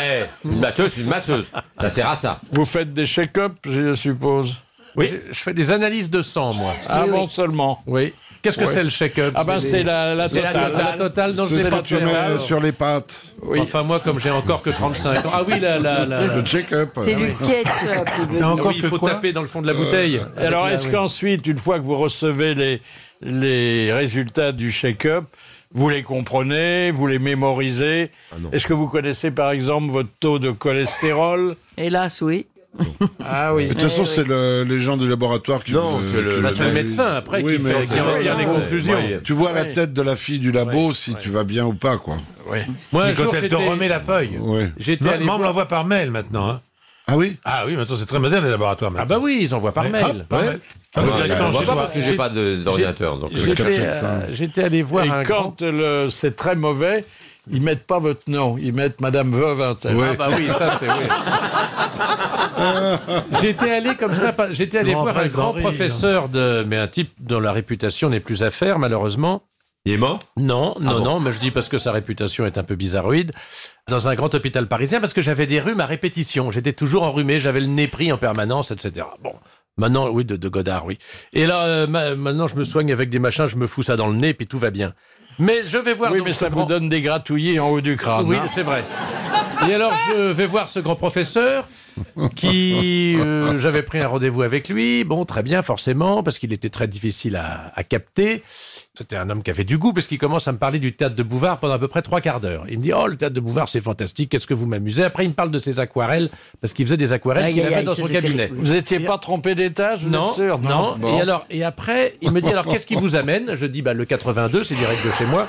S8: eh, une masseuse, une masseuse. Ça sert à ça.
S2: Vous faites des check-up, je suppose
S8: Oui.
S6: Je fais des analyses de sang, moi.
S2: Ah
S6: Oui,
S2: bon
S6: oui.
S2: seulement
S6: Oui. Qu'est-ce que c'est le check-up
S2: Ah ben
S6: C'est
S2: c'est
S6: les-
S2: la, la
S6: c'est la
S2: totale.
S6: totale. La totale, non,
S5: Ce
S6: je sais
S5: que
S6: pas
S5: tu
S6: tout à
S5: mets euh,
S6: l'heure.
S5: sur les pattes.
S6: Enfin, moi, comme j'ai encore que 35 ans. Ah oui, la. la, la...
S5: Le check-up.
S6: Ah oui.
S5: T'as encore
S6: Oui, il
S5: que
S6: faut
S5: quoi Euh,
S6: taper dans le fond de la bouteille.
S2: Et Euh, Alors,
S6: Avec la-
S2: est-ce
S6: oui.
S2: qu'ensuite, une fois que vous recevez les, les résultats du check-up, vous les comprenez, vous les mémorisez
S8: Ah
S2: Est-ce que vous connaissez, par exemple, votre taux de cholestérol
S4: Hélas, oui.
S2: Ah oui.
S5: De toute façon, c'est le- les gens du laboratoire qui.
S2: Non,
S5: vous
S2: c'est le-
S5: qui
S2: bah,
S5: vous
S2: c'est le
S5: analysent.
S2: médecin, après, qui fait- qui retire les conclusions.
S5: Tu vois la
S2: Ouais.
S5: tête de la fille du labo si tu vas bien ou pas, quoi.
S2: Oui.
S6: Moi, un
S7: Mais quand
S6: jour,
S7: elle te
S6: j'étais-
S7: remet la feuille.
S6: J'étais
S7: Moi,
S6: allé
S7: moi, on me
S6: voir-
S7: l'envoie par mail maintenant.
S5: Ah oui
S7: Ah oui, maintenant c'est très moderne les laboratoires.
S6: Ah bah oui, ils envoient par mail. Ouais.
S8: Ah,
S7: bah,
S8: ouais,
S7: attends,
S8: on voit
S7: chez
S8: pas
S7: toi.
S8: parce que j'ai pas de- d'ordinateur. donc, euh,
S6: J'étais, euh, j'étais allé voir
S2: Et
S6: un
S2: quand le- c'est très mauvais, ils mettent pas votre nom, ils mettent Madame Veuve Intel.
S6: Ah bah oui, ça c'est oui. J'étais allé comme ça, pas- j'étais allé
S2: Grand
S6: voir un
S2: prince
S6: grand
S2: d'Henri,
S6: professeur de, mais un type dont la réputation n'est plus à faire malheureusement.
S8: Il est mort Ah
S6: Non, non,
S8: bon.
S6: non, mais je dis parce que sa réputation est un peu bizarroïde. Dans un grand hôpital parisien, parce que j'avais des rhumes à répétition. J'étais toujours enrhumé, j'avais le nez pris en permanence, etc. Bon, maintenant, oui, de, de Godard, oui. Et là, euh, ma- maintenant, je me soigne avec des machins, je me fous ça dans le nez, puis tout va bien. Mais je vais voir.
S2: Oui,
S6: donc
S2: mais
S6: ce
S2: ça vous
S6: grand-
S2: donne des gratouillis en haut du crâne.
S6: oui,
S2: hein.
S6: c'est vrai. Et alors, je vais voir ce grand professeur qui. euh, J'avais pris un rendez-vous avec lui. Bon, très bien, forcément, parce qu'il était très difficile à, à capter. C'était un homme qui avait du goût, parce qu'il commence à me parler du théâtre de Bouvard pendant à peu près trois quarts d'heure. Il me dit Oh, le théâtre de Bouvard, c'est fantastique, qu'est-ce que vous m'amusez Après, il me parle de ses aquarelles, parce qu'il faisait des aquarelles
S2: Aïe,
S6: qu'il
S2: aïe,
S6: avait
S2: aïe,
S6: dans
S2: ça,
S6: son
S2: c'est
S6: cabinet.
S2: terrible. Vous n'étiez pas trompé d'étage, vous
S6: Non,
S2: êtes sûr
S6: non.
S2: Bon.
S6: Et alors, et après, il me dit alors qu'est-ce qui vous amène Je dis bah le 82, c'est direct de chez moi.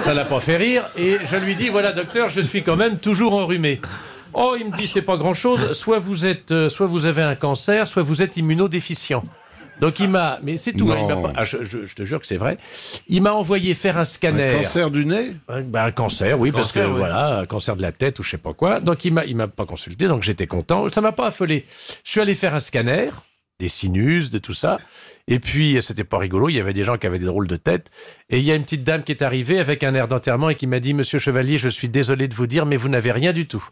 S6: Ça l'a pas fait rire et je lui dis voilà docteur, je suis quand même toujours enrhumé. Oh, il me dit c'est pas grand-chose. Soit vous êtes, euh, soit vous avez un cancer, soit vous êtes immunodéficient. Donc il m'a, mais c'est tout. hein, il m'a pas- ah, je, je- je te jure que c'est vrai. Il m'a envoyé faire un scanner.
S5: Un cancer du nez
S6: Un, bah, un cancer, oui, parce que
S5: cancer, oui.
S6: voilà, un cancer de la tête ou je sais pas quoi. Donc il m'a, il m'a pas consulté, donc j'étais content. Ça m'a pas affolé. Je suis allé faire un scanner des sinus, de tout ça. Et puis c'était pas rigolo. Il y avait des gens qui avaient des drôles de tête. Et il y a une petite dame qui est arrivée avec un air d'enterrement et qui m'a dit, Monsieur Chevalier, je suis désolé de vous dire, mais vous n'avez rien du tout.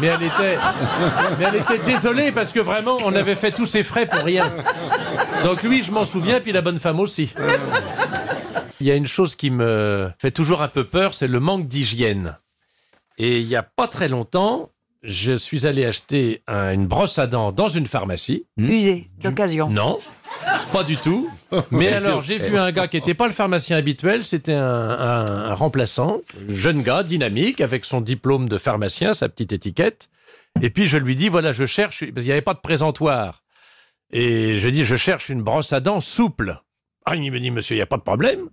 S6: Mais elle était, mais elle était désolée parce que vraiment, on avait fait tous ses frais pour rien. Donc lui, je m'en souviens, puis la bonne femme aussi. Euh. Il y a une chose qui me fait toujours un peu peur, c'est le manque d'hygiène. Et il n'y a pas très longtemps, je suis allé acheter un- une brosse à dents dans une pharmacie.
S4: Usé, d'occasion.
S6: Non, pas du tout. Mais alors, j'ai vu un gars qui n'était pas le pharmacien habituel, c'était un, un- un remplaçant, jeune gars, dynamique, avec son diplôme de pharmacien, sa petite étiquette. Et puis, je lui dis, voilà, je cherche, parce qu'il n'y avait pas de présentoir. Et je dis, je cherche une brosse à dents souple. Ah, il me dit, monsieur, il n'y a pas de problème.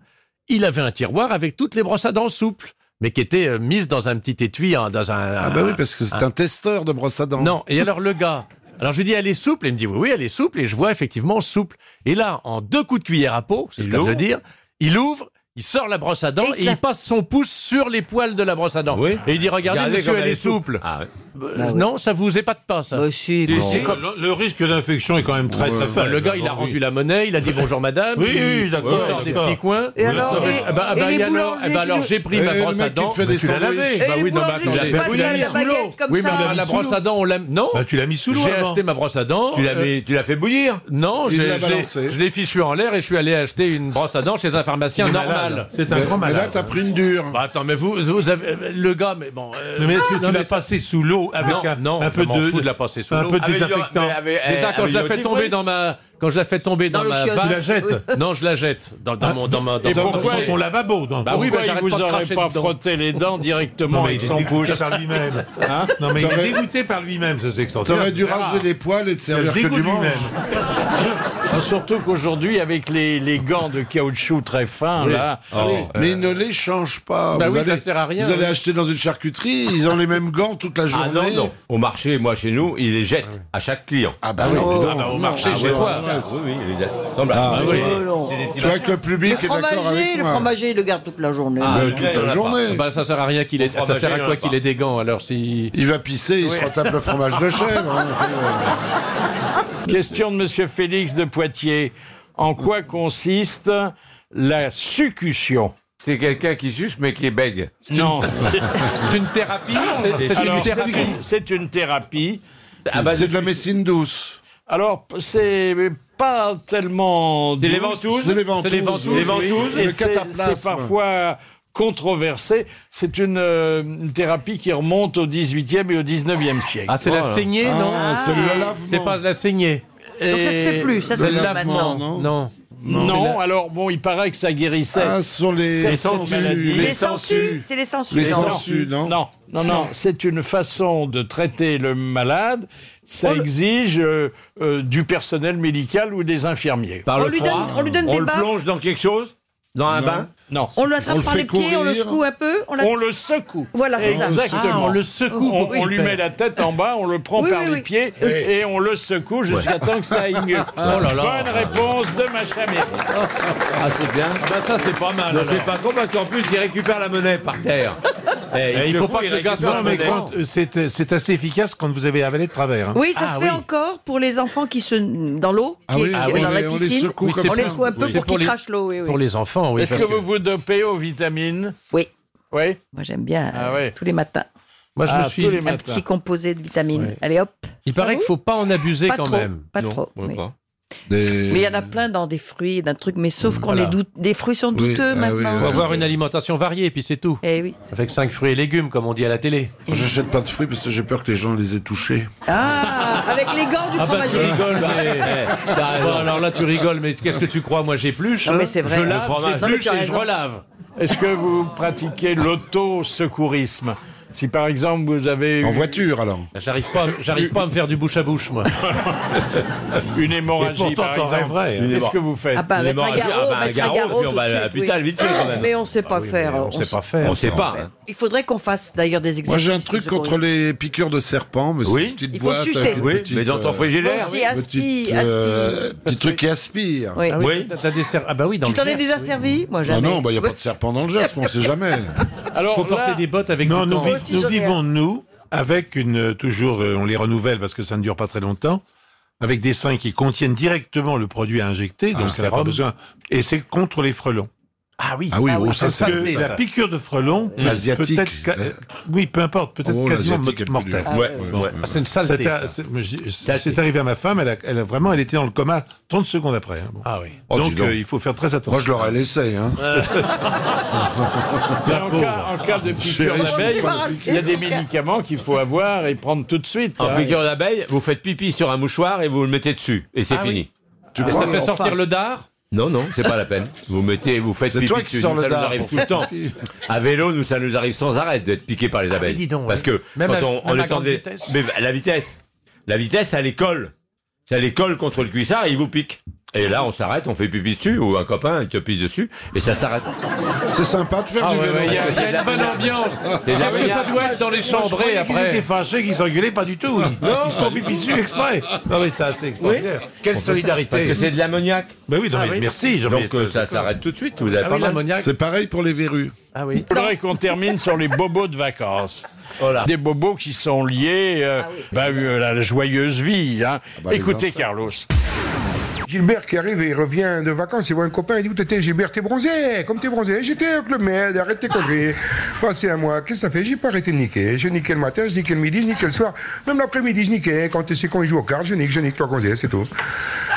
S6: Il avait un tiroir avec toutes les brosses à dents souples, mais qui étaient euh, mises dans un petit étui, hein, dans un...
S5: Ah bah oui, parce que c'est un testeur de brosse à dents.
S6: Non, et alors le gars, alors je lui dis elle est souple, il me dit oui, oui, elle est souple, et je vois effectivement souple. Et là, en deux coups de cuillère à peau, c'est le cas de le dire, il ouvre, il sort la brosse à dents et, il passe son pouce sur les poils de la brosse à dents. Et il dit regardez,
S8: Regardez
S6: monsieur,
S8: comme
S6: elle est souple. Euh,
S8: Ah ouais.
S6: Non, Bah, ça vous épate pas ça.
S7: Si, si, le, le risque d'infection est quand même très très faible. Bah,
S6: Le gars, il a rendu la monnaie, il a dit bonjour madame.
S7: Oui, oui,
S6: Il
S7: d'accord,
S6: sort des
S7: d'accord.
S6: petits coins.
S7: Et alors,
S6: Ah
S7: et-
S6: bah, ah bah,
S7: et
S6: ah
S7: les
S6: bah, alors,
S7: boulangers
S6: ah bah,
S7: qui
S6: alors,
S7: le-
S6: j'ai pris
S7: Et
S6: ma
S7: le
S6: brosse à
S7: mec qui
S6: dents.
S7: fait des Tu l'as sandwichs. lavé.
S6: Bah
S7: Et les
S6: oui, non, mais
S7: boulangers qui
S6: attendez.
S7: le passent dans la baguette comme
S6: Oui, mais
S7: ça.
S6: alors, la
S7: Tu l'as mis
S6: brosse
S7: sous
S6: à dents, on l'aime. Non.
S7: Bah, tu l'as mis sous l'eau
S6: J'ai
S7: avant.
S6: acheté ma brosse à dents.
S8: Tu l'as
S6: euh,
S8: mis- tu l'as fait bouillir
S6: Non,
S8: Il
S6: j'ai-
S8: l'a
S6: j'ai-
S8: balancé.
S6: je l'ai fichu en l'air et je suis allé acheter une brosse à dents chez un pharmacien
S7: Il est
S6: normal.
S7: malade. C'est un Mais- grand mais là, malade.
S6: t'as pris une dure. Bah, attends, mais vous, vous avez. Le gars, mais bon. euh,
S7: Mais, mais tu,
S6: non,
S7: tu
S6: mais
S7: l'as
S6: ça-
S7: passé sous l'eau avec
S6: Non,
S7: un,
S6: non,
S7: un peu
S6: je m'en
S7: de
S6: fous de la passer sous
S7: un
S6: l'eau. Ah,
S7: peu de
S6: Avec du-
S7: désinfectant.
S6: Déjà, quand je la fais tomber dans ma, Quand je la fais tomber dans,
S7: Dans le
S6: ma
S7: chiotte.
S6: vase,
S7: Tu la jettes.
S6: Non, je la jette dans, dans
S7: Ah.
S6: mon dans ma dans
S7: Et
S6: mon-
S7: pourquoi-
S6: dans mon
S7: lavabo, donc.
S6: Bah
S7: Pourquoi
S6: oui, bah,
S7: il
S6: j'arrête
S7: vous
S6: de
S7: aurait
S6: cracher
S7: pas
S6: dedans.
S7: frotté
S2: les dents directement
S7: Non, mais
S2: avec
S7: il est
S2: son
S7: dégoûté
S2: pouce.
S7: par lui-même.
S2: Hein
S7: non, mais il est
S2: T'aurais-
S7: dégoûté par lui-même, ce sextenteur.
S5: T'aurais dû
S7: C'est rare.
S5: raser les poils et te
S7: Il a le
S5: servir que
S7: dégoût
S5: du
S7: de
S5: manche.
S7: lui-même.
S2: Ah, Surtout qu'aujourd'hui, avec les, les gants de caoutchouc très fins,
S5: Oui.
S2: là. euh,
S5: Ah oui. Mais ils ne les changent pas.
S2: Bah
S5: Ah, vous
S2: oui,
S5: allez,
S2: ça sert à rien,
S5: Vous allez
S2: oui.
S5: acheter dans une charcuterie, ils ont les mêmes gants toute la journée.
S8: Ah non, non. Au marché, moi, chez nous, ils les jettent à chaque client.
S5: Ah bah oui,
S8: non,
S5: dis donc.
S8: ah bah, au marché,
S5: Ah
S8: chez
S5: ouais,
S8: toi.
S5: ouais, ouais.
S8: oui, oui, ils les jettent. Semble-
S5: Ah,
S8: Ah
S5: oui.
S8: oui.
S4: Non.
S8: C'est des petits
S5: Tu vois
S8: machins.
S5: que le public
S4: le
S5: est d'accord avec
S4: fromager, le
S5: moi.
S4: fromager, il le garde toute la journée.
S5: Mais toute la journée.
S6: Ah, Bah, ça sert à rien qu'il ait, ça sert à quoi qu'il ait des gants alors si
S5: Il va pisser, il
S6: Oui.
S5: se retape le fromage de chèvre. hein.
S2: Question de Monsieur Félix de Poitiers. En quoi consiste la succution
S8: C'est quelqu'un qui suce, mais qui est bègue.
S2: Non.
S6: C'est une thérapie
S8: C'est- c'est une
S2: Ah, Alors,
S8: thérapie
S2: c'est une- C'est une thérapie.
S8: Ah bah,
S5: C'est de la médecine douce.
S2: Alors, c'est pas tellement.
S8: C'est les
S2: douce.
S8: ventouses C'est les ventouses,
S2: C'est les ventouses.
S8: Les ventouses,
S2: Et
S8: le
S2: c'est-
S8: cataplasme.
S2: C'est parfois controversé. C'est une, euh, une thérapie qui remonte au 18e et au 19e siècle.
S6: Ah, c'est
S8: Oh
S6: la saignée, non
S2: Ah, c'est le
S6: Et-
S2: lavement.
S6: C'est pas de la saignée.
S2: Donc ça se fait plus, ça se
S6: C'est
S2: fait
S6: le
S2: plus
S6: lavement,
S2: maintenant.
S6: non Non.
S2: Non,
S6: C'est la-
S2: alors bon, il paraît que ça guérissait.
S5: Ah, sur les-
S2: certaines
S5: les sangsues, les
S2: maladies.
S5: Les sangsues, sangsues.
S4: c'est les sangsues.
S5: Les sangsues,
S2: non Non, non, non, c'est une façon de traiter le malade. Ça exige euh, euh, du personnel médical ou des infirmiers.
S8: Par le froid, on le plonge dans quelque chose Dans un
S2: Non.
S8: bain
S2: Non.
S4: On l'attrape par les pieds, on le secoue un peu. On,
S2: le secoue.
S4: Voilà, c'est ça.
S2: Exactement.
S6: Ah, on le secoue
S2: On,
S6: pour
S2: on
S6: qu'il
S2: lui
S6: pète.
S2: met la tête en bas, on le prend
S6: Oui,
S2: par
S6: oui,
S2: les
S6: oui.
S2: pieds
S6: Oui.
S2: et on le secoue jusqu'à
S6: Ouais.
S2: temps que ça aille mieux.
S6: Oh là là.
S2: Bonne réponse de Machamé.
S8: Ah, c'est bien.
S6: Ah bah ça c'est pas mal.
S8: Ne
S6: alors.
S8: fais pas con parce qu'en plus, il récupère la monnaie par terre.
S6: Eh, il faut pas que le gars
S8: soit
S7: Non, mais quand- euh, c'est euh, c'est assez efficace quand vous avez avalé de travers. hein.
S4: Oui, ça
S7: Ah
S4: se fait encore pour les enfants qui se dans l'eau, qui
S7: Ah oui,
S4: qui-
S7: ah oui,
S4: dans la
S7: on les
S4: piscine.
S7: secoue Oui, comme
S4: on
S7: ça.
S4: les secoue un peu
S7: Oui.
S4: pour
S7: C'est pour
S4: qu'ils
S7: les-
S4: crachent l'eau. Oui, oui.
S6: Pour les enfants, oui.
S2: Est-ce
S6: parce
S2: que, vous vous dopez aux vitamines
S4: Oui.
S2: Oui.
S4: Moi, j'aime bien euh,
S2: Ah ouais.
S4: tous les matins.
S6: Moi, je me
S4: Ah,
S6: suis-
S4: tous les
S6: Un
S4: matins. un petit composé de vitamines. Allez hop.
S6: Il paraît qu'il faut pas en abuser
S4: Ah Pas
S6: quand
S4: trop,
S6: même.
S4: pas trop, euh, oui. Mais il y en a plein dans des fruits, d'un truc. Mais sauf qu'on
S6: Voilà.
S4: les doute. Les fruits sont
S5: ah
S4: douteux
S6: On
S4: maintenant.
S6: va avoir une alimentation variée, puis c'est tout.
S4: Eh oui.
S6: Avec 5 fruits et légumes, comme on dit à la télé.
S5: J'achète pas de fruits parce que j'ai peur que les gens les aient touchés.
S4: Ah, avec les gants du
S6: Ah bah tu
S4: fromager.
S6: rigoles, mais... Bah, bon, alors là tu rigoles, mais qu'est-ce que tu crois Moi j'épluche,
S4: Non, mais c'est vrai.
S6: hein. je
S4: Le
S6: lave,
S4: fromage. Non, mais
S6: j'épluche
S4: tu as
S6: et je
S4: raison.
S6: relave.
S2: Est-ce que vous pratiquez l'auto-secourisme Si par exemple vous avez
S5: En
S2: eu
S5: voiture, alors
S6: J'arrive pas, à- j'arrive pas à me faire du bouche à bouche, moi.
S2: une
S8: Et
S2: hémorragie
S8: pourtant,
S2: par
S8: t'en
S2: exemple,
S8: rêverais, hein.
S2: qu'est-ce que vous faites
S4: Ah bah,
S8: Une
S4: mettre un
S8: hémorragie,
S4: garrot,
S8: ah bah, un
S4: mettre
S8: garrot,
S4: un garrot
S8: puis on
S4: tout
S8: va
S4: de
S8: à
S4: suite,
S8: l'hôpital,
S4: oui.
S8: vite fait, quand même.
S4: Mais on sait pas faire.
S8: On sait pas faire. On sait pas. hein.
S4: Il faudrait qu'on fasse d'ailleurs des exercices.
S5: Moi, j'ai un
S4: de
S5: truc
S4: secours.
S5: contre les piqûres de serpents, mais c'est
S8: Oui.
S5: une petite
S4: Il faut
S5: boîte.
S4: sucer.
S5: avec une
S8: Oui,
S5: petite, euh,
S8: mais dans ton frigidaire,
S4: Aussi,
S5: petite,
S4: aspi-
S5: euh,
S4: aspi-
S5: petit truc qui aspire.
S4: Oui. Ah oui,
S6: T'as des serres- Ah bah oui, dans
S4: Tu
S6: le
S4: t'en es
S6: Gers,
S4: déjà
S6: oui.
S4: servi Moi,
S5: Ah
S4: jamais.
S5: non, il n'y a pas de serpent dans le geste, on ne sait jamais.
S2: Alors,
S6: Faut porter
S2: là-
S6: des bottes avec
S7: Non,
S6: du
S7: nous,
S6: temps.
S7: vi- nous vivons, nous, avec une, euh, toujours, euh, on les renouvelle parce que ça ne dure pas très longtemps, avec des seins qui contiennent directement le produit à injecter, donc ça n'a pas
S6: sérum.
S7: besoin. Et c'est contre les frelons.
S6: Ah oui,
S5: Ah oui, oh, ça,
S7: Parce
S5: c'est
S7: que
S5: le-
S7: la piqûre de frelon, peut-
S5: L'asiatique.
S7: peut-être ca- oui, peu importe, peut-être
S5: Oh,
S7: quasiment
S5: l'asiatique est plus
S7: mortelle.
S5: dure. Ouais, ouais,
S7: Bon.
S5: ouais.
S6: Ah, c'est une saleté,
S7: C'est à-
S6: ça.
S7: c'est- moi, je dis- c'est- c'est arrivé à ma femme, elle a, elle a vraiment, elle était dans le coma 30 secondes après. hein. Bon.
S6: Ah oui.
S5: Oh, dis
S7: donc,
S5: donc.
S7: euh, il faut faire très attention.
S5: Moi, je l'aurais laissé. Hein.
S6: Ah.
S2: Mais en, cas, en cas de
S8: Ah,
S2: piqûre
S5: Chérie, je
S2: d'abeille,
S5: peux pas le
S2: il y a des
S8: piquer.
S2: médicaments qu'il faut avoir et prendre tout de suite.
S8: En
S2: hein.
S8: piqûre d'abeille, vous faites pipi sur un mouchoir et vous le mettez dessus. Et c'est
S6: Ah oui.
S8: fini.
S6: Et ça fait sortir le dard
S8: Non, non, c'est pas la peine. Vous mettez, vous faites
S5: C'est
S8: pipi
S5: toi qui
S8: dessus.
S5: sors
S8: Nous,
S5: le
S8: ça nous
S5: dard
S8: arrive
S5: pour
S8: tout le
S5: faire
S8: temps.
S5: pipi.
S8: À vélo, nous, ça nous arrive sans arrêt d'être piqué par les abeilles.
S6: dis donc,
S8: Parce
S6: oui.
S8: que
S6: Même
S8: quand
S6: à-
S8: on, on
S6: même à
S8: est en
S6: grande
S8: des-
S6: vitesse.
S8: mais bah, la vitesse, la vitesse, elle les colle. Ça les colle contre le cuissard et il vous pique. Et là, on s'arrête, on fait pipi dessus, ou un copain, il te pisse dessus, et ça s'arrête.
S5: C'est sympa de faire
S6: Ah
S5: du
S6: ouais,
S5: vélo.
S6: ouais, il y a, il y a une bonne ambiance.
S8: C'est de la
S6: Qu'est-ce que ça doit être dans les chambrées
S7: Ils étaient
S6: après
S7: fâchés, qu'ils s'engueulaient pas du tout. Ils se sont pipi dessus exprès. Non, mais ça, c'est extraordinaire. Quelle
S8: Parce que
S7: solidarité.
S8: c'est de l'ammoniac.
S7: Ben oui, non,
S6: Ah
S7: mais
S6: oui.
S7: merci. jean
S8: Donc euh, ça s'arrête tout de suite, vous avez
S6: Ah
S8: pas
S6: oui,
S8: mal.
S6: l'ammoniac.
S5: C'est pareil pour les verrues.
S6: Ah
S2: Il
S6: oui.
S2: faudrait qu'on termine sur les bobos de vacances.
S8: Voilà.
S2: Des bobos qui sont liés euh, bah, euh, à la joyeuse vie. hein.
S5: Ah bah, les
S2: Écoutez,
S5: enfants.
S2: Carlos.
S15: Gilbert qui arrive et il revient de vacances, il voit un copain, il dit Où t'étais Gilbert T'es bronzé Comme t'es bronzé J'étais avec le mail, arrête tes conneries. Passé un mois, qu'est-ce que ça fait J'ai pas arrêté de niquer. J'ai niqué le matin, je niquais le midi, je niquais le soir. Même l'après-midi, je niquais. Quand c'est quand il joue aux cartes, je nique, je nique, toi bronzé, c'est tout.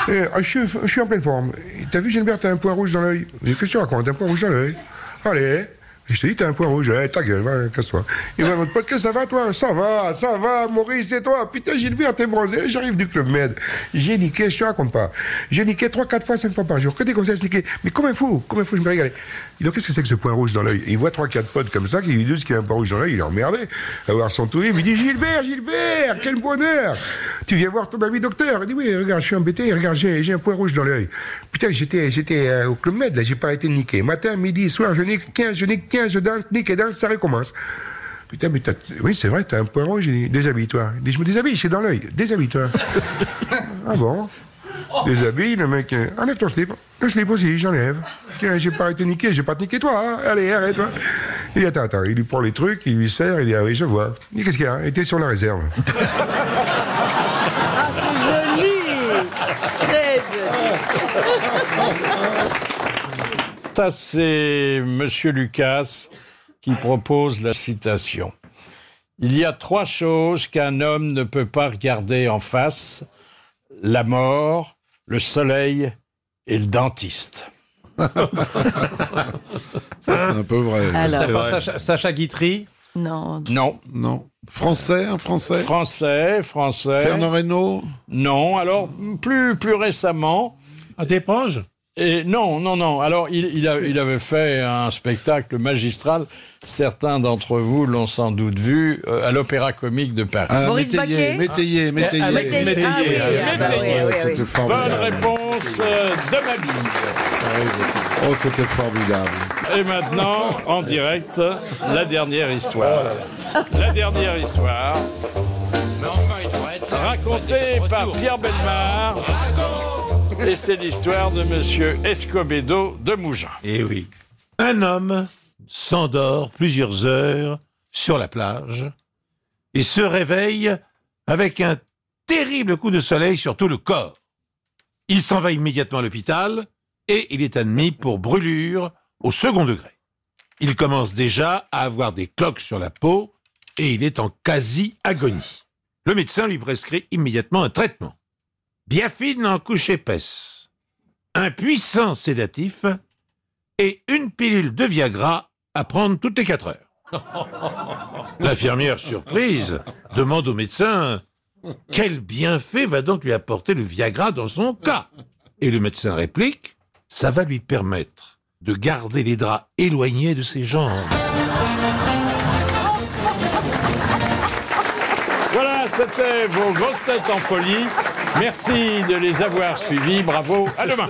S15: Et, ah, je, suis, je suis en pleine forme. T'as vu Gilbert, t'as un point rouge dans l'œil. Qu'est-ce que tu racontes Un point rouge dans l'œil. Allez Et je te dis, t'as un point rouge. Eh, ta gueule, va, casse-toi. Et voilà, votre podcast, ça va, toi Ça va, ça va, Maurice, et toi Putain, Gilbert, t'es bronzé, j'arrive du Club Med. J'ai niqué, je te raconte pas. J'ai niqué 3, 4 fois, 5 fois par jour. Que des conseils à se niquer. Mais comme un fou, comme un fou, je me régalais. Dis donc, qu'est-ce que c'est que ce point rouge dans l'œil Il voit 3, 4 potes comme ça qui lui disent qu'il y a un point rouge dans l'œil, il est emmerdé. À voir son touille, il me dit, Gilbert, Gilbert, quel bonheur Tu viens voir ton ami docteur. Il dit, oui, regarde, je suis embêté, regarde, j'ai j'ai un point rouge dans l'œil. Putain, j'étais j'étais euh, au Club Med, là, j'ai pas arrêté de niquer. Matin, midi, soir, je nique 15, je nique 15, je danse, nique et danse, ça recommence. Putain, mais t'as- oui, c'est vrai, t'as un point rouge, il dit, déshabille-toi. Il dit, je me déshabille, c'est dans l'œil, déshabille-toi. ah bon Déshabille, le mec, euh, enlève ton slip. Le slip aussi, j'enlève. Tiens, j'ai pas arrêté de niquer, j'ai pas te niquer toi, hein. Allez, arrête-toi. Il dit, attends, attends, il lui prend les trucs, il lui sert, il dit, ah oui, je vois. Il dit, qu'est-ce qu'il y a Il était sur la réserve.
S20: Ah, c'est joli Très joli
S2: Ça, c'est Monsieur Lucas qui propose la citation. Il y a trois choses qu'un homme ne peut pas regarder en face la mort, le soleil et le dentiste.
S5: Ça, c'est un peu vrai.
S6: Ah
S23: À part Sacha, Sacha Guitry.
S6: Non.
S2: Non.
S5: Non. Français, un français
S2: Français, français.
S5: Fernand Reynaud
S2: Non, alors plus, plus récemment. À Desproges et non, non, non. Alors, il, il a- il avait fait un spectacle magistral. Certains d'entre vous l'ont sans doute vu euh, à l'Opéra Comique de Paris.
S5: Ah, Maurice Métayer, Baquet Métayer, Métayer.
S2: Ah,
S5: Métayer,
S2: Métayer.
S5: ah oui, ah bah oui,
S2: Métayer.
S5: oui, oui, C'était oui. formidable.
S2: Bonne réponse euh, de Mabille.
S5: Oh, c'était formidable.
S2: Et maintenant, en direct, la dernière histoire. La dernière histoire. Racontée par Pierre Belmar. Et c'est l'histoire de Monsieur Escobedo de Mougins.
S7: Eh oui. Un homme s'endort plusieurs heures sur la plage et se réveille avec un terrible coup de soleil sur tout le corps. Il s'en va immédiatement à l'hôpital et il est admis pour brûlure au second degré. Il commence déjà à avoir des cloques sur la peau et il est en quasi-agonie. Le médecin lui prescrit immédiatement un traitement. Biafine en couche épaisse, un puissant sédatif et une pilule de Viagra à prendre toutes les quatre heures. L'infirmière, surprise, demande au médecin Quel bienfait va donc lui apporter le Viagra dans son cas Et le médecin réplique Ça va lui permettre de garder les draps éloignés de ses jambes.
S2: Voilà, c'était vos grosses têtes en folie. Merci de les avoir suivis. Bravo. À demain.